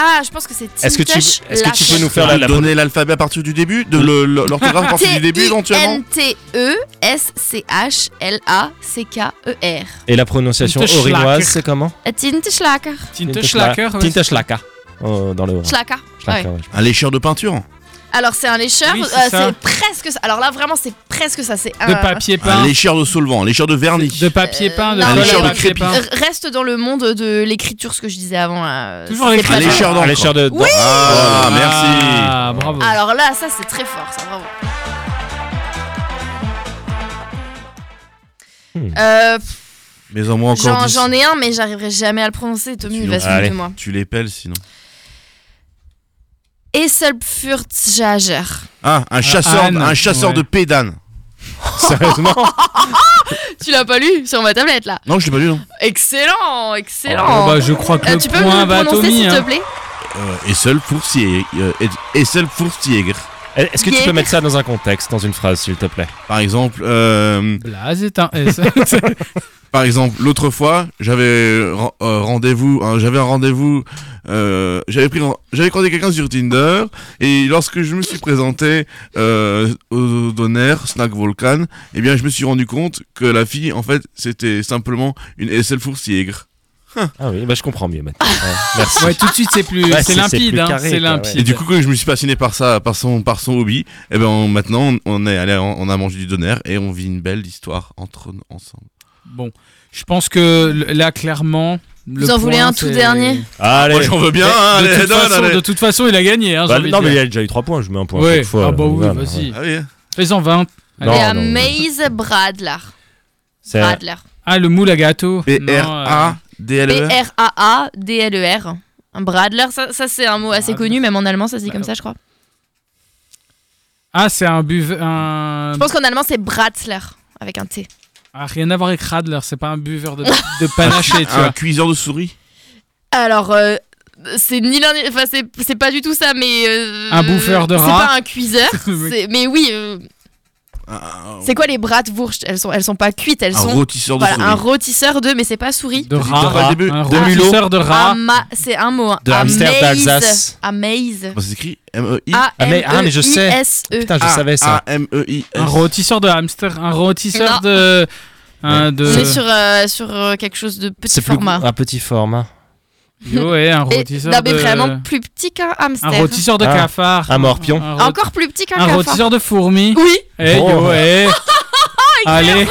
Ah, je pense que c'est
Est-ce que tu- est-ce que tu peux nous
Faire
Faire la- la-
donner l'alphabet à partir du début de le- le- L'orthographe à partir du début, éventuellement
E T-I-N-T-E-S-C-H-L-A-C-K-E-R.
Et la prononciation
Tinte
aurinoise,
Schlacker.
c'est comment
Tinte Euh, Schlacker.
Tinteschlacker. ouais.
Tinte
hein.
Schlacker. Oh, Dans le haut.
Schlacker. ouais.
Schlacker, ouais. Ah,
Un lécheur de peinture.
Alors c'est un lécheur,
Oui, c'est
euh,
ça.
c'est presque ça. Alors là vraiment c'est presque ça, c'est un
De papier
Un
peint.
lécheur de solvant, un lécheur de vernis.
De papier peint. De
Euh, non,
Un
colle à
lécheur de
papier
crépi.
peint.
R- Reste dans le monde de l'écriture ce que je disais avant là.
Toujours hein.
C'est
l'écriture.
pas
Un
ça.
lécheur
Un
d'encre.
lécheur de.
Oui
Ah, merci.
Ah, bravo.
Alors là ça c'est très fort ça, bravo.
Hmm.
Euh, pff,
Mais en moins encore.
J'en
dix.
j'en ai un mais j'arriverai jamais à le prononcer, Tommy il va se
Allez.
foutre de moi.
Tu les pelles sinon.
Esselpfurtjager.
Ah,
Euh,
un chasseur,
Anne,
un chasseur
ouais.
de pédane.
Sérieusement
Tu l'as pas lu sur ma tablette là
Non, je l'ai pas lu non.
Excellent, excellent.
Oh, bah, je crois que
Euh,
le
tu peux me
point
le
va hein. à
prononcer
Tommy.
s'il te
hein.
plaît
Euh, et seul Foursier. euh, et- et seul Foursier.
Est-ce que tu
Yeah.
peux mettre ça dans un contexte, dans une phrase, s'il te plaît
Par exemple, euh,
Blaze est un S.
par exemple, l'autre fois, j'avais ren- euh, rendez-vous, hein, j'avais un rendez-vous, euh, j'avais pris, ren- j'avais croisé quelqu'un sur Tinder, et lorsque je me suis présenté euh, aux honneurs Snack Volcan, eh bien, je me suis rendu compte que la fille, en fait, c'était simplement une SL foursiègre.
Ah oui, bah, je comprends mieux maintenant. Ouais, merci.
ouais, tout de suite, c'est plus,
Ouais,
c'est
c'est- c'est
limpide,
plus
hein,
carré,
c'est
quoi, ouais.
limpide.
Et du coup, quand je me suis fasciné par ça, par son, par son hobby, et ben on- maintenant, on- on est allé, on a mangé du donner et on vit une belle histoire entre ensemble.
Bon, je pense que l- là, clairement. le
Vous en voulez
point,
un tout
c'est-
dernier
Allez.
Moi, j'en veux bien. hein,
de,
allez,
toute
donne,
façon,
allez.
de toute façon, il a gagné. Hein, j'ai
Bah,
envie de
non, mais
dire.
il y a déjà eu 3 points, je mets un point à
Ouais.
chaque fois.
Ah bah
on y
oui,
va, là,
vas-y.
ouais.
Ah oui, hein.
Fais-en 20.
Non,
Et à
non, non.
Maze Bradler.
C'est-
Bradler.
Ah, le moule à gâteau. Non, euh,
B-R-A-D-L-E.
B-R-A-A-D-L-E-R. Un E Bradler, ça, ça, c'est un mot assez
Bradler.
connu, même en allemand ça se dit comme ça, je crois.
Ah, c'est un buve. Un...
Je pense qu'en allemand c'est Bratzler, avec un T.
Ah, rien à voir avec Radler, c'est pas un buveur de, de panaché, tu
Un
vois.
cuiseur de souris.
Alors, euh, c'est ni l'un ni- Enfin, c'est, c'est pas du tout ça, mais. euh,
Un bouffeur de
C'est
rats.
pas un cuiseur. c'est- mais oui, euh,
Un,
c'est quoi les bratwurst Elles sont, elles sont pas cuites, elles
un
sont.
rôtisseur de
voilà, un
souris.
rôtisseur d'œufs, mais c'est pas souris.
De
Vas-y, t'auras le
rat,
début.
un
De mulot.
rôtisseur de
Un
rat.
ma- c'est un mot. hein.
De
Un
hamster
maze.
d'Alsace.
Un maze.
Comment ça s'écrit M-E-I.
A E
Ah, mais- ah, mais je sais.
M-E-I-S-E.
Putain, je
Ah,
A- E
savais ça.
A-M-E-I.
Un rôtisseur de hamster, un rôtisseur
Non.
de. Un de.
C'est sur, euh, sur euh, quelque chose de petit
C'est plus
format.
un petit format.
Ouais, un
Et-
rôtisseur
non,
de.
mais vraiment plus petit qu'un hamster.
Un rôtisseur de
Ah,
cafard.
un morpion.
Un, rô-
Encore plus petit qu'un
un
cafard. Oh,
rôtisseur de fourmi.
Oui,
Eh
Oh.
yo, eh. Allez.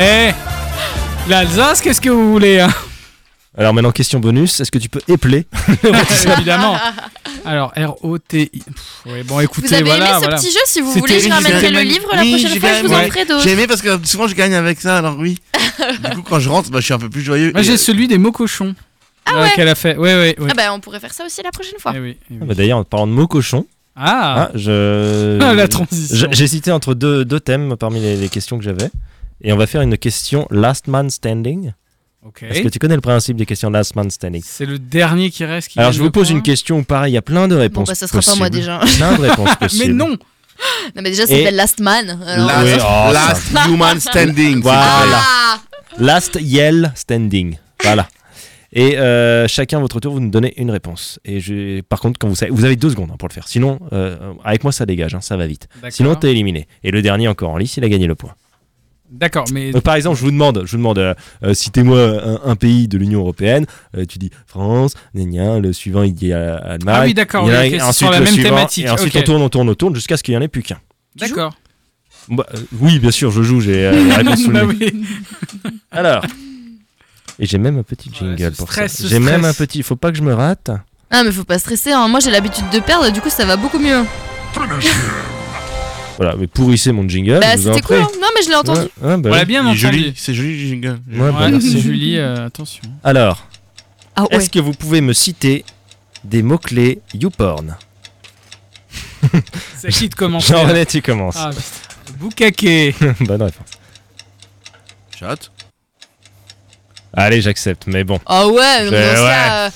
Eh. L'Alsace, qu'est-ce que vous voulez hein
Alors maintenant, question bonus, est-ce que tu peux épeler
Évidemment. Alors, R-O-T-I. Pff, ouais, bon, écoutez,
vous avez
voilà.
aimé ce
voilà.
petit jeu Si vous
C'était
voulez, je
génial.
ramènerai le livre la
Oui,
prochaine
j'ai
fois,
bien
je vous en
aimé.
ferai d'autres.
J'ai aimé parce que souvent je gagne avec ça, alors oui. du coup, quand je rentre, bah, je suis un peu plus joyeux.
Moi,
Et-
j'ai celui des mots cochons.
Ah
euh,
ouais.
Qu'elle a fait. Ouais, ouais, ouais.
Ah bah on pourrait faire ça aussi la prochaine fois.
Eh oui, eh oui.
Bah, D'ailleurs, en parlant de mots cochons,
Ah,
hein, euh, je...
la transition.
J'- J'hésitais entre deux, deux thèmes parmi les, les questions que j'avais. Et on va faire une question Last Man Standing.
Ok.
Est-ce que tu connais le principe des questions Last Man Standing
C'est le dernier qui reste. Qui
Alors,
gagne
je
le
vous pose
point.
une question où, pareil, il y a plein de
Bon
réponses.
bah ça sera pas moi
possibles.
déjà.
Plein de réponses
Ah, Mais
possibles.
non.
Non mais déjà ça
Et-
s'appelle Last Man. alors-
La-
Last,
Oui, oh, ça-
last human standing.
Voilà.
Ah
Last Yell Standing. Voilà. Et euh, chacun à votre tour, vous nous donnez une réponse. Et je- par contre, quand vous savez, vous avez deux secondes hein, pour le faire. Sinon, euh, avec moi, ça dégage, hein, ça va vite.
D'accord.
Sinon, t'es éliminé. Et le dernier encore en lice, il a gagné le point.
D'accord, mais
Donc, par exemple, je vous demande, je vous demande, euh, euh, citez-moi un, un pays de l'Union européenne. Euh, tu dis France, gna gna, le suivant il dit euh, Allemagne.
Ah oui, d'accord,
Il y en a
oui,
un-
ok, c'est
ensuite
sur la
le
même
suivant,
thématique,
Et ensuite
ok.
on tourne, on tourne, on tourne jusqu'à ce qu'il n'y en ait plus qu'un.
d'accord.
Bah, euh, oui, bien sûr, je joue. J'ai euh, la réponse sous le
Bah
nez.
oui.
Alors. Et j'ai même un petit
Ouais,
jingle
ce
pour
stress, ce
ça. J'ai même un
stress.
petit. Faut pas que je me rate.
Ah mais faut pas stresser, hein. moi j'ai l'habitude de perdre, du coup ça va beaucoup mieux.
Voilà, mais pourrissez mon jingle.
Bah
je vous en
c'était cool,
prie.
hein. non mais je l'ai entendu.
Ouais, ouais, bah
On
oui.
l'a bien
Il est
entendu.
joli, c'est joli, jingle.
Ouais, bah,
Ouais,
merci.
Julie, euh, attention.
Alors,
Ah
est-ce que vous pouvez me citer des mots clés YouPorn
C'est à qui de commencer là
Jean-René, tu commences.
Ah, putain. Boukake.
Bonne réponse.
Chat.
Allez, j'accepte, mais bon.
Ah ouais, non, mais dans ce
Ben Ouais.
cas, euh,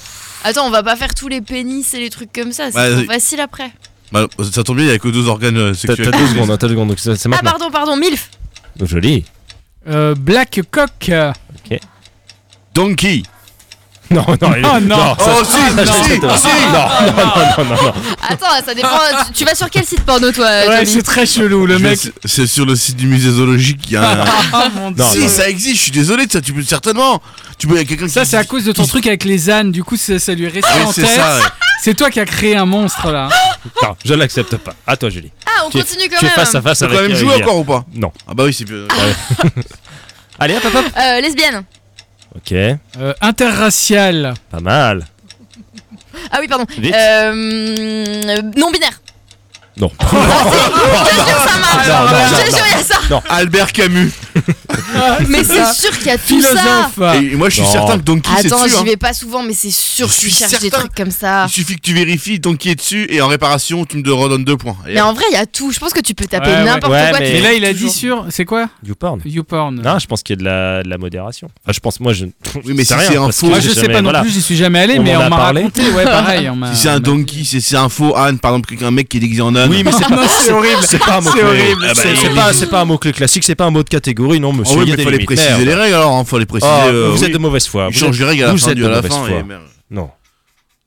Attends, on va pas faire tous les pénis et les trucs comme ça, c'est
Ouais,
trop
oui.
facile après. Ah,
Bah, ça tombe bien, il n'y a que deux organes euh,
T'as
sexuels.
t'as deux secondes, hein, t'as deux secondes, donc c'est c'est
Ah
maintenant.
pardon, pardon, MILF
Joli.
Euh, Black Cock.
Euh,
Donkey.
Non, non, il-
non.
ça-
Oh, si,
ça, je l'accepte
si,
pas. Non, non, non, non, non, non.
Attends, ça dépend, tu- tu vas sur quel site porno toi
Ouais,
Tommy
c'est très chelou le
Je vais-
mec.
c'est- C'est sur le site du musée zoologique. Il y a un...
Ah mon dieu.
Non,
si,
non.
ça existe, je suis désolé de ça, tu peux certainement. Tu peux, il y a quelqu'un qui.
Ça, c'est à cause de ton truc avec les ânes, du coup, ça, ça lui est resté
Ouais,
en
c'est
tête.
ça. ouais.
C'est toi qui as créé un monstre là.
Non, je l'accepte pas. À toi, Julie.
Ah, on
Tu es-
continue quand
tu es
même
face à face
T'as
avec
quand même
euh,
joué
Rivière.
encore ou pas
Non.
Ah, bah oui, c'est. bien.
Allez, hop, hop, hop.
Euh, lesbienne
Ok,
Euh, interracial.
pas mal.
Ah oui, pardon.
Vite.
Euh, non binaire.
Non.
Je te jure, Ah, ça marche.
Ah,
non, non,
Je te
non,
jure, il y a ça.
Albert Camus.
Mais c'est sûr qu'il y a tout ça.
Ah, Philosophe
Et moi, je suis
Non.
certain que Donkey, c'est
Attends,
dessus.
j'y
hein.
vais pas souvent, mais c'est sûr
Je
que tu
suis
cherches des
certain.
trucs comme ça.
Il suffit que tu vérifies, Donkey est dessus, et en réparation, tu me de- redonnes deux points. Et
Mais en vrai, il y a tout. Je pense que tu peux taper
Ouais, ouais.
n'importe
Ouais,
quoi.
mais-
tu
Mais là, il a
toujours.
dit sur. C'est quoi
YouPorn.
YouPorn.
Non, je pense qu'il y a de la, de la modération. Enfin, je pense, moi, je.
Oui, mais
c'est
si
rien,
c'est un
parce que
faux-
Moi, je
j'ai
sais
jamais-
pas non
voilà.
plus, j'y suis jamais allé,
On
mais
m'en
on
a
m'a
parlé.
raconté. Ouais, pareil. on m'a-
Si c'est un Donkey, c'est c'est un faux âne, par exemple, quelqu'un- un mec qui est déguisé en Ah, âne.
Oui, mais c'est pas, c'est horrible. C'est pas un mot
C'est horrible. Ah bah,
C'est
il
c'est
est
pas,
dit.
c'est pas un mot clé classique. C'est pas un mot de catégorie, non, monsieur.
Ah oui,
il y a
mais
des
fallait
limites.
préciser
Merde.
les règles alors, hein, fallait préciser.
Ah,
euh,
vous
oui.
êtes de mauvaise foi.
Tu
Vous
changes
êtes-
les règles à la
vous
fin
êtes
du
de
à la
mauvaise
fin.
foi.
et merde.
Non.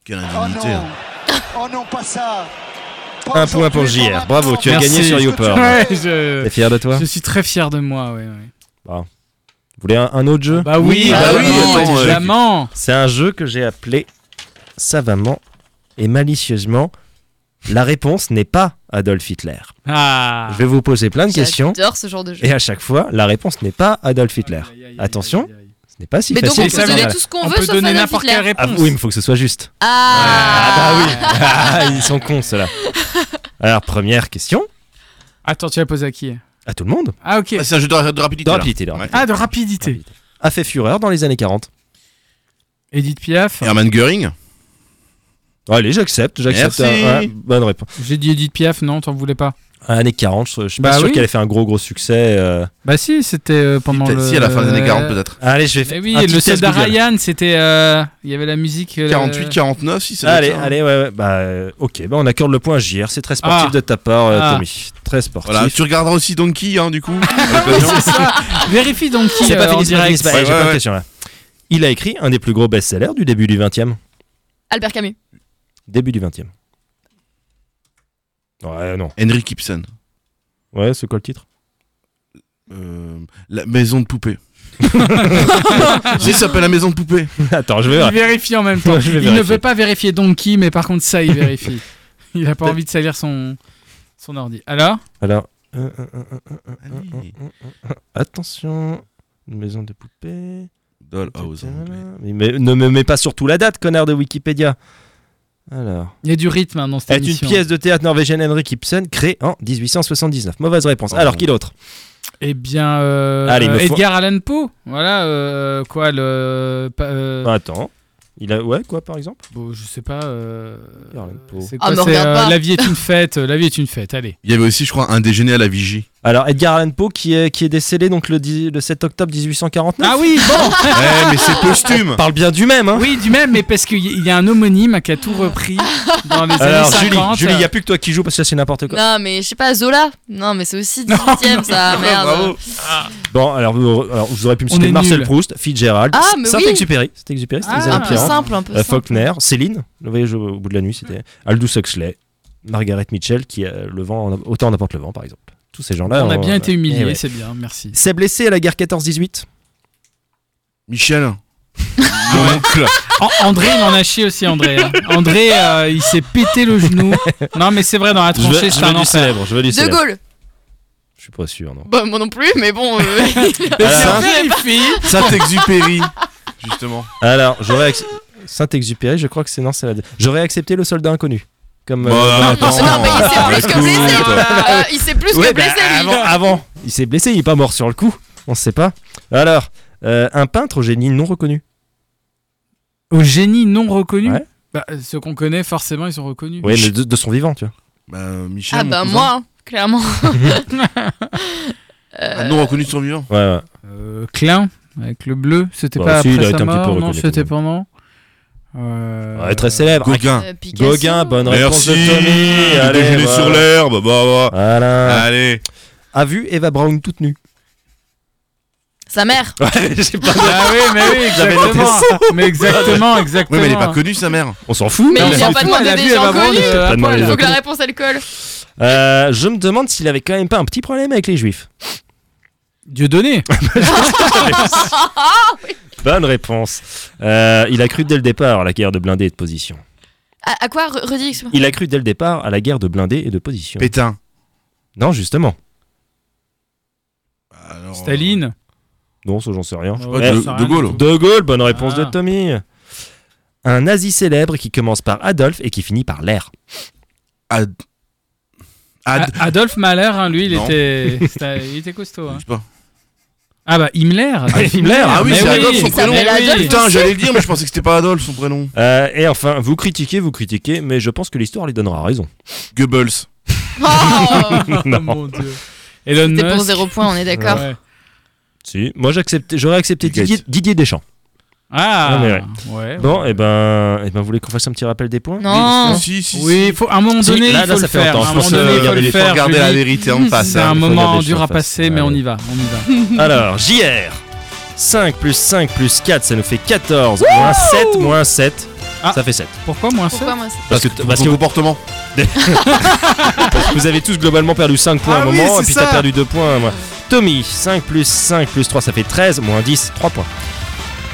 Quelle
Oh,
indignité. hein.
Oh non, pas ça
Un point pour JR. Bravo, tu as
Merci.
gagné sur YouPorn.
Ouais, je...
T'es fier de toi
je suis très fier de moi. Ouais, ouais.
Vous voulez un, un autre jeu
Bah oui,
bah
bah
oui,
oui,
attends, euh,
évidemment.
C'est un jeu que j'ai appelé savamment et malicieusement. La réponse n'est pas Adolf Hitler.
Ah.
Je vais vous poser plein de questions
J'adore ce genre de jeu.
et à chaque fois, la réponse n'est pas Adolf Hitler.
Aïe, aïe, aïe,
Attention.
aïe, aïe, aïe.
Ce n'est pas si
Mais donc, on
facile.
peut
ça,
donner
voilà.
tout ce qu'on
On
veut
peut
sauf
donner
Adolf
n'importe
Hitler.
quelle
Ah,
réponse.
oui, mais il faut que ce soit juste.
Ah,
Ah, ils sont cons ceux-là. Alors première question
Attends, tu l'as posé à qui
à tout le monde.
Ah, ok.
Ah, C'est un jeu de, ra- de rapidité.
De
là.
rapidité, de
Ouais.
Ah, de rapidité.
A fait fureur dans les années 40.
Edith Piaf.
Hermann Göring.
Allez, j'accepte, j'accepte.
Merci.
Ah, ouais, bonne réponse.
J'ai dit Edith Piaf, non, t'en voulais pas.
Années 40, je, je suis pas
Bah
sûr
oui.
qu'elle ait fait un gros gros succès. euh.
Bah si, c'était euh, pendant
Peut-être
le...
Si, à la fin des années 40, peut-être.
Allez, je vais
Eh
faire
oui,
un petit
le
test
soldat
Google.
Ryan, c'était... euh, Il y avait la musique... euh,
48, 49, si ça doit
Allez,
être ça, hein.
allez, ouais, ouais. Bah, euh, ok, bah, on accorde le point à JR. C'est très sportif
Ah.
de ta part, euh,
Ah.
Tommy. Très sportif.
Voilà, tu regarderas aussi Donkey, hein, du coup. à l'occasion.
Vérifie donc qui
C'est
euh,
pas
en
fini, c'est pas fini,
direct.
c'est pas-
Ouais,
j'ai
ouais,
pas de
ouais.
question, là. Il a écrit un des plus gros best-sellers du début du 20e.
Albert Camus.
Début du 20e. Ouais, non.
Henry Gibson.
Ouais, c'est quoi le titre
Euh, la maison de poupée. si, ça s'appelle la maison de poupée.
Attends, je vais voir.
Il vérifie en même temps.
Je vais
il ne
vérifier.
veut pas vérifier Donkey, mais par contre ça, il vérifie. il a pas envie de salir son, son ordi. Alors
Alors. euh, euh, euh, euh, euh, attention. Une maison de poupées.
Ah,
Dollhouse en anglais.
Mais- mais ne me mets pas surtout la date, connard de Wikipédia. Alors.
Il y a du rythme hein, dans cette
Est une
émission.
pièce de théâtre norvégienne Henrik Ibsen créée en 1879. Mauvaise réponse.
Oh.
Alors, qui d'autre
Eh bien, euh,
Allez, il me faut-
Edgar Allan Poe. Voilà, euh, quoi, le... pa- euh,
Attends. Il a. Ouais, quoi, par exemple
bon, je sais pas... euh,
Edgar Allan Poe.
c'est
Ah,
quoi,
me
c'est,
regarde
euh,
pas.
La vie est une fête, euh, la vie est une fête, allez.
Il y avait aussi, je crois, un déjeuner à la vigie.
Alors, Edgar Allan Poe qui est, qui est décédé donc le, dix- le 7 octobre 1849.
Ah oui, bon
Eh, mais c'est posthume.
Parle bien du même, hein
Oui, du même, mais parce qu'il y il y a un homonyme qui a tout repris dans
Alors,
les années 50.
Julie, Julie, il n'y a plus que toi qui joues parce que là, c'est n'importe quoi.
Non, mais je sais pas, Zola. Non, mais c'est aussi 18 e ça, merde.
Bravo.
Bon, alors, vous- alors, vous aurez pu me
On
citer
est
Marcel
nul.
Proust, Fitzgerald,
Ah, mais oui.
Saint-Exupéry. Saint-Exupéry, c'était les années
Ah,
Un peu
40.
simple, un peu
Euh,
simple.
Faulkner, Céline, le voyage au au bout de la nuit, c'était Aldous Huxley, Margaret Mitchell, qui euh, le vent, en- autant en apporte le vent, par exemple. Tous ces gens-là.
On a
ont-
bien été
eh
humiliés,
ouais.
c'est bien, merci.
S'est blessé à la guerre 14-18.
Michel. Mon oncle.
An- André, il en a chié aussi, André. hein. André, euh, il s'est pété le genou. Non, mais c'est vrai, dans la
Je veux,
tranchée,
je
c'est
veux
un
du
enfer.
célèbre, je veux du
De
célèbre.
Gaulle.
Je suis pas sûr, non.
Bah, moi non plus, mais bon. euh,
Alors-
vérifie
Saint-Exupéry. Justement.
Alors, j'aurais ac- Saint-Exupéry, je crois que c'est non, c'est la. J'aurais accepté le soldat inconnu. Comme. euh,
Bah,
Jonathan.
attends.
Non, mais il
Ah,
s'est plus que blessé.
Écoute.
Euh, il s'est plus
bah, Ouais,
que
bah,
blessé, lui.
avant, avant. il s'est blessé, il est pas mort sur le coup. On sait pas. Alors, euh, un peintre au génie non reconnu.
Au génie non reconnu
Ouais.
Bah, Ceux qu'on connaît, forcément, ils sont reconnus.
Oui, mais de, de son vivant, tu vois.
Bah, euh, Michel.
Ah,
mon
bah,
cousin.
moi, hein, clairement.
Ah, non reconnu de son vivant.
Ouais, ouais.
Euh, Klein, avec le bleu, c'était
Bah,
pas
si, il
après
a été
sa
un petit peu
mort, non,
reconnu,
c'était
quand
pendant... Euh,
Ah, Ouais, très célèbre.
Gauguin.
Euh, Picasso.
Gauguin, bonne bah, réponse
Merci.
de Tommy.
Le
Allez,
déjeuner
voilà.
sur l'herbe. Bah, bah.
Voilà.
Allez.
A vu Eva Brown toute nue.
Sa mère.
J'ai pas-
Ah oui, mais oui, exactement. mais exactement, exactement.
Oui, mais elle est pas connue, sa mère.
On s'en fout.
Mais
on
il
s'en
a pas
fout.
demandé des gens connus.
Pas demandé
Il
des gens
faut que la
connus.
réponse, elle colle.
Euh, je me demande s'il avait quand même pas un petit problème avec les juifs.
Dieu donné.
Oh.
Bonne réponse. Euh, il a cru dès le départ à la guerre de blindés et de position.
À, à quoi Re- Redis, excuse-moi.
Il a cru dès le départ à la guerre de blindés et de position.
Pétain.
Non, justement.
Alors, euh,
Staline.
Non, ça j'en sais rien.
Ouais,
pas,
j'en
de-
sais rien
de
du
Gaulle. hein.
tout.
De Gaulle, bonne réponse
Ah.
de Tommy. Un nazi célèbre qui commence par Adolphe et qui finit par l'air.
Ad. Ad.
A- Adolphe Mahler, hein, lui, il
Non.
était... c'était- il était costaud. hein.
Je sais pas.
Ah bah Himmler
Himmler.
Ah oui,
Mais
c'est
oui,
Adolphe son
il s'appelle
prénom.
Adolphe
Putain,
aussi.
j'allais le dire, mais je pensais que c'était pas Adolphe son prénom.
Euh, et enfin, vous critiquez, vous critiquez, mais je pense que l'histoire lui donnera raison.
Goebbels.
Oh
Oh mon dieu. Elon
C'était pour
Musk.
zéro point, on est d'accord.
Ouais.
Si, moi j'accepte- j'aurais accepté
Bill
Didier,
Gates.
Didier Deschamps.
Ah,
Ah, mais ouais.
ouais.
Bon, et ben, et ben, vous voulez qu'on fasse un petit rappel des points
Non.
Si, si, si.
Oui, faut, à un moment
Si,
donné,
là,
il
là,
faut
ça
le
fait
faire.
longtemps.
À un
Je
moment
pense, euh,
donné, il faut
regardez
le
les-
Il faut
faire.
regarder la
Julie.
vérité en face.
C'est un
hein.
regarder
moment
les
dur à
choses en face.
passer, mais on
Ouais.
y va, on y va.
Alors, JR. 5 plus 5 plus 4, ça nous fait 14. moins 7, moins 7.
Ah.
Ça fait 7.
Pourquoi moins sept
Pourquoi moi ça
Parce que, parce
Ton
que vous,
comportement.
vous avez tous globalement perdu 5 points à
Ah
un
oui,
moment,
c'est
et puis
ça.
t'as perdu 2 points. Moi. Tommy, 5 plus 5 plus 3, ça fait 13. Moins 10, 3 points.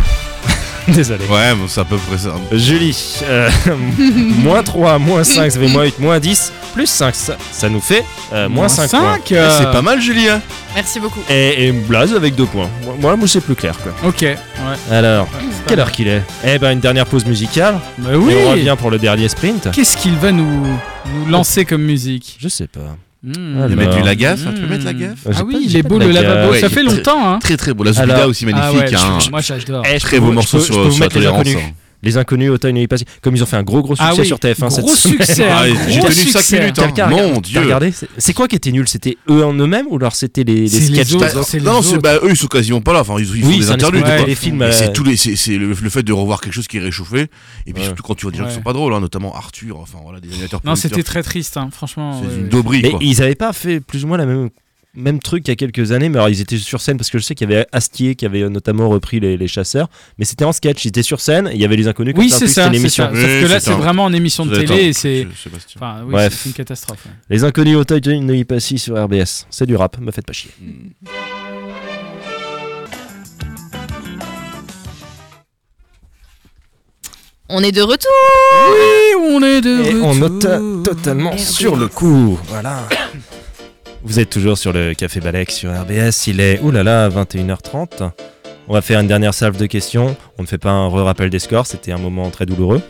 Désolé.
Ouais, bon, c'est à peu près ça.
Julie, euh, moins 3, moins 5, ça fait moins 8, moins 10, plus 5, ça, ça nous fait euh, moins 5, points.
cinq, euh,
C'est pas mal, Julie. hein.
Merci beaucoup.
Et, et Blaze avec 2 points. Moi, Moi, moi c'est plus clair. Quoi.
Ok, ouais.
Alors,
c'est
quelle
pas
heure qu'il est Eh ben, une dernière pause musicale.
mal. Bah
Et on
oui
revient pour le dernier sprint.
Qu'est-ce qu'il va nous, nous lancer comme musique
Je sais pas.
Hmm.
Alors.
Il va mettre du lagaffe.
Hmm.
hein, Tu peux mettre lagaffe
J'ai
Ah
pas
oui,
dit-
il
j'ai
est
pas
beau
de
le
la
lavabo,
gueule.
ça
Ouais,
fait
il est
longtemps, hein
Très très beau. La Zubida
Alors-
aussi
Ah ouais,
magnifique. hein.
je- moi j'adore.
Eh, je
Très
peux
beau
vous-
morceau
je peux- je
sur
peux
euh,
vous
sur la
mettre les
tolérance.
inconnus.
hein.
Les inconnus, Otaïne et Passy. Comme ils ont fait un gros gros succès
Ah oui,
sur TF1 cette
gros
semaine.
succès,
Ah,
un
J'ai
gros
tenu 5
succès.
minutes.
T'as
hein.
regardé-
Mon
T'as
dieu.
regardé C'est- C'est quoi qui était nul C'était eux en eux-mêmes ou alors c'était les, les
C'est les
sketchs
autres.
Bah,
Bah, c'est les
non, non, c'est-
autres.
bah, eux ils sont quasiment pas là. Enfin, ils, ils font
Oui,
des
c'est un
interludes.
espèce de
quoi.
téléfilm,
Mais
euh,
c'est tous les, c'est, c'est le, le fait de revoir quelque chose qui est réchauffé. Et puis
Ouais.
surtout quand tu vois des gens
Ouais.
qui sont pas drôles, hein, notamment Arthur. Enfin voilà, des animateurs.
Non, c'était
producteurs.
très triste, hein, franchement. ouais,
C'est une
ouais.
dauberie
Mais
quoi.
ils avaient pas fait plus ou moins la même même truc il y a quelques années, mais alors ils étaient sur scène parce que je sais qu'il y avait Astier qui avait notamment repris les, les chasseurs, mais c'était en sketch, ils étaient sur scène, il y avait les inconnus comme
Oui,
ça, en
c'est
plus,
ça,
c'était
c'est
l'émission.
ça. Sauf que
Oui,
là,
c'est
c'est
un-
vraiment en émission de télé et c'est.
Attends, je- Sébastien.
Enfin, oui,
Bref.
c'est une catastrophe. ouais.
Les inconnus au taille ne y passent sur RBS, c'est du rap, me faites pas chier.
On est de retour.
Oui, on est de
Et on nota
retour.
totalement sur le coup, voilà. Vous êtes toujours sur le Café Balek sur RBS, il est oulala 21h30. On va faire une dernière salve de questions. On ne fait pas un re-rappel des scores, c'était un moment très douloureux.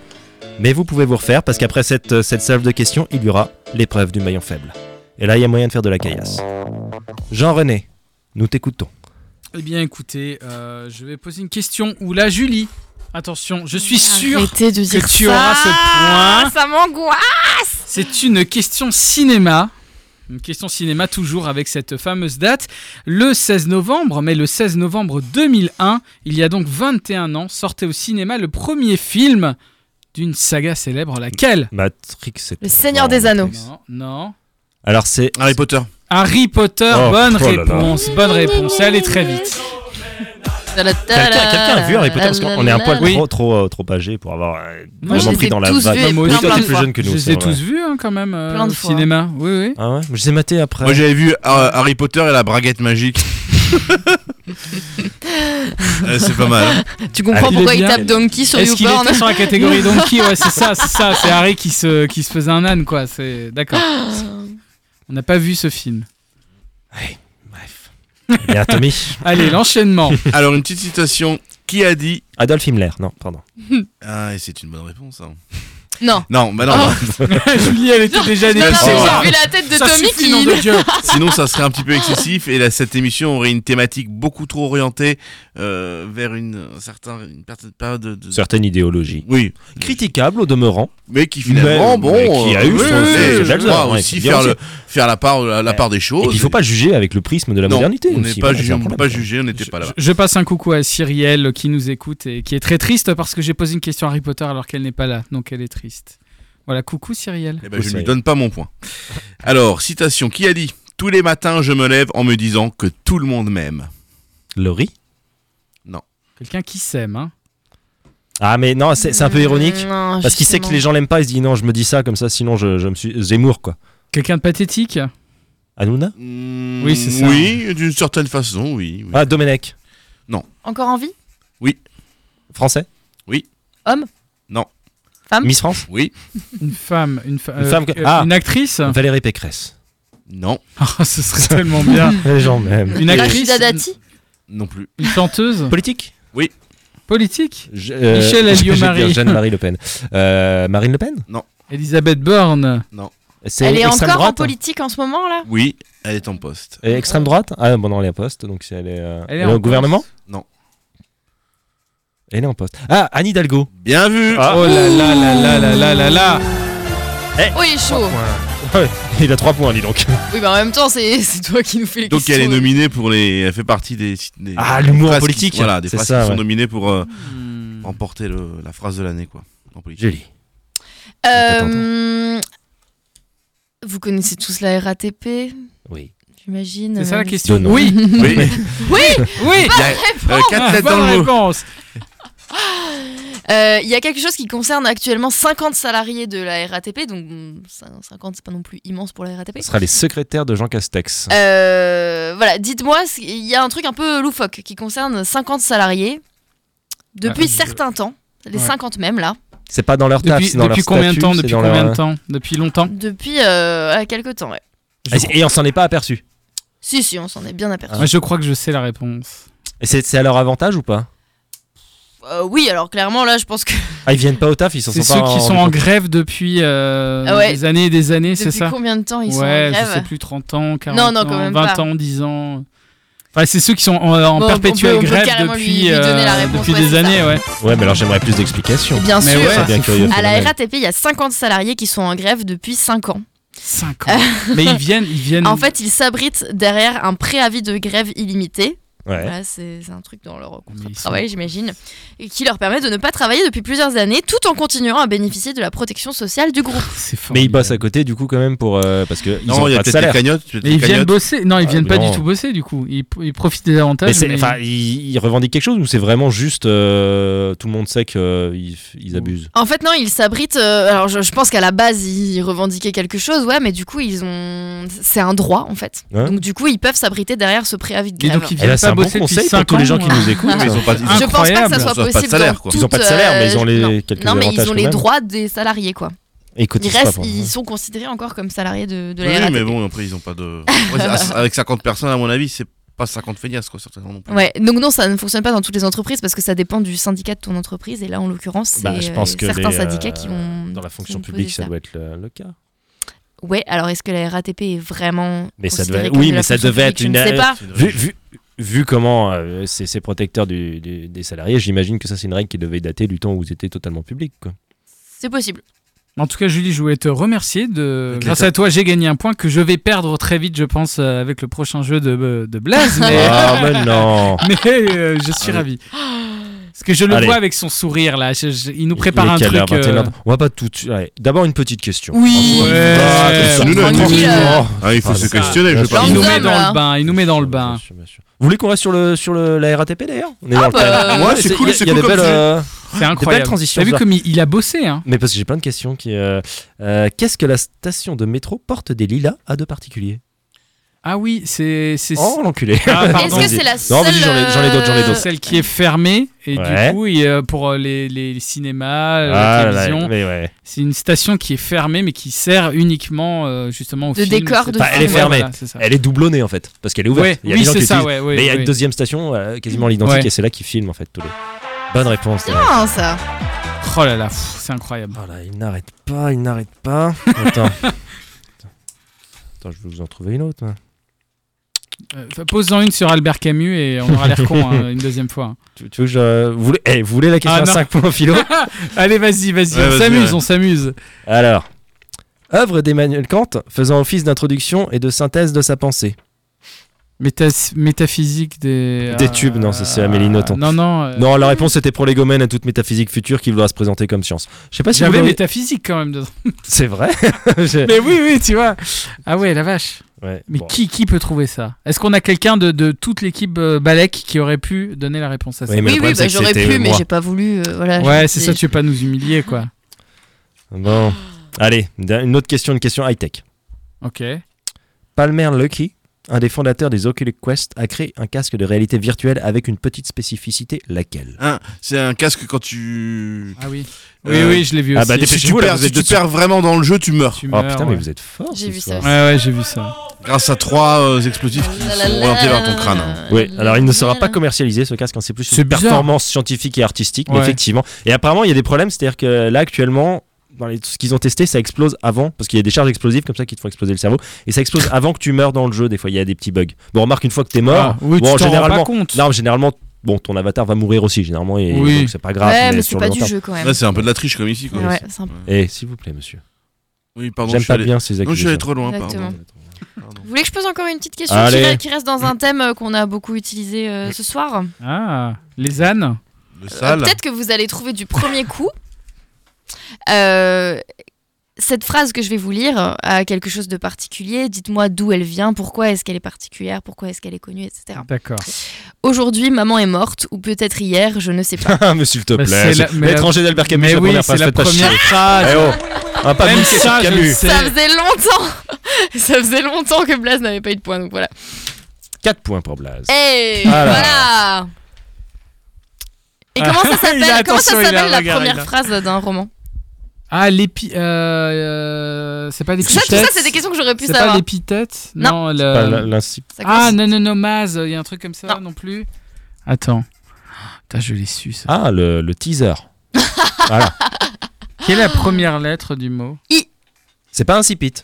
Mais vous pouvez vous refaire parce qu'après cette, euh, cette salve de questions, il y aura l'épreuve du maillon faible. Et là, il y a moyen de faire de la caillasse. Jean-René, nous t'écoutons.
Eh bien, écoutez, euh, je vais poser une question où là, Julie. Attention, je suis sûr.
Arrêtez de dire
tu
ça.
auras ce point.
Ça m'angoisse.
C'est une question cinéma. Une question cinéma toujours avec cette fameuse date. Le 16 novembre, mais le 16 novembre 2001, il y a donc 21 ans, sortait au cinéma le premier film d'une saga célèbre. Laquelle
Matrix, c'est.
Le Seigneur
Non,
des Anneaux.
Matrix.
Non, non.
Alors, c'est.
Harry Potter.
Harry Potter,
Oh,
bonne
oh là là.
réponse, bonne réponse, allez très vite.
Quelqu'un quelqu'un a vu Harry Potter parce qu'on est un poil
Oui.
trop, trop, euh, trop âgé pour avoir euh,
Moi, je
vraiment
les
pris
ai
dans la
tous vus
vague.
et
Oui,
plein,
toi,
plein
t'es
de
plus
fois.
jeune que
Je
nous.
les
c'est
ai
vrai.
tous vus hein, quand même euh,
Plein de
au
fois.
cinéma, oui oui.
Ah ouais, je les ai matés après.
Moi j'avais vu euh, Harry Potter et la braguette magique. Euh, c'est pas mal. hein.
Tu
Ah,
comprends
il est
pourquoi il
bien.
tape Donkey sur
Est-ce qu'il
YouPorn
était sur la catégorie Donkey Ouais, c'est ça, c'est ça, c'est Harry qui se, qui se faisait un âne quoi, c'est d'accord. On n'a pas vu ce film.
Bref. Et à Tommy.
Allez, l'enchaînement.
Alors une petite citation. Qui a dit
Adolf Himmler, non, pardon.
Ah, et c'est une bonne réponse. hein.
Non.
Non, bah non.
Oh.
bah,
Julie, elle était déjà
Non, non,
dépissée.
Oh.
j'ai vu la tête de
Ça
Tommy
suffit,
qui.
nom de Dieu.
Sinon, ça serait un petit peu excessif et là, cette émission aurait une thématique beaucoup trop orientée euh, vers une, un certain, une certaine période de. de-
Certaines idéologies.
Oui,
Critiquable au demeurant.
mais qui finalement,
Mais-
bon,
mais qui a
euh,
eu son-
oui,
ses-
oui,
ses
je crois
alzheimer,
aussi
et puis
faire,
bien
le, faire la part, la, la
Ouais.
part des
Et
choses.
puis, il faut pas juger avec le prisme de la
Oh, Non,
modernité.
on n'est
aussi,
pas
voilà, c'est
jugé,
un
on peut
problème.
pas juger, on n'était
Je,
pas là.
je passe un coucou à Cyrielle qui nous écoute et qui est très triste parce que j'ai posé une question à Harry Potter alors qu'elle n'est pas là, donc elle est triste. Voilà, coucou Cyrielle.
Eh ben, je
Vous
ne lui
savez.
donne pas mon point. Alors, citation, qui a dit Tous les matins, je me lève en me disant que tout le monde m'aime.
Le riz
Quelqu'un qui s'aime, hein.
Ah, mais non, c'est c'est
Euh,
un peu ironique.
Non,
Parce qu'il sait que les
justement.
gens l'aiment pas, il se dit non, je me dis ça comme ça, sinon je, je me suis. Zemmour, quoi.
Quelqu'un de pathétique
Hanouna
Mm,
Oui, c'est ça.
Oui, d'une certaine façon, oui. oui.
Ah, Domenech.
Encore en vie
Français
Hum.
Miss France
Oui,
Une femme, une, fa-
Une femme que-
euh,
Ah.
une actrice
Valérie Pécresse.
non,
Ah, Ce serait tellement bien.
Les gens même.
Une actrice
Rachida Dati
non plus.
Une chanteuse
Politique
Politique
Je- euh,
Michel Alliot-Marie.
j'allais dire Jeanne-Marie Le Pen. Euh, Marine Le Pen
Elisabeth Borne
Non.
C'est
Elle est
extrême
encore
hein.
en
droite
politique en ce moment là
Oui, elle est en poste.
Et extrême droite Ah bon, non, elle est en poste, donc c'est- elle est, euh, elle est
en
au gouvernement
poste.
Non.
Elle est en poste. Ah, Anne Hidalgo
Bien vu
Ah.
Oh là là là là là là là là
Oh, il est chaud.
Ouais, Il a 3 points, dis donc.
Oui, bah en même temps, c'est c'est toi qui nous fais les
Donc elle est
questions.
nominée pour les. Elle fait partie des. des-
Ah, l'humour en
phrases qui-
politique.
Voilà, des
C'est
phrases
ça,
qui sont
ouais.
nominées pour euh,
Hmm.
remporter le- la phrase de l'année, quoi. En politique.
Joli.
Euh, Vous connaissez tous la RATP,
Oui.
j'imagine.
C'est ça la
euh,
question
Donnons.
Oui
Oui,
Oui Ah,
il y a euh, quatre lettres dans
Bonne
le mot.
réponse
Euh, Il y a quelque chose qui concerne actuellement 50 salariés de la RATP, donc bon, ça- 50 c'est pas non plus immense pour la RATP.
Ce sera les secrétaires de Jean Castex.
Euh, voilà, dites-moi, c- il y a un truc un peu loufoque qui concerne 50 salariés depuis
Ah, je-
certains temps, les
Ouais.
50 même là,
C'est pas dans leur taf,
Depuis,
c'est dans
depuis
leur
combien de
statut,
temps
c'est
Depuis
dans
combien
leur-
de temps Depuis longtemps
depuis euh, quelques temps. Ouais.
Et Ah, c'est- Et on s'en est pas aperçu.
Si, si, on s'en est bien
Ah.
aperçu.
Moi, je crois que je sais la réponse.
Et c'est c'est à leur avantage ou pas
Ah.
Euh, oui, alors clairement là, je pense que
Ah, ils viennent pas au taf, ils s'en sont hein,
C'est
pas
ceux qui
rendus
sont en
compte.
grève depuis euh,
Ah ouais.
des années et des années, c'est
depuis
ça
combien de temps ils sont en
Ouais, je
grève
sais plus, 30 ans, 40
Non, non, quand
ans,
même
20
pas.
ans, 10 ans. Enfin, c'est ceux qui sont en, en
Bon, on
perpétuelle
peut- on peut
grève
carrément lui-
depuis,
lui donner la
euh,
réponse,
depuis
ouais,
des
c'est ça.
années, ouais.
Ouais, mais alors j'aimerais plus d'explications.
Bien
Mais
sûr.
ouais,
C'est bien
c'est
curieux.
fou.
À la
phénomène.
RATP, il y a 50 salariés qui sont en grève depuis 5 ans.
5 ans. Mais ils viennent, ils viennent.
En fait, ils s'abritent derrière un préavis de grève illimité.
Ouais.
Voilà, c'est c'est un truc dans leur contrat
Oh, Mais
de
ils sont-
travail, j'imagine, et qui leur permet de ne pas travailler depuis plusieurs années tout en continuant à bénéficier de la protection sociale du groupe.
c'est formidable.
Mais ils bossent à côté du coup quand même pour euh, parce que ils
Non,
ont
il y a
pas de
peut-être des
salaire.
cagnottes. peut-être
Mais
des
ils viennent
cagnottes.
bosser. Non, ils
Ah,
viennent pas
non.
du tout bosser du coup. Ils, ils profitent des avantages.
Mais c'est-
mais-
enfin, ils, ils revendiquent quelque chose ou c'est vraiment juste euh, tout le monde sait qu'ils ils abusent.
En fait, non, ils s'abritent. euh, alors, je, je pense qu'à la base, ils revendiquaient quelque chose, ouais, mais du coup, ils ont. C'est un droit, en fait.
Ouais.
Donc, du coup, ils peuvent s'abriter derrière ce préavis de
Et
grève.
donc ils
Et
viennent
là, eh ben, c'est
pas
un bon
bosser depuis
conseil pour
5
tous les gens qui nous écoutent.
Oui, mais ils ont pas. ils ont-
Je pense pas que ça
Incroyable.
soit
Ils ont pas de
possible.
salaire,
dans
quoi.
Ils ont pas de salaire, mais ils ont les
toute, euh,
quelques
Non, mais ils
avantages
ont
quand
les
même.
droits des salariés, quoi.
Et ils
Ils,
cotisent pas
restent,
pour-
ils sont considérés encore comme salariés de, de
Oui,
la RATP.
mais bon, après, ils ont pas de. Ouais, c'est- Avec 50 personnes, à mon avis, c'est pas 50 feignasses, quoi, certainement non plus.
Ouais, donc non, ça ne fonctionne pas dans toutes les entreprises parce que ça dépend du syndicat de ton entreprise. Et là, en l'occurrence, c'est
Bah, je pense
euh,
que
certains
les, euh,
syndicats qui ont.
dans la fonction
qui ont posé
publique, ça
ça.
doit être le, le cas.
Ouais, alors est-ce que la RATP est vraiment.
Mais ça
considérée
devait-
comme
oui,
de la
mais ça
fonction
devait
publique,
être
Je ne
une- E
sais pas.
C'est une vraie-
Vu, vu, vu comment euh, c'est c'est protecteur du- du- des salariés, j'imagine que ça, c'est une règle qui devait dater du temps où ils étaient totalement publics. Quoi.
C'est possible.
En tout cas, Julie, je voulais te remercier. De...
Avec
Grâce
les-
à toi, j'ai gagné un point que je vais perdre très vite, je pense, euh, avec le prochain jeu de, euh, de Blaze. Mais,
Ah, mais non
mais, euh, je suis
Allez.
ravi. Parce que je le
Ah Allez.
vois avec son sourire là. Je- je- Il nous
Il
prépare
est
un
quelle heure,
truc. euh,
21h? On va pas tout de suite- allez, D'abord, une petite question.
Oui.
Ouais.
Ah, comme ça,
Nous, nous,
tranquille, euh,
Ah, il faut
Pardon.
se questionner, je
Bien
veux
sûr.
pas.
Il nous
Nous
met
sommes,
dans
là.
le bain. Il nous met dans le bain.
Bien
Ah
sûr, bien sûr. Vous voulez qu'on reste sur, le, sur le, la RATP d'ailleurs On est dans le
bah,
thème.
euh,
Ouais, c'est cool,
il y a-
c'est
il y a
cool
des
comme
belles,
jeu.
euh,
C'est incroyable.
transitions,
T'as vu
ça.
comme il, il a bossé. Hein
Mais parce que j'ai plein de questions qui. euh, euh, Qu'est-ce que la station de métro porte des lilas à deux particuliers
ah oui, c'est c'est
Oh l'enculé
Ah, pardon.
Est-ce que c'est la
Non,
seule.
vas-y, j'en ai- j'en ai d'autres, j'en ai
euh,
d'autres.
celle qui est fermée et
Ouais.
du coup, il, euh, pour euh, les, les, les cinémas,
Ah,
euh, la
là, là,
télévision,
mais ouais.
C'est une station qui est fermée, mais qui sert uniquement euh, justement au
De
film,
décor,
etc.
de Enfin,
elle est
Ouais,
fermée.
voilà, c'est ça.
Elle est doublonnée en fait, parce qu'elle est ouverte.
Ouais,
Il y a
oui,
des gens
c'est
qui
ça.
l'utilisent,
Ouais, ouais,
mais il y a
ouais.
une deuxième station euh, quasiment l'identique
Ouais.
et c'est là qu'ils filment en fait tous les. Bonne réponse. Daniel.
Bien ça.
Oh là là, pff, c'est incroyable.
Oh là, il n'arrête pas, il n'arrête pas. Attends. Attends, je vais vous en trouver une autre. hein.
Euh, Pose-en une sur Albert Camus et on aura l'air con hein, une deuxième fois.
Tu, tu veux que je. Vous voulez, eh, vous voulez la question
Ah,
à
non.
5 points philo
Allez, vas-y, vas-y,
Ouais,
on
vas-y,
s'amuse,
ouais.
on s'amuse.
Alors, œuvre d'Emmanuel Kant faisant office d'introduction et de synthèse de sa pensée.
Métas- métaphysique des. Ah,
Des tubes, non, ça, c'est Amélie Nothomb.
Non, non. euh,
Non, la réponse c'était prolégomène à toute métaphysique future qui doit se présenter comme science. Je sais pas si vous
J'avais
l'avez-
métaphysique quand même dedans.
C'est vrai. Je-
Mais oui, oui, tu vois. Ah ouais, la vache.
Ouais,
Mais
bon.
qui, qui peut trouver ça Est-ce qu'on a quelqu'un de, de toute l'équipe euh, Balek qui aurait pu donner la réponse à ça
Oui, mais le
Oui, oui,
problème,
bah,
c'est que
j'aurais
c'était
pu, mais
moi.
j'ai pas voulu. euh, voilà,
Ouais,
j'ai-
c'est ça, tu veux pas nous humilier, quoi.
Bon. Allez, une autre question, une question high-tech.
Ok.
Palmer Luckey, un des fondateurs des Oculus Quest, a créé un casque de réalité virtuelle avec une petite spécificité, laquelle
Hein, c'est un casque quand tu.
Ah oui. Oui,
Euh,
oui, je l'ai vu
ah
aussi.
bah, des
Si tu
Vous, là,
perds,
vous
si
êtes
tu
dessus.
perds vraiment dans le jeu, tu meurs.
Tu
Oh
meurs,
putain,
ouais.
mais vous êtes fort.
J'ai
ce
vu
soir.
ça
Ouais, ouais, j'ai vu ça.
Grâce à trois euh, explosifs qui
La
sont
la la
orientés vers
la
ton
la
crâne. hein.
la
Oui,
la
alors il
la
ne sera
la
pas
la.
commercialisé ce casque, hein, c'est plus
C'est
une
bizarre.
performance scientifique et artistique, mais
Ouais.
effectivement. Et apparemment, il y a des problèmes, c'est-à-dire que là actuellement, dans les- ce qu'ils ont testé, ça explose avant, parce qu'il y a des charges explosives comme ça qui te font exploser le cerveau, et ça explose avant que tu meurs dans le jeu. Des fois, il y a des petits bugs. Bon, remarque une fois que t'es mort,
Ah, oui,
bon,
tu t'en rends
généralement,
pas compte.
non, mais généralement, bon, ton avatar va mourir aussi, généralement, et
Oui.
donc c'est pas grave.
ouais, mais c'est
sur le
pas
long
du
terme.
jeu quand même.
Là, c'est un peu de la triche comme ici. Quoi.
Ouais, c'est un peu-
Et s'il vous plaît, monsieur,
Oui,
Ah
pardon.
j'aime
je suis
pas
allé-
bien ces
Non, je suis allé
accusations.
trop loin,
Exactement.
pardon.
Vous voulez que je pose encore une petite question qui,
Allez.
re- qui reste dans un thème euh, qu'on a beaucoup utilisé euh, ce soir
Ah, les ânes.
Le
Euh,
sale.
Peut-être que vous allez trouver du premier coup. Euh, cette phrase que je vais vous lire a quelque chose de particulier. Dites-moi d'où elle vient, pourquoi est-ce qu'elle est particulière, pourquoi est-ce qu'elle est connue, etc.
D'accord.
Aujourd'hui, maman est morte, ou peut-être hier, je ne sais pas.
Ah, mais s'il te
Bah,
plaît,
c'est la-
c'est-
mais la-
l'étranger d'Albert Camus,
Mais
c'est la
oui,
première
c'est
phrase,
la
faites pas de
première
chier.
phrase.
Eh oh, un pas
Même
de question
ça,
de
je
Camus.
sais.
Ça faisait longtemps Ça faisait longtemps que Blaze n'avait pas eu de point, donc voilà.
4 points pour Blaze.
Et
Ah
Voilà.
Eh, voilà Et comment ça
Il a-
s'appelle Comment ça
attention, il a-
s'appelle la
regarde, il a-
première phrase d'un roman
Ah, l'épi. euh, euh, c'est pas
Parce que Ça,
l'épithète.
tout ça, c'est des questions que j'aurais pu
C'est pas
savoir.
l'épithète
Non.
le-
Pas la- l'insi-
Ça
Ah,
commence-
non, non, non, Maz, il y a un truc comme ça non,
Non.
plus. Attends. Putain, je l'ai su ça.
Ah, le, le teaser. voilà.
Quelle est
Ah.
la première lettre du mot
C'est pas insipide.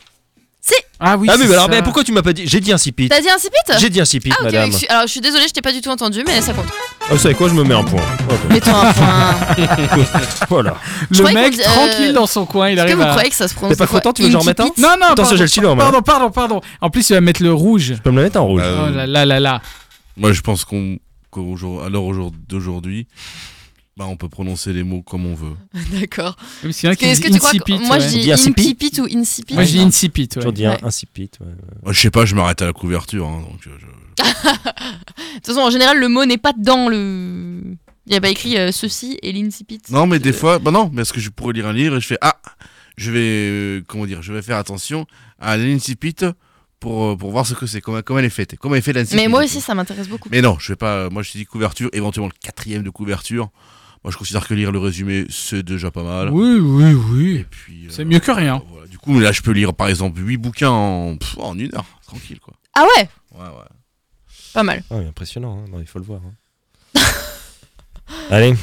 Ah oui,
ah, mais
c'est
alors,
ça.
mais pourquoi tu m'as pas dit J'ai dit insipide.
T'as dit insipide
J'ai dit insipide,
Ah ok,
madame.
excu- alors je suis désolée, je t'ai pas du tout entendu, mais ça compte.
Ah, vous savez quoi Je me mets un point. Ok.
Mets-toi un point.
voilà.
Je
Le
croyais
mec
qu'on dit- euh,
tranquille dans son coin, il
Est-ce que
arrive
vous
à.
croyez que ça se prononce
T'es pas
quoi,
content Tu veux que je remette un
incipite
Non, non,
Attention,
pardon,
j'ai le stylo, moi.
Pardon, pardon, pardon. En plus, il va mettre le rouge.
Je peux me le mettre en rouge
Euh,
Oh là là là là.
Moi, je pense qu'on qu'au jour- à l'heure aujourd'hui- d'aujourd'hui, bah, on peut prononcer les mots comme on veut.
D'accord.
Parce qu'il y en a
Parce que-
qui
Est-ce que
disent
tu crois
incipit,
que moi
ouais.
je dis
dit incipit
incipit ou incipit
Moi, je dis incipit. ouais.
Toujours dire
Ouais.
insipide. ouais.
Moi, Je sais pas, je m'arrête à la couverture. hein, donc, euh, je-
De toute façon, en général, le mot n'est pas dans le. Il n'y a pas écrit euh, ceci et l'incipit. Euh,
Non, mais des fois, bah non, parce que je pourrais lire un livre et je fais ah, je vais euh, comment dire, je vais faire attention à l'incipit pour euh, pour voir ce que c'est, comment comment elle est faite, comment est fait l'incipit.
Mais moi
et
aussi,
tout.
ça m'intéresse beaucoup.
Mais non, je vais pas. euh, Moi, je te dis couverture, éventuellement le quatrième de couverture. Moi, je considère que lire le résumé c'est déjà pas mal.
Oui, oui, oui.
Et puis. euh,
C'est mieux que rien.
voilà. Du coup, là, je peux lire par exemple 8 bouquins en, pff, en une heure, tranquille quoi.
Ah ouais
Ouais, ouais.
Pas mal.
Ah, mais impressionnant, hein. Non, il faut le voir. hein. Allez,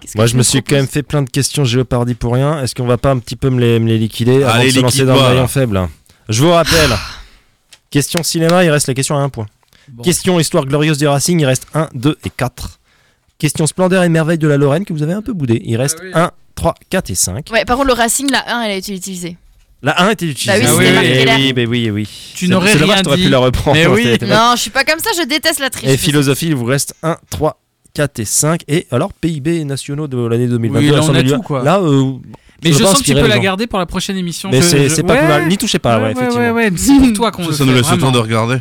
Qu'est-ce que
moi
tu
je me suis
proposes
quand même fait plein de questions géopardy pour rien. Est-ce qu'on va pas un petit peu me les, me les liquider avant
Allez,
de se lancer dans le
liquide-moi,
maillon
là.
faible hein Je vous rappelle, question cinéma, il reste la question à un point.
Bon.
Question histoire glorieuse du Racing, il reste 1, 2 et 4. Question splendeur et merveille de la Lorraine que vous avez un peu boudé, il reste
Ah oui.
1, 3, 4 et 5.
Ouais, par contre, le Racing, la 1, elle a été utilisée.
La 1 était utilisée.
Bah oui, c'était marqué
Eh
là.
oui, bah oui, eh oui.
Tu
C'est-
n'aurais
C'est dommage,
rien
t'aurais
dit.
pu la reprendre.
Mais oui.
c'était- c'était pas-
Non, je suis pas comme ça, je déteste la
Eh,
triche.
Et philosophie, il vous reste 1, 3, 4 et 5. Et alors, PIB nationaux de l'année 2022.
Oui, là,
à 100
on a
millions.
tout, quoi.
Là, euh,
Mais
ça
je
doit
sens que tu
inspirer
peux
les
la
gens.
garder pour la prochaine émission.
Mais
Je-
c'est
je-
c'est pas
Ouais,
plus mal. N'y touchez pas, ouais, effectivement.
ouais, ouais, mais C'est pour toi qu'on
Ça,
le
ça nous
fait,
laisse le temps
vraiment.
de regarder.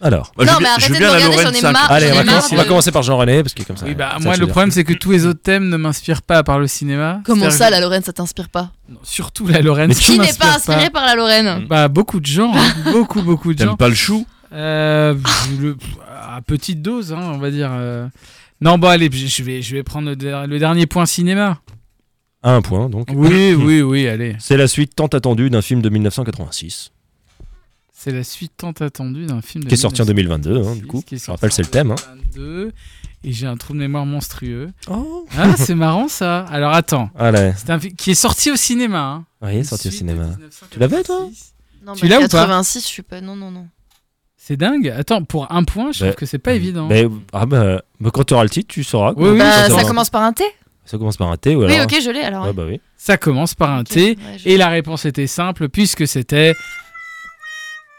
Alors,
Bah, je
Non,
veux
mais
bien-
arrêtez
je veux
de
bien
me
la
regarder,
Lorraine
j'en ai
5.
Ah,
marre.
allez,
j'en
on va,
ai marre
commencer,
de-
on va commencer par Jean-René, parce que comme ça.
Oui, bah
ça,
moi
tu
le
veux
problème c'est que tous les autres thèmes ne m'inspirent pas par le cinéma.
Comment
C'est-à-dire
ça, la Lorraine, ça t'inspire pas
que- Non, Surtout la Lorraine. ça
Qui n'est
m'inspire
pas inspiré par la Lorraine
Bah beaucoup de gens, hein. beaucoup beaucoup de gens.
T'aimes pas le chou
Euh, je le- à petite dose, hein, on va dire. euh. Non bon allez, je je vais je vais prendre le, der- le dernier point cinéma.
À un point, donc.
Oui oui oui allez.
C'est la suite tant attendue d'un film de 1986,
C'est la suite tant attendue d'un film de
qui est sorti en
1986,
2022, hein, du coup.
qui est
Je rappelle,
sorti
c'est le thème. hein.
en 2022, Et j'ai un trou de mémoire monstrueux.
Oh.
Ah c'est marrant ça. Alors attends,
Allez,
c'est un film qui est sorti au cinéma. hein.
voyez, Ah, sorti au
Suite Ah, de
cinéma.
1986.
Tu l'avais, toi
Non,
Tu l'as ou pas
86, je suis pas. Non, non, non.
C'est dingue. Attends, pour un point, je
Bah,
trouve que c'est pas évident.
Mais, ah bah, bah, quand tu auras le titre, tu sauras. quoi.
Oui, oui,
Bah,
Quand
ça
t'auras-
commence par un T
ça commence par un T ou alors.
Oui, ok, je l'ai alors.
Ouais, bah oui.
Ça commence par un
Ok,
T.
ouais, je-
Et la réponse était simple puisque c'était.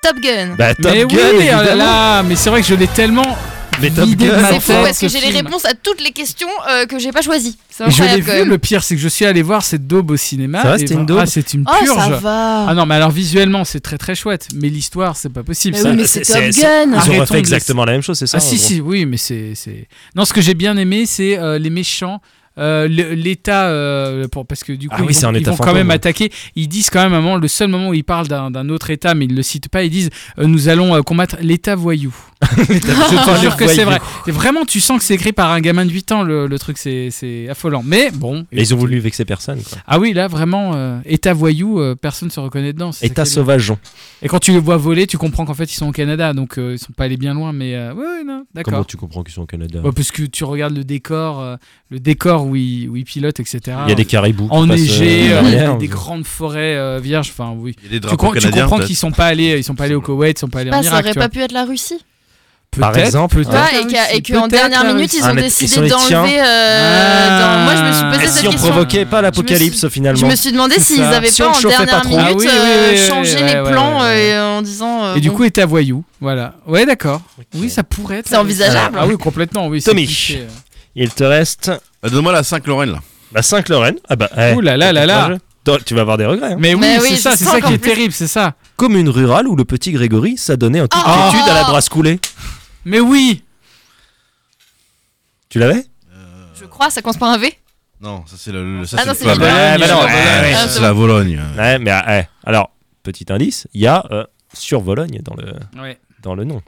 Top Gun.
Bah, Top
mais
Gun,
oui, oh là
évidemment.
là, mais c'est vrai que je l'ai tellement.
Mais Top
vidé de
Gun,
ma
c'est
C'est fou
tête,
fort.
parce que
ce
j'ai les
film.
réponses à toutes les questions euh, que j'ai pas choisies. C'est
Et je l'ai
incroyable quand
vu,
même.
le pire c'est que je suis allé voir cette daube au cinéma.
Ça va,
et
c'était une
ben,
daube
Ah, c'est une
Oh,
purge.
ça va.
ah non, mais alors visuellement c'est très très chouette, mais l'histoire c'est pas possible.
Mais
ça.
oui, mais
c'est-
c'est
c'est-
Top
c'est-
Gun.
Ils auraient
Arrêtons
fait
de-
exactement la même chose, c'est ça
ah
en
si
gros.
si, oui, mais c'est c'est. Non, ce que j'ai bien aimé c'est euh, les méchants. euh, le- l'État, euh, pour- parce que du coup,
Ah oui,
ils
c'est
vont,
un
ils
État
vont quand
fantôme,
même
ouais.
attaquer. Ils disent quand même, à un moment, le seul moment où ils parlent d'un d'un autre État, mais ils le citent pas, ils disent euh, Nous allons euh, combattre l'État voyou. Je te jure que c'est vrai. C'est vraiment, tu sens que c'est écrit par un gamin de 8 ans, le, le truc, c'est- c'est affolant. Mais bon.
Mais ils ont voulu vexer personne. Quoi.
Ah oui, là, vraiment, euh, état voyou, euh, personne se reconnaît dedans. c'est ça
État
qui est
sauvageon,
bien. Et quand tu les vois voler, tu comprends qu'en fait, ils sont au Canada, donc euh, ils sont pas allés bien loin, mais euh, ouais, ouais, non,
comment
d'accord.
tu comprends qu'ils sont au Canada
Bah, parce que tu regardes le décor, euh, le décor où où il, où il pilote, etc.
Il y a des caribous. qui
enneigés,
passent,
euh,
euh,
des-
derrière.
des grandes forêts euh, vierges. Enfin, oui.
Il y a des
Tu,
drapeaux
com- tu
canadiens.
comprends
peut-être.
qu'ils sont pas allés, euh, ils sont pas allés au Koweït, ils sont pas allés en
Bah, ça
Irak.
aurait
tu vois.
pas pu être la Russie.
Par
Peut-être,
exemple,
peut-être
Ah,
Pas,
la
et qu'à-
Russie,
et qu'en
peut-être
dernière
la
minute, ils
Ah,
ont
mais ils sont
décidé
les
d'enlever.
tiens.
euh, dans- Moi, je me suis
Ah,
Et
posé
si
cette
on
question.
provoquait pas l'apocalypse
Je
finalement
me suis demandé
C'est
s'ils
ça.
avaient
Si on
pas
le
en
chauffait
dernière
pas trop.
minute
Ah oui, oui,
euh,
oui, oui,
changé
ouais,
les
ouais,
plans
ouais, ouais.
euh, en disant. euh,
Et du
bon.
coup, est à voyou, voilà. Ouais, d'accord. Oui, ça pourrait être.
C'est envisageable.
Ah oui, complètement, oui. c'est
Tommy.
cliché.
Il te reste
Ah, Donne-moi la 5 Lorraine là.
la 5 Lorraine. Ah bah, eh,
Ouh là là là là. Mmh.
Toi, tu vas avoir des regrets. hein.
Mais oui,
Mais oui,
c'est ça,
je
c'est
sens
ça qui
qu'en
est
plus-
terrible, c'est ça.
Commune rurale où le petit Grégory s'adonnait en toute
Ah.
quiétude à la brasse coulée.
Mais oui.
Tu l'avais
Je crois, ça commence par un V.
Non, ça c'est le. le- ça,
Ah non,
le
c'est
club.
la Bologne.
Ouais, bah non,
Ah,
ouais, ouais.
ça,
Ah,
c'est
c'est
la Vologne.
Ouais, mais ah, ouais. alors, petit indice, il y a euh, sur Vologne dans le,
Ouais.
dans le nom.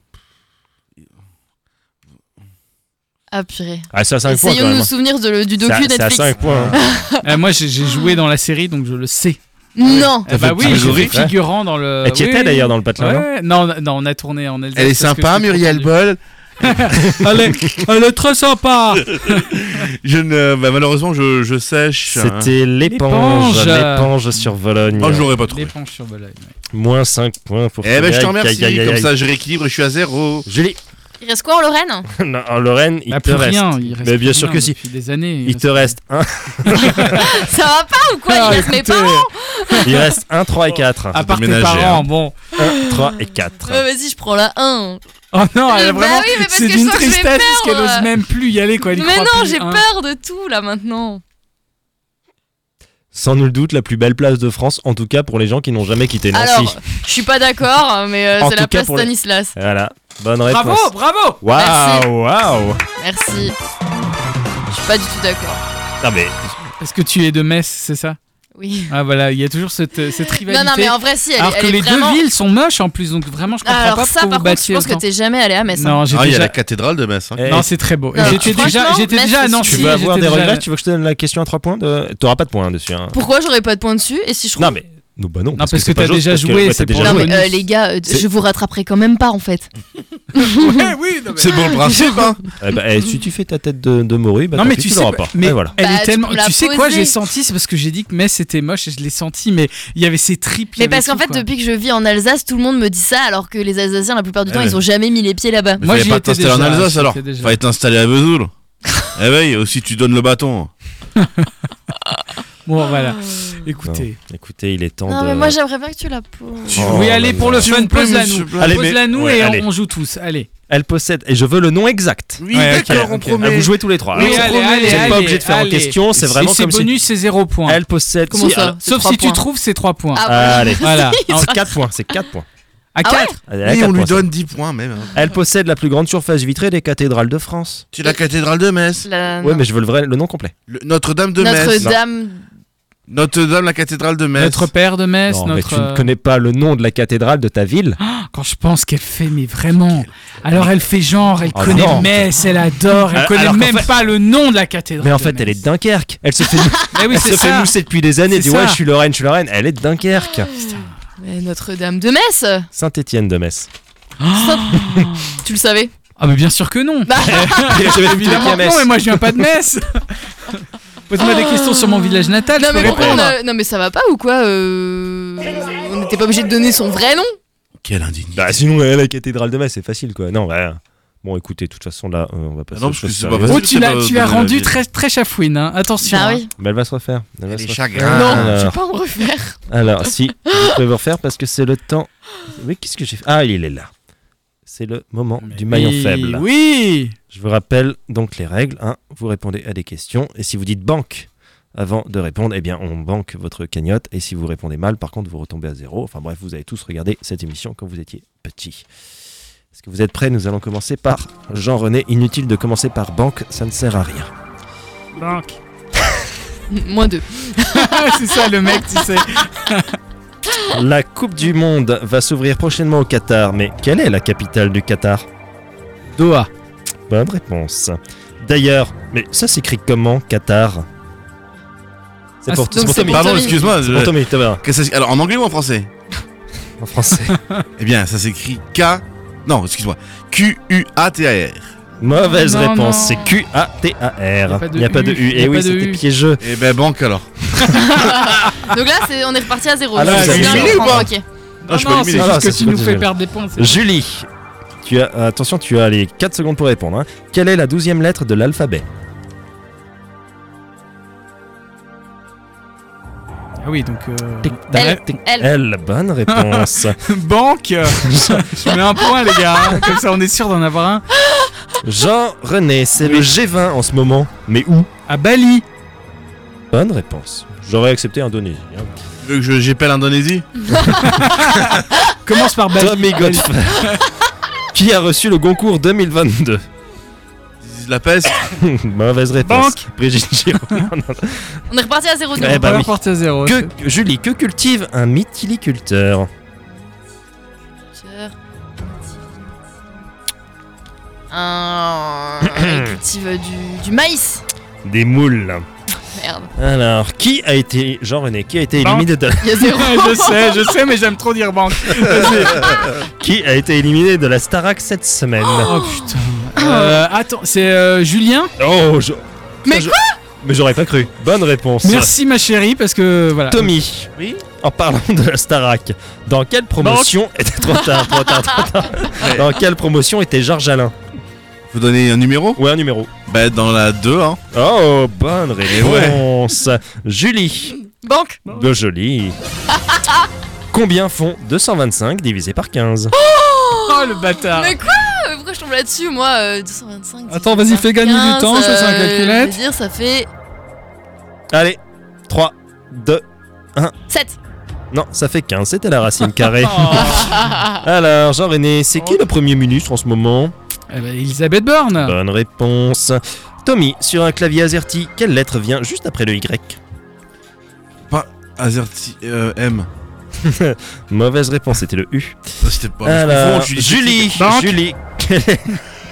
Ah purée.
Ah, c'est à 5 points quand
Essayons de
même.
nous
hein.
souvenir de le- du
C'est à-
docu
C'est à
Netflix.
5 points. hein.
Euh, moi, j'ai j'ai joué dans la série, donc je le sais.
Non.
T'as
Eh bah
fait
oui,
petit
j'étais
Grégory
figurant dans le.
Et tu y
Ah, oui,
étais
oui.
d'ailleurs dans le patelin, non
Ouais, non, non, on a tourné en Alsace.
Elle est
parce que
sympa,
je t'ai
Muriel
confondu.
Boll.
Elle est, elle est très sympa.
Je ne, bah, malheureusement, je, je sèche. hein.
C'était l'éponge,
L'éponge.
l'éponge sur Vologne.
Oh, je l'aurais pas trouvé.
L'éponge sur Bologne. ouais.
Moins 5 points pour
Eh ben, je te
Frédéric. Aïe,
remercie.
aïe, aïe,
Comme
aïe.
ça, je rééquilibre et je suis à zéro.
Julie,
Il reste quoi en Lorraine
non, en Lorraine, il
Bah,
te
plus
reste.
rien, il reste
Mais bien
plus
sûr
rien
que si.
depuis des années.
Il te reste 1,
Ça va pas ou quoi
Ah,
Il reste mes
écoutez,
parents.
il reste 1, 3 et 4.
À part tes
déménager,
parents,
hein.
bon.
1, 3 et 4.
Ouais, Vas-y, je prends la 1.
Oh non, elle a
Bah
vraiment.
oui, mais parce
c'est
que je
d'une
sens que je vais
tristesse parce qu'elle
perdre.
ose même plus y aller, quoi. Elle y
Mais
croit
non,
plus,
j'ai
hein.
peur de tout là maintenant.
Sans nul doute, la plus belle place de France, en tout cas pour les gens qui n'ont jamais quitté Nancy.
Alors, je suis pas d'accord, mais euh,
En
c'est
tout
la
cas
place
pour les-
Stanislas.
Voilà, bonne réponse.
Bravo, bravo.
Waouh, waouh
Merci. Je suis pas du tout d'accord.
Non mais,
Parce que tu es de Metz, c'est ça
Oui.
Ah voilà, il y a toujours cette, cette rivalité.
Non, non, mais en vrai, si, elle,
Alors
elle
que
est
les
vraiment.
deux villes sont moches en plus, donc vraiment, je comprends pas
Alors ça,
pourquoi
par
vous
contre, je
battiez
pense que
autant.
t'es jamais allé à Metz. hein.
Non, j'ai
Ah, il y a
déjà.
la cathédrale de Metz. hein.
Eh,
Non, c'est très beau.
Non,
J'étais déjà,
franchement,
j'étais
Metz,
déjà à
c'est-
Nancy.
tu veux avoir
j'étais
des
déjà-
regrets Tu veux que je te donne la question à 3 points de... T'auras pas de points hein, dessus. hein.
Pourquoi j'aurais pas de point dessus Et si je trouve.
Non mais, non, bah non,
parce que
c'est pas
t'as
juste,
déjà
parce que,
joué,
ouais, t'as
c'est
déjà
pour-
Non,
joué.
mais euh,
bonus.
les gars, euh,
C'est-
je vous rattraperai quand même pas en fait.
Ouais, oui, non, mais-
C'est bon le principe, hein.
Eh bah, eh, si tu fais ta tête de, de morue, bah
Non,
tant
mais
pis,
tu sais
l'auras
pas-
pas.
mais-
Et voilà.
Elle
Bah,
est
tu
tellement.
peux la
Tu sais quoi,
poser.
j'ai senti, c'est parce que j'ai dit que Metz était moche et je l'ai senti, mais il y avait ces tripes. il y
Mais
avait
parce qu'en
tout,
fait,
quoi.
depuis que je vis en Alsace, tout le monde me dit ça, alors que les Alsaciens, la plupart du
Ah
temps,
ouais.
ils ont jamais mis les pieds là-bas.
Mais
Moi,
fallait
j'y
pas
étais
t'installer en
déjà,
Alsace
j'y
alors.
étais déjà.
Fallait t'installer à Vesoul. eh oui, aussi tu donnes le bâton.
Bon, voilà.
Oh.
Écoutez.
Écoutez, il est temps
Non,
de...
mais moi j'aimerais bien que tu la poses.
Oh,
oui, allez,
bah,
pour le
S'il
fun,
vous plaît,
pose-la
monsieur
nous.
Blain.
Allez, mais-
Pose-la nous
ouais,
et on-
allez.
on joue tous. Allez.
Elle possède, et je veux le nom exact.
Oui,
Ouais, ok,
d'accord, on
ok.
promet.
Ah, vous jouez tous les trois.
Oui,
Alors,
allez,
vous
allez,
n'êtes pas
allez,
obligé de faire en
allez.
question, c'est
Et
vraiment
c'est
comme si
bonus, c'est 0 points.
elle possède.
Comment
si,
ça
alors-
C'est
Sauf
trois
si tu
points.
trouves, c'est 3 points.
Ah, bon,
Ah, allez.
Voilà.
C'est 4 points, c'est 4 points.
À
Ah ouais
4
Elle est à
Et
quatre
on lui
points, ça.
donne 10 points même. hein.
Elle possède la plus grande surface vitrée des cathédrales de France.
C'est la cathédrale de Metz.
La-
Ouais, mais je veux le vrai, le nom complet.
Le- Notre-Dame de Metz.
Notre-Dame.
Notre-Dame, la cathédrale de Metz.
Notre père de Metz,
non, mais
notre.
tu ne connais pas le nom de la cathédrale de ta ville.
Ah, Quand je pense qu'elle fait, mais vraiment. Alors elle fait genre, elle
Ah,
connaît
non.
Metz, elle adore, elle
Alors-
connaît
alors qu'en
même
fait-
pas le nom de la cathédrale.
Mais en
de
fait, elle est
Metz.
de Dunkerque. Elle se fait,
Eh oui,
elle
c'est
se fait
ça.
mousser depuis des années. Elle
C'est
dit ouais,
ça.
je suis Lorraine, je suis Lorraine. Elle est de Dunkerque.
Mais Notre-Dame de Metz
Saint-Étienne de Metz.
Tu le savais
Ah, mais bien sûr que non.
Bah,
Et je vais vous dire
Ah, Évidemment
qu'à
que
Metz.
non, mais moi je viens pas de Metz. Pose-moi des questions sur mon village natal, je
non,
Ah, peux
mais pourquoi on
répondre.
a- non, mais ça va pas ou quoi euh, On n'était pas obligé de donner son vrai nom
Quelle indignité.
Bah sinon, euh, la cathédrale de Metz, c'est facile quoi. Non, bah. Bon, écoutez, de toute façon, là, euh, on va passer
Ah non,
aux
parce que
choses
c'est pas
sérieuses.
facile.
Oh, tu l'as,
c'est
tu
pas
l'as
donné la
rendu
vie.
très, très chafouine, hein. attention.
Ah
hein.
oui
Mais elle va se refaire. Elle va
Elle
se
est
refaire.
chagrin.
Non,
Ah. Alors.
je vais pas en refaire.
Alors, si, je peux vous refaire parce que c'est le temps. Mais qu'est-ce que j'ai fait Ah, il est là. C'est le moment du maillon
Oui,
faible.
hein. Oui.
Je vous rappelle donc les règles. hein. Vous répondez à des questions. Et si vous dites banque avant de répondre, eh bien, on banque votre cagnotte. Et si vous répondez mal, par contre, vous retombez à zéro. Enfin bref, vous avez tous regardé cette émission quand vous étiez petit. Est-ce que vous êtes prêts Nous allons commencer par Jean-René. Inutile de commencer par banque, ça ne sert à rien.
Banque.
Moins deux.
Ah, c'est ça le mec, tu sais.
Ah, La Coupe du Monde va s'ouvrir prochainement au Qatar. Mais quelle est la capitale du Qatar
Doha.
Bonne réponse. D'ailleurs, mais ça s'écrit comment Qatar C'est
Ah,
pour,
c'est-
c'est
donc
pour
c'est
Tommy.
pour
Pardon,
Tommy.
excuse-moi.
C'est pour Tommy, t'as bien.
Qu'est-ce que c'est- Alors, en anglais ou en français
En français.
Eh bien, ça s'écrit K. Non, excuse-moi. Q-U-A-T-A-R.
Mauvaise
Non, non.
réponse, c'est Q-A-T-A-R.
Il
Il
y
n'y
a
a
pas
pas
de
de
U. Il
U.
y
Et
a pas
oui,
de
c'était
U.
piégeux.
Eh ben banque alors.
Donc là, c'est- on est reparti à zéro.
Ah là,
Je
vous
viens
avez
de
éliminé ou
prendre,
pas
ok.
Non, je peux
non,
éliminer.
c'est
Ah,
juste
ça,
que
c'est
tu
pas
nous
du
fais
jeu.
perdre des points. c'est-
Julie, tu as, attention, tu as les 4 secondes pour répondre. hein. Quelle est la douzième lettre de l'alphabet
Ah oui, donc. euh,
Elle. Elle.
L, bonne réponse.
Banque Je mets un point, les gars. hein. Comme ça, on est sûr d'en avoir un.
Jean-René, c'est le G20 en ce moment. Mais où
À Bali.
Eh Bonne réponse. J'aurais accepté Indonésie. hein.
Tu veux que je- j'épelle Indonésie
Commence par Bali.
Tommy Godfrey. Qui a reçu le Goncourt 2022
Ils disent La peste
Mauvaise réponse. Brigitte Giraud.
On est reparti à zéro. du
Eh
coup.
bah
on va
oui.
repartir à zéro.
Que, Julie, que cultive un mythiliculteur
Un. il cultive du, du maïs.
Des moules.
Merde.
Alors, qui a été. Jean-René, qui a été
Banque.
éliminé de la-
Il y a zéro.
je sais, je sais, mais j'aime trop dire banque.
qui a été éliminé de la Starac cette semaine
Oh putain. Euh, attends, c'est euh, Julien.
Oh, je-
Mais
je- Mais j'aurais pas cru. Bonne réponse.
Merci ma chérie, parce que voilà.
Tommy.
Oui
En parlant de la Starac, dans quelle promotion était trop tard, trop tard, trop tard. Dans quelle promotion était Georges Alain
Vous donnez un numéro
Ouais, un numéro.
Bah dans la 2 hein.
Oh, bonne
Eh ouais.
réponse. Julie,
Banque.
de jolie. Combien font 225 divisé par 15
Oh le bâtard.
Mais quoi Mais Pourquoi je tombe là-dessus moi euh, 225.
Attends, vas-y, fais gagner du
15,
temps, ça, c'est un
euh,
calculette.
Je veux dire, ça fait
Allez, 3, 2,
7.
non, ça fait 15, c'était la racine carrée.
Oh.
Ah. Alors, Jean-René, c'est qui le Premier ministre en ce moment
Eh ben, Elisabeth Borne.
Bonne réponse. Tommy, sur un clavier AZERTY, quelle lettre vient juste après le Y
Azerti euh, M.
Mauvaise réponse, c'était le U.
Ça, C'était pas.
Alors,
je suis
Julie,
Banque.
Julie, quelle est...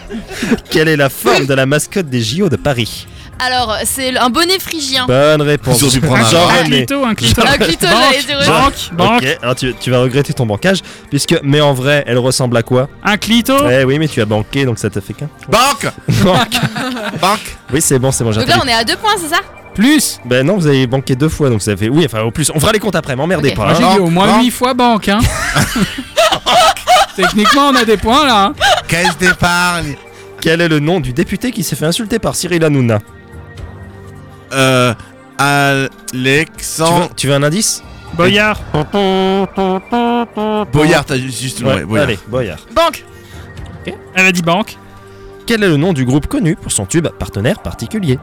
quelle est la forme de la mascotte des JO de Paris
Alors, c'est un bonnet phrygien.
Bonne réponse.
Ils ont dû prendre un
Jean
banque.
un
René.
clito, un clito.
Un clito,
Banque.
j'allais dire.
Jean-
Banque, Ah, banque,
Ok, alors tu, tu vas regretter ton banquage, puisque, mais en vrai, elle ressemble à quoi
un clito.
Eh oui, mais tu as banqué, donc ça t'a fait qu'un.
Banque
Banque.
Banque
Oui, c'est bon, c'est bon, j'ai
Donc là,
entendu.
on est à 2 points, c'est ça
Plus.
Ben non, vous avez banqué deux fois, donc ça fait. Oui, enfin, au plus, on fera les comptes après, m'emmerdez
Ok.
pas.
Moi,
hein.
j'ai dit au moins
banque.
8 fois banque. Hein. Techniquement, on a des points là. hein.
Caisse d'épargne
Quel est le nom du député qui s'est fait insulter par Cyril Hanouna
Euh.
tu veux,
Alexandre.
tu veux un indice
Boyard.
Boyard, t'as ju- juste. Ouais,
Ouais,
Boyard.
Allez, Boyard.
Banque.
Elle a dit banque.
Quel est le nom du groupe connu pour son tube partenaire particulier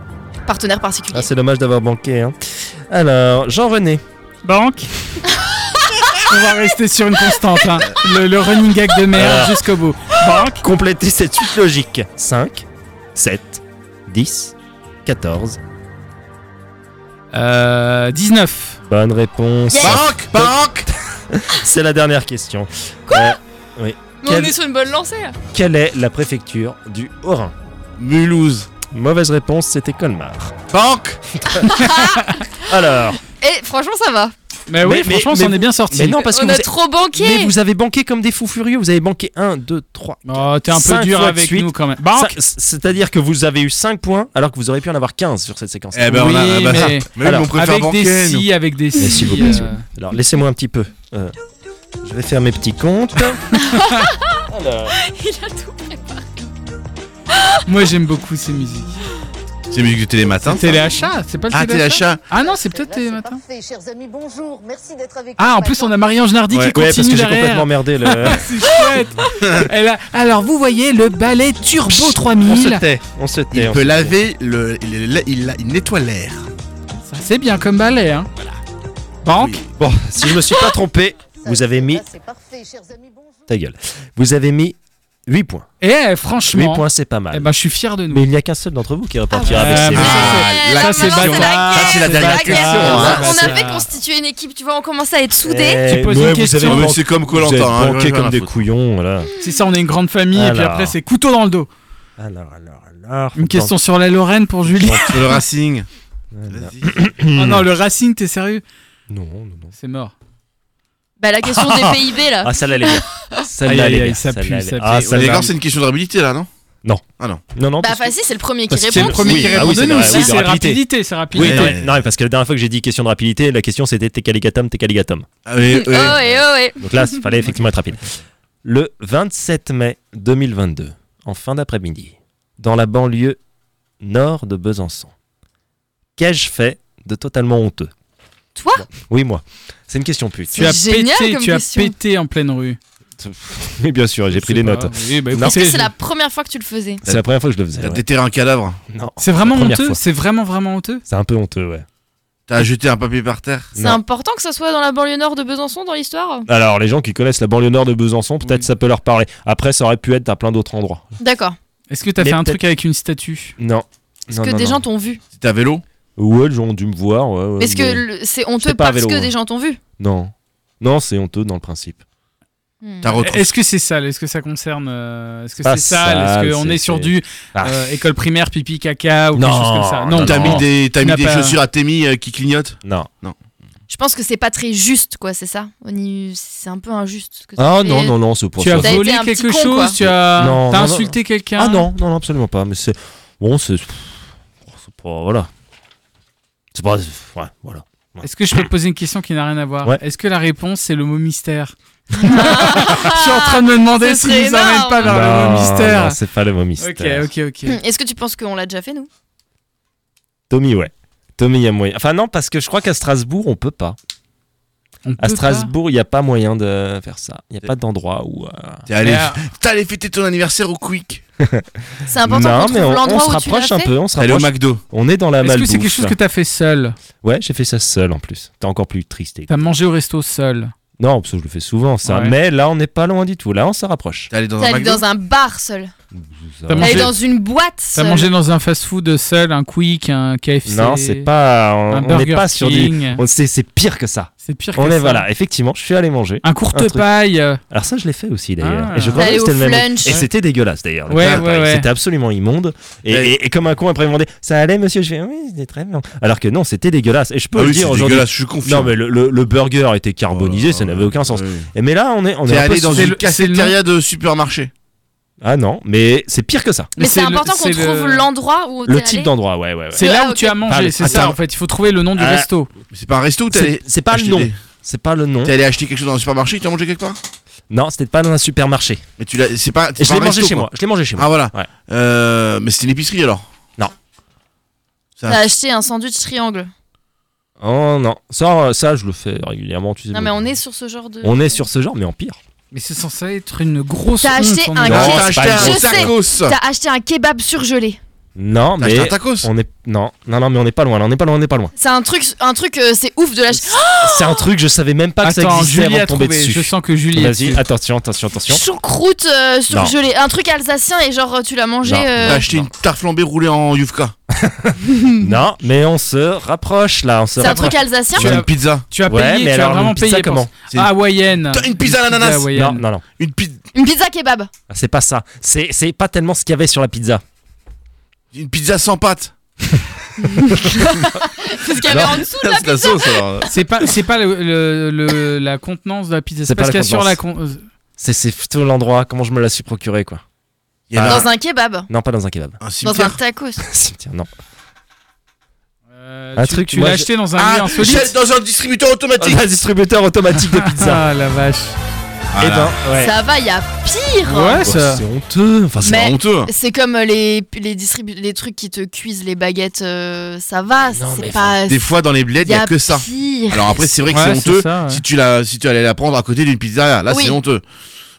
Partenaire particulier.
Ah, c'est dommage d'avoir banqué. Hein. Alors, Jean-René.
Banque. On va rester sur une constante. hein. Le, le running gag de merde jusqu'au bout. Banque.
Complétez cette suite logique 5, 7, 10, 14.
Euh, 19.
Bonne réponse. Ah,
Yeah.
Banque Banque
C'est la dernière question.
Mais on
Quel-
est sur une bonne lancée. là.
Quelle est la préfecture du Haut-Rhin
Mulhouse
Mauvaise réponse, c'était Colmar.
Banque
Alors,
Et franchement, ça va.
Mais oui,
Mais- mais-
franchement, on
mais-
est bien sorti.
mais non, parce que
on
vous,
a
avez-
trop
mais
banqué.
vous avez banqué comme des fous furieux. Vous avez banqué 1, 2, 3.
Oh, t'es un peu
Cinq
dur
fois de
avec
suite.
nous quand même. Banque.
C'est-à-dire que vous avez eu 5 points alors que vous auriez pu en avoir 15 sur cette séquence.
Eh ben on a.
Oui,
bah, ça-
mais-
oui,
Alors,
on préfère
avec
banquer,
des
nous.
si, avec des si.
Mais s'il vous plaît,
euh,
s'il Alors laissez-moi un petit peu. Euh, je vais faire mes petits comptes. Alors,
Il a tout préparé.
Moi, j'aime beaucoup ces musiques.
C'est musique du télématin. ça.
Téléachat, c'est pas le
Ah,
téléachat.
téléachat
Ah non, c'est peut-être télématin.
Parfait, chers amis, bonjour. Merci d'être avec nous.
Ah, en
ce
plus, on
matin.
a Marie-Ange Nardi qui
ouais, ouais,
continue
parce que j'ai
derrière. Ah,
complètement merdé le.
C'est chouette. Elle a- Alors, vous voyez le ballet Turbo
on se
3000.
tait, on se tait.
Il
on se
peut
tait.
laver le. Il, il- il- il nettoie l'air.
Ça, C'est bien comme ballet, hein. Banque.
Oui.
Bon, si je me suis pas trompé, vous avez mis
Ah, c'est parfait, chers amis, bonjour.
ta gueule. Vous avez mis 8 points.
Eh,
8
franchement.
points, c'est pas
Eh
mal.
ben, je suis fier de nous.
Mais il n'y a qu'un seul d'entre vous qui repartira
Ah,
avec
bah,
ses
bah,
points.
Ah,
là,
ça, c'est
maintenant,
bâtard.
guerre.
Ça, c'est la dernière
la
question,
guerre.
hein.
On a-
Ah,
on
c'est
avait
ça.
constitué une équipe, tu vois, on commençait à être soudés.
Eh,
Tu poses une
ouais,
question.
Vous
Ouais,
avez,
c'est comme hein,
vous avez
Colantin.
banqué comme des couillons, voilà.
C'est ça, on est une grande famille. Et puis
Alors.
après, c'est couteau dans le dos.
Alors, alors, alors.
Une question sur la Lorraine pour Julie.
Sur le Racing. Vas-y.
Ah non, le Racing, t'es sérieux
Non, non, non.
C'est mort.
Bah, la question des PIB là. Bah,
Ah, celle-là, les gars.
Aïe,
Celle-là,
aïe,
les
aïe,
gars.
ça pue,
celle-là,
ça
les- Ah,
pue. Bah,
celle-là.
Les gars, c'est une question de habilité là, non
Non, non.
Bah,
parce que-
enfin, si, c'est le premier qui
parce que
répond.
Le premier
Oui,
qui
ah
répond
oui,
de
c'est
nous,
vrai,
si,
oui, de
c'est
rapidité.
rapidité, c'est rapide.
Oui,
Oui,
non,
ouais.
non, mais parce que la dernière fois que j'ai dit question de rapidité, la question c'était Tekaligatam, Tekaligatam.
Ah, mais,
Oh,
ouais.
et oh, et.
Donc là, il fallait effectivement être rapide. Le 27 mai 2022, en fin d'après-midi, dans la banlieue nord de Besançon, qu'ai-je fait de totalement honteux
Toi
Oui, moi. C'est une question pute.
Tu as
C'est génial
pété,
comme
tu as
question.
pété en pleine rue.
Oui, bien sûr, j'ai pris
Je sais
des
pas.
notes.
Oui, bah,
Non.
Est-ce que
écoutez,
c'est
je-
la première fois que tu le faisais
C'est la première fois que je le faisais.
T'as
ouais.
déterré un cadavre
Non,
C'est vraiment
la première
honteux
fois.
C'est vraiment, vraiment honteux
C'est un peu honteux, ouais.
T'as jeté un papier par terre
C'est
Non.
important que ça soit dans la banlieue nord de Besançon dans l'histoire
Alors, les gens qui connaissent la banlieue nord de Besançon, peut-être
Oui.
ça peut leur parler. Après, ça aurait pu être à plein d'autres endroits.
D'accord.
Est-ce que t'as
Mais
fait un
peut-être-
truc avec une statue
Non.
Est-ce
Non,
que
non,
des
non. Euh,
gens t'ont vu
C'était à vélo
Ouais, les gens ont dû me voir. ouais, ouais,
Mais Est-ce que
mais-
le- c'est
J'étais
honteux
pas à
parce
vélo, hein.
que
ouais.
des gens t'ont vu
Non. Non, c'est honteux dans le principe.
Hmm.
T'as retrouvé
Est-ce que c'est sale Est-ce que ça concerne euh, Est-ce que
Pas
c'est sale
sale,
Est-ce qu'on
c'est-
est sur
c'est-
du
Ah.
euh, école primaire, pipi, caca ou
Non,
quelque chose comme ça
non,
T'as
non.
mis des, t'as
Tu
mis
n'as
des
pas-
chaussures à Témi euh, qui clignotent
Non.
Je pense que c'est pas très juste, quoi, c'est ça On y- C'est un peu injuste. ce que tu
Ah
fais.
non, non, non, c'est pour
Tu as
ça.
T'as été
volé
un petit
quelque
con,
chose
quoi.
Tu as
Non,
t'as
non, non.
insulté quelqu'un
Ah non, non, non, absolument pas. Mais c'est. Bon, c'est. C'est pas. Voilà. C'est pas. Ouais, voilà.
Est-ce que je peux te poser une question qui n'a rien à voir
Ouais.
Est-ce que la réponse c'est le mot mystère Je suis en train de me demander
Ce
si
serait
nous emmène
énorme.
pas vers Ah, le mot
Non,
mystère.
non, c'est pas le mot
Ok,
mystère.
ok, ok.
Hmm, Est-ce que tu penses qu'on l'a déjà fait, nous
Tommy, ouais. Tommy, il y a moyen. Enfin, non, parce que je crois qu'à Strasbourg, on peut pas.
On peut
À
pas.
Strasbourg, il n'y a pas moyen de faire ça. Il n'y a pas d'endroit où. euh,
T'es allé,
Ah.
t'es allé fêter ton anniversaire au Quick
C'est important qu'on
Non, mais
trouve
on, on
l'endroit
se
où tu l'as
rapproche un
fait.
peu. On se
T'es allé au
rapproche.
McDo
On est dans la
Est-ce que
malbouffe.
c'est quelque chose que t'as fait seul
Ouais, j'ai fait ça seul en plus. T'es encore plus triste.
T'as mangé au resto seul
Non, parce que je le fais souvent ça.
Ouais.
Mais là, on n'est pas loin du tout. Là, on se rapproche.
T'es allé dans
T'es
un
allé
McDo
dans un bar seul.
Ça va.
T'as
T'es allé
Manger-
dans une boîte
T'as
seul.
mangé dans un fast-food seul, un Quick, un KFC
Non, c'est pas.
un
On on n'est
Burger
pas sur du.
King.
on- C'est c'est pire que ça.
C'est pire que
On
ça.
est voilà, effectivement, je suis allé manger.
Un courte
Un truc.
paille. euh,
Alors ça, je l'ai fait aussi d'ailleurs.
Ah.
Et je
T'es
pense
allé
que c'était
au
le même.
flunch.
Et c'était dégueulasse d'ailleurs. le
Ouais,
pain,
ouais,
pareil.
ouais.
C'était absolument immonde. Et,
Ouais.
et- et comme un con après ils m'ont dit ça allait monsieur, je fais oui c'était très bien. Alors que non, c'était dégueulasse. Et je peux
Ah
le
oui,
dire
c'est
aujourd'hui.
dégueulasse, je suis confiant.
Non mais le, le- le burger était
Oh,
carbonisé, ça n'avait aucun sens. Et mais là, on est on est
T'es
un peu
allé
sur-
dans
c'est
une
le- c'est le nom.
cafétéria de supermarché.
Ah non, mais c'est pire que ça.
Mais c'est
le-
important qu'on
c'est le-
trouve l'endroit où
Le
t'es
type
allé.
d'endroit, ouais ouais. ouais.
C'est
Ah,
là où
ok.
tu as
Ah,
mangé,
le-
c'est ça
attends.
en fait. Il faut trouver le nom du
Ah.
resto.
Mais C'est pas un resto ou t'es allé.
C'est c'est pas le
acheter
nom.
des-
C'est pas le nom.
T'es allé acheter quelque chose dans un supermarché, t'as mangé quelque part
Non, c'était pas dans un supermarché.
Mais tu l'as. C'est pas. c'est
Et je
pas
l'ai
un
mangé
resto,
chez
quoi.
moi. Je l'ai mangé chez moi.
Ah voilà.
Ouais.
Euh, mais c'était une épicerie alors.
T'as acheté un sandwich triangle.
Ah.
Oh non, ça, euh, ça je le fais régulièrement. Tu sais,
Non,
bon.
mais on est sur ce genre de.
On est sur ce genre, mais en pire.
Mais c'est censé être une grosse.
T'as
honte,
acheté
on
un
est-
Non,
kebab.
t'as
c'est
acheté
pas
un
une grosse
tacos. T'as
T'as acheté un kebab surgelé.
Non,
acheté un
mais
tacos.
on est non, non, non, mais on n'est pas loin. Là, on n'est pas loin. On n'est pas loin.
C'est un truc, un truc, euh, c'est ouf de l'acheter.
C'est un truc, je savais même pas que ça
Attends,
existait
Julie
avant
a
de tomber
trouvé. Je
dessus.
sens que Julie. est
Vas-y,
dessus.
attention, attention, attention.
Choucroute euh, surgelée, un truc alsacien et genre tu l'as mangé.
Non.
euh,
acheté une tarte flambée roulée en yufka.
Non, mais on se rapproche là, on se
C'est un
rapproche.
truc alsacien.
Tu
Tu as
as-
une pizza.
Tu as
ouais,
payé,
mais
tu
alors
as
une
vraiment
pizza
payé. pour
comment
ça. Ah, hawaïenne.
T'as une pizza à l'ananas.
Pizza hawaïenne.
Non, non, non,
Une pizza.
Une pizza kebab.
Ah, c'est pas ça. C'est, c'est pas tellement ce qu'il y avait sur la pizza.
Une pizza sans pâte.
C'est ce qu'il y avait
Non.
en dessous.
C'est la sauce alors.
C'est pas, c'est pas le, le- le- la contenance de la pizza.
C'est
C'est parce
pas
qu'il y
la
a sur la con- euh,
C'est, c'est plutôt l'endroit. Comment je me la suis procuré quoi
Il y en a
Dans un kebab.
Non, pas dans un kebab.
un
Dans un
cimetière.
tacos.
Cimetière, non.
euh,
Un
tu,
truc,
Tu
moi,
l'as
je-
acheté dans un lieu
Ah,
insolite.
c'est dans un distributeur automatique.
Un distributeur automatique de pizza.
Ah la vache.
Et
Voilà.
ouais.
Ça va, il y a pire.
Ouais,
Oh,
ça.
c'est honteux. Enfin, c'est-
Mais-
C'est honteux. hein.
C'est comme euh, les, les, distribu- les trucs qui te cuisent les baguettes, euh, ça va,
Non, mais
c'est pas.
Des fois dans les bleds, il y a que ça.
pire.
Alors après, c'est vrai que
Ouais,
c'est honteux.
ça, hein. ouais.
Si tu l'as, si tu allais la prendre à côté d'une pizzeria, là
Oui.
c'est honteux.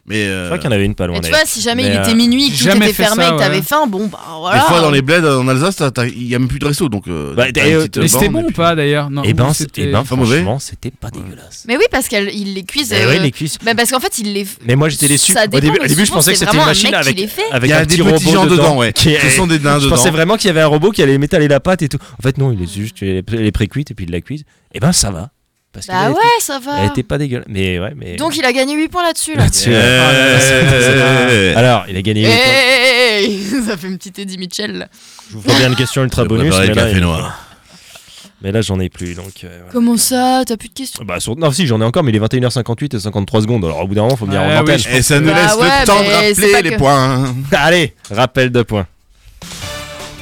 Mais
Je
euh,
crois qu'il y en avait une pas loin.
Mais tu
d'ailleurs.
vois, si jamais
Mais,
il
euh,
était minuit, que
j'ai
tout
jamais
était
fait
fermé
ça,
et que t'avais
ouais.
faim, bon bah voilà.
des fois dans les bleds euh, en Alsace, t'as- t'as- il y a même plus de resto, donc. euh,
Bah,
t'as
et,
une
euh,
petite
Mais c'était
borne,
bon
et
ou
puis-
pas d'ailleurs Non.
Eh ben,
ou
c'est-
c'était-
eh ben,
pas mauvais.
franchement, c'était pas dégueulasse.
Mais oui, parce qu'ils les cuisent.
Mais
euh,
ouais, Eh les cuisses.
bah, parce qu'en fait, ils les.
Mais moi j'étais déçu.
Ça
au
dépend,
début,
mais
au début, je
souvent,
pensais que
c'est
c'était une
vraiment un
machine
mec qui
avec,
les fait.
avec
Il y a
un
des
petit
petits
robot
gens
dedans.
dedans, ouais.
qui est-
Ce sont des nains
je
dedans.
pensais vraiment qu'il y avait un robot qui allait m'étaler la pâte et tout. En fait, non, il est juste il les précuite et puis il la cuise. Et ben ça va. Parce
Bah
qu'elle
ouais,
était,
ça va.
elle était pas dégueulasse. Mais ouais, mais.
Donc il a gagné 8 points là-dessus. Là.
là-dessus. ouais.
Eh.
Alors, il a gagné. huit
Eh,
points.
Hey ça fait une petite Eddie Mitchell. là.
Je vous ferai bien une question ultra
J'ai
bonus.
préparé
mais
le
là,
café
il-
noir.
Mais là, j'en ai plus. Donc, euh, voilà.
Comment ça T'as plus de questions
Bah, sur- Non, si, j'en ai encore, mais il est 21h58 et 53 secondes. Alors, au bout d'un moment, faut venir
Ouais,
en antenne.
oui, je
Et ça nous
Bah
laisse
ouais,
le temps de
mais c'est pas
rappeler les
que-
points. hein.
Allez, rappel de points.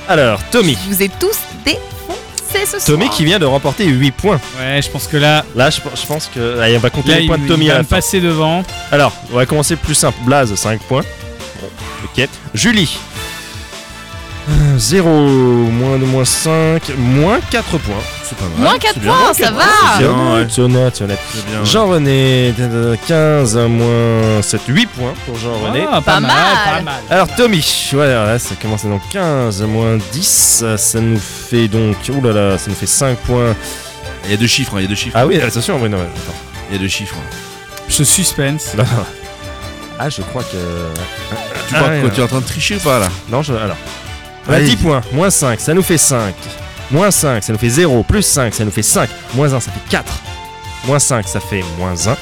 Alors, Tommy.
Je vous ai tous défoncé ce soir.
Tommy qui vient de remporter 8 points.
Ouais, je pense que là,
Là, je, je pense que. Allez, on va compter
là
les
il,
points de Tommy
il
à
va
la
me
fin.
passer devant.
Alors, on va commencer plus simple. Blaze, 5 points. Bon, ok. Julie. 0, moins de moins 5, moins 4 points.
C'est pas mal.
Moins 4
c'est bien,
points,
moins
ça
quatre
va
c'est
C'est
bien,
honnête,
ouais.
c'est honnête, c'est honnête.
C'est bien, ouais.
Jean-René, euh, 15, moins 7, 8 points pour Jean-René.
Ah, pas,
Pas
mal, pas mal.
Alors Tommy, voilà, là, ça commence à donc 15 moins 10, ça nous fait donc, oulala, ça nous fait 5 points.
Il y a deux chiffres, hein, il y a deux chiffres.
Ah oui, Ah attention, oui, non, attends.
Il y a deux chiffres. hein.
Je suspense.
Non. Ah, je crois que... Ah
Tu crois
ouais,
que
ouais.
tu es en train de tricher ou pas là
Non, je... Alors. On a
Allez.
10 points, moins 5, ça nous fait 5. Moins 5, ça nous fait 0. Plus 5, ça nous fait 5. Moins 1, ça fait 4. Moins 5, ça fait moins 1.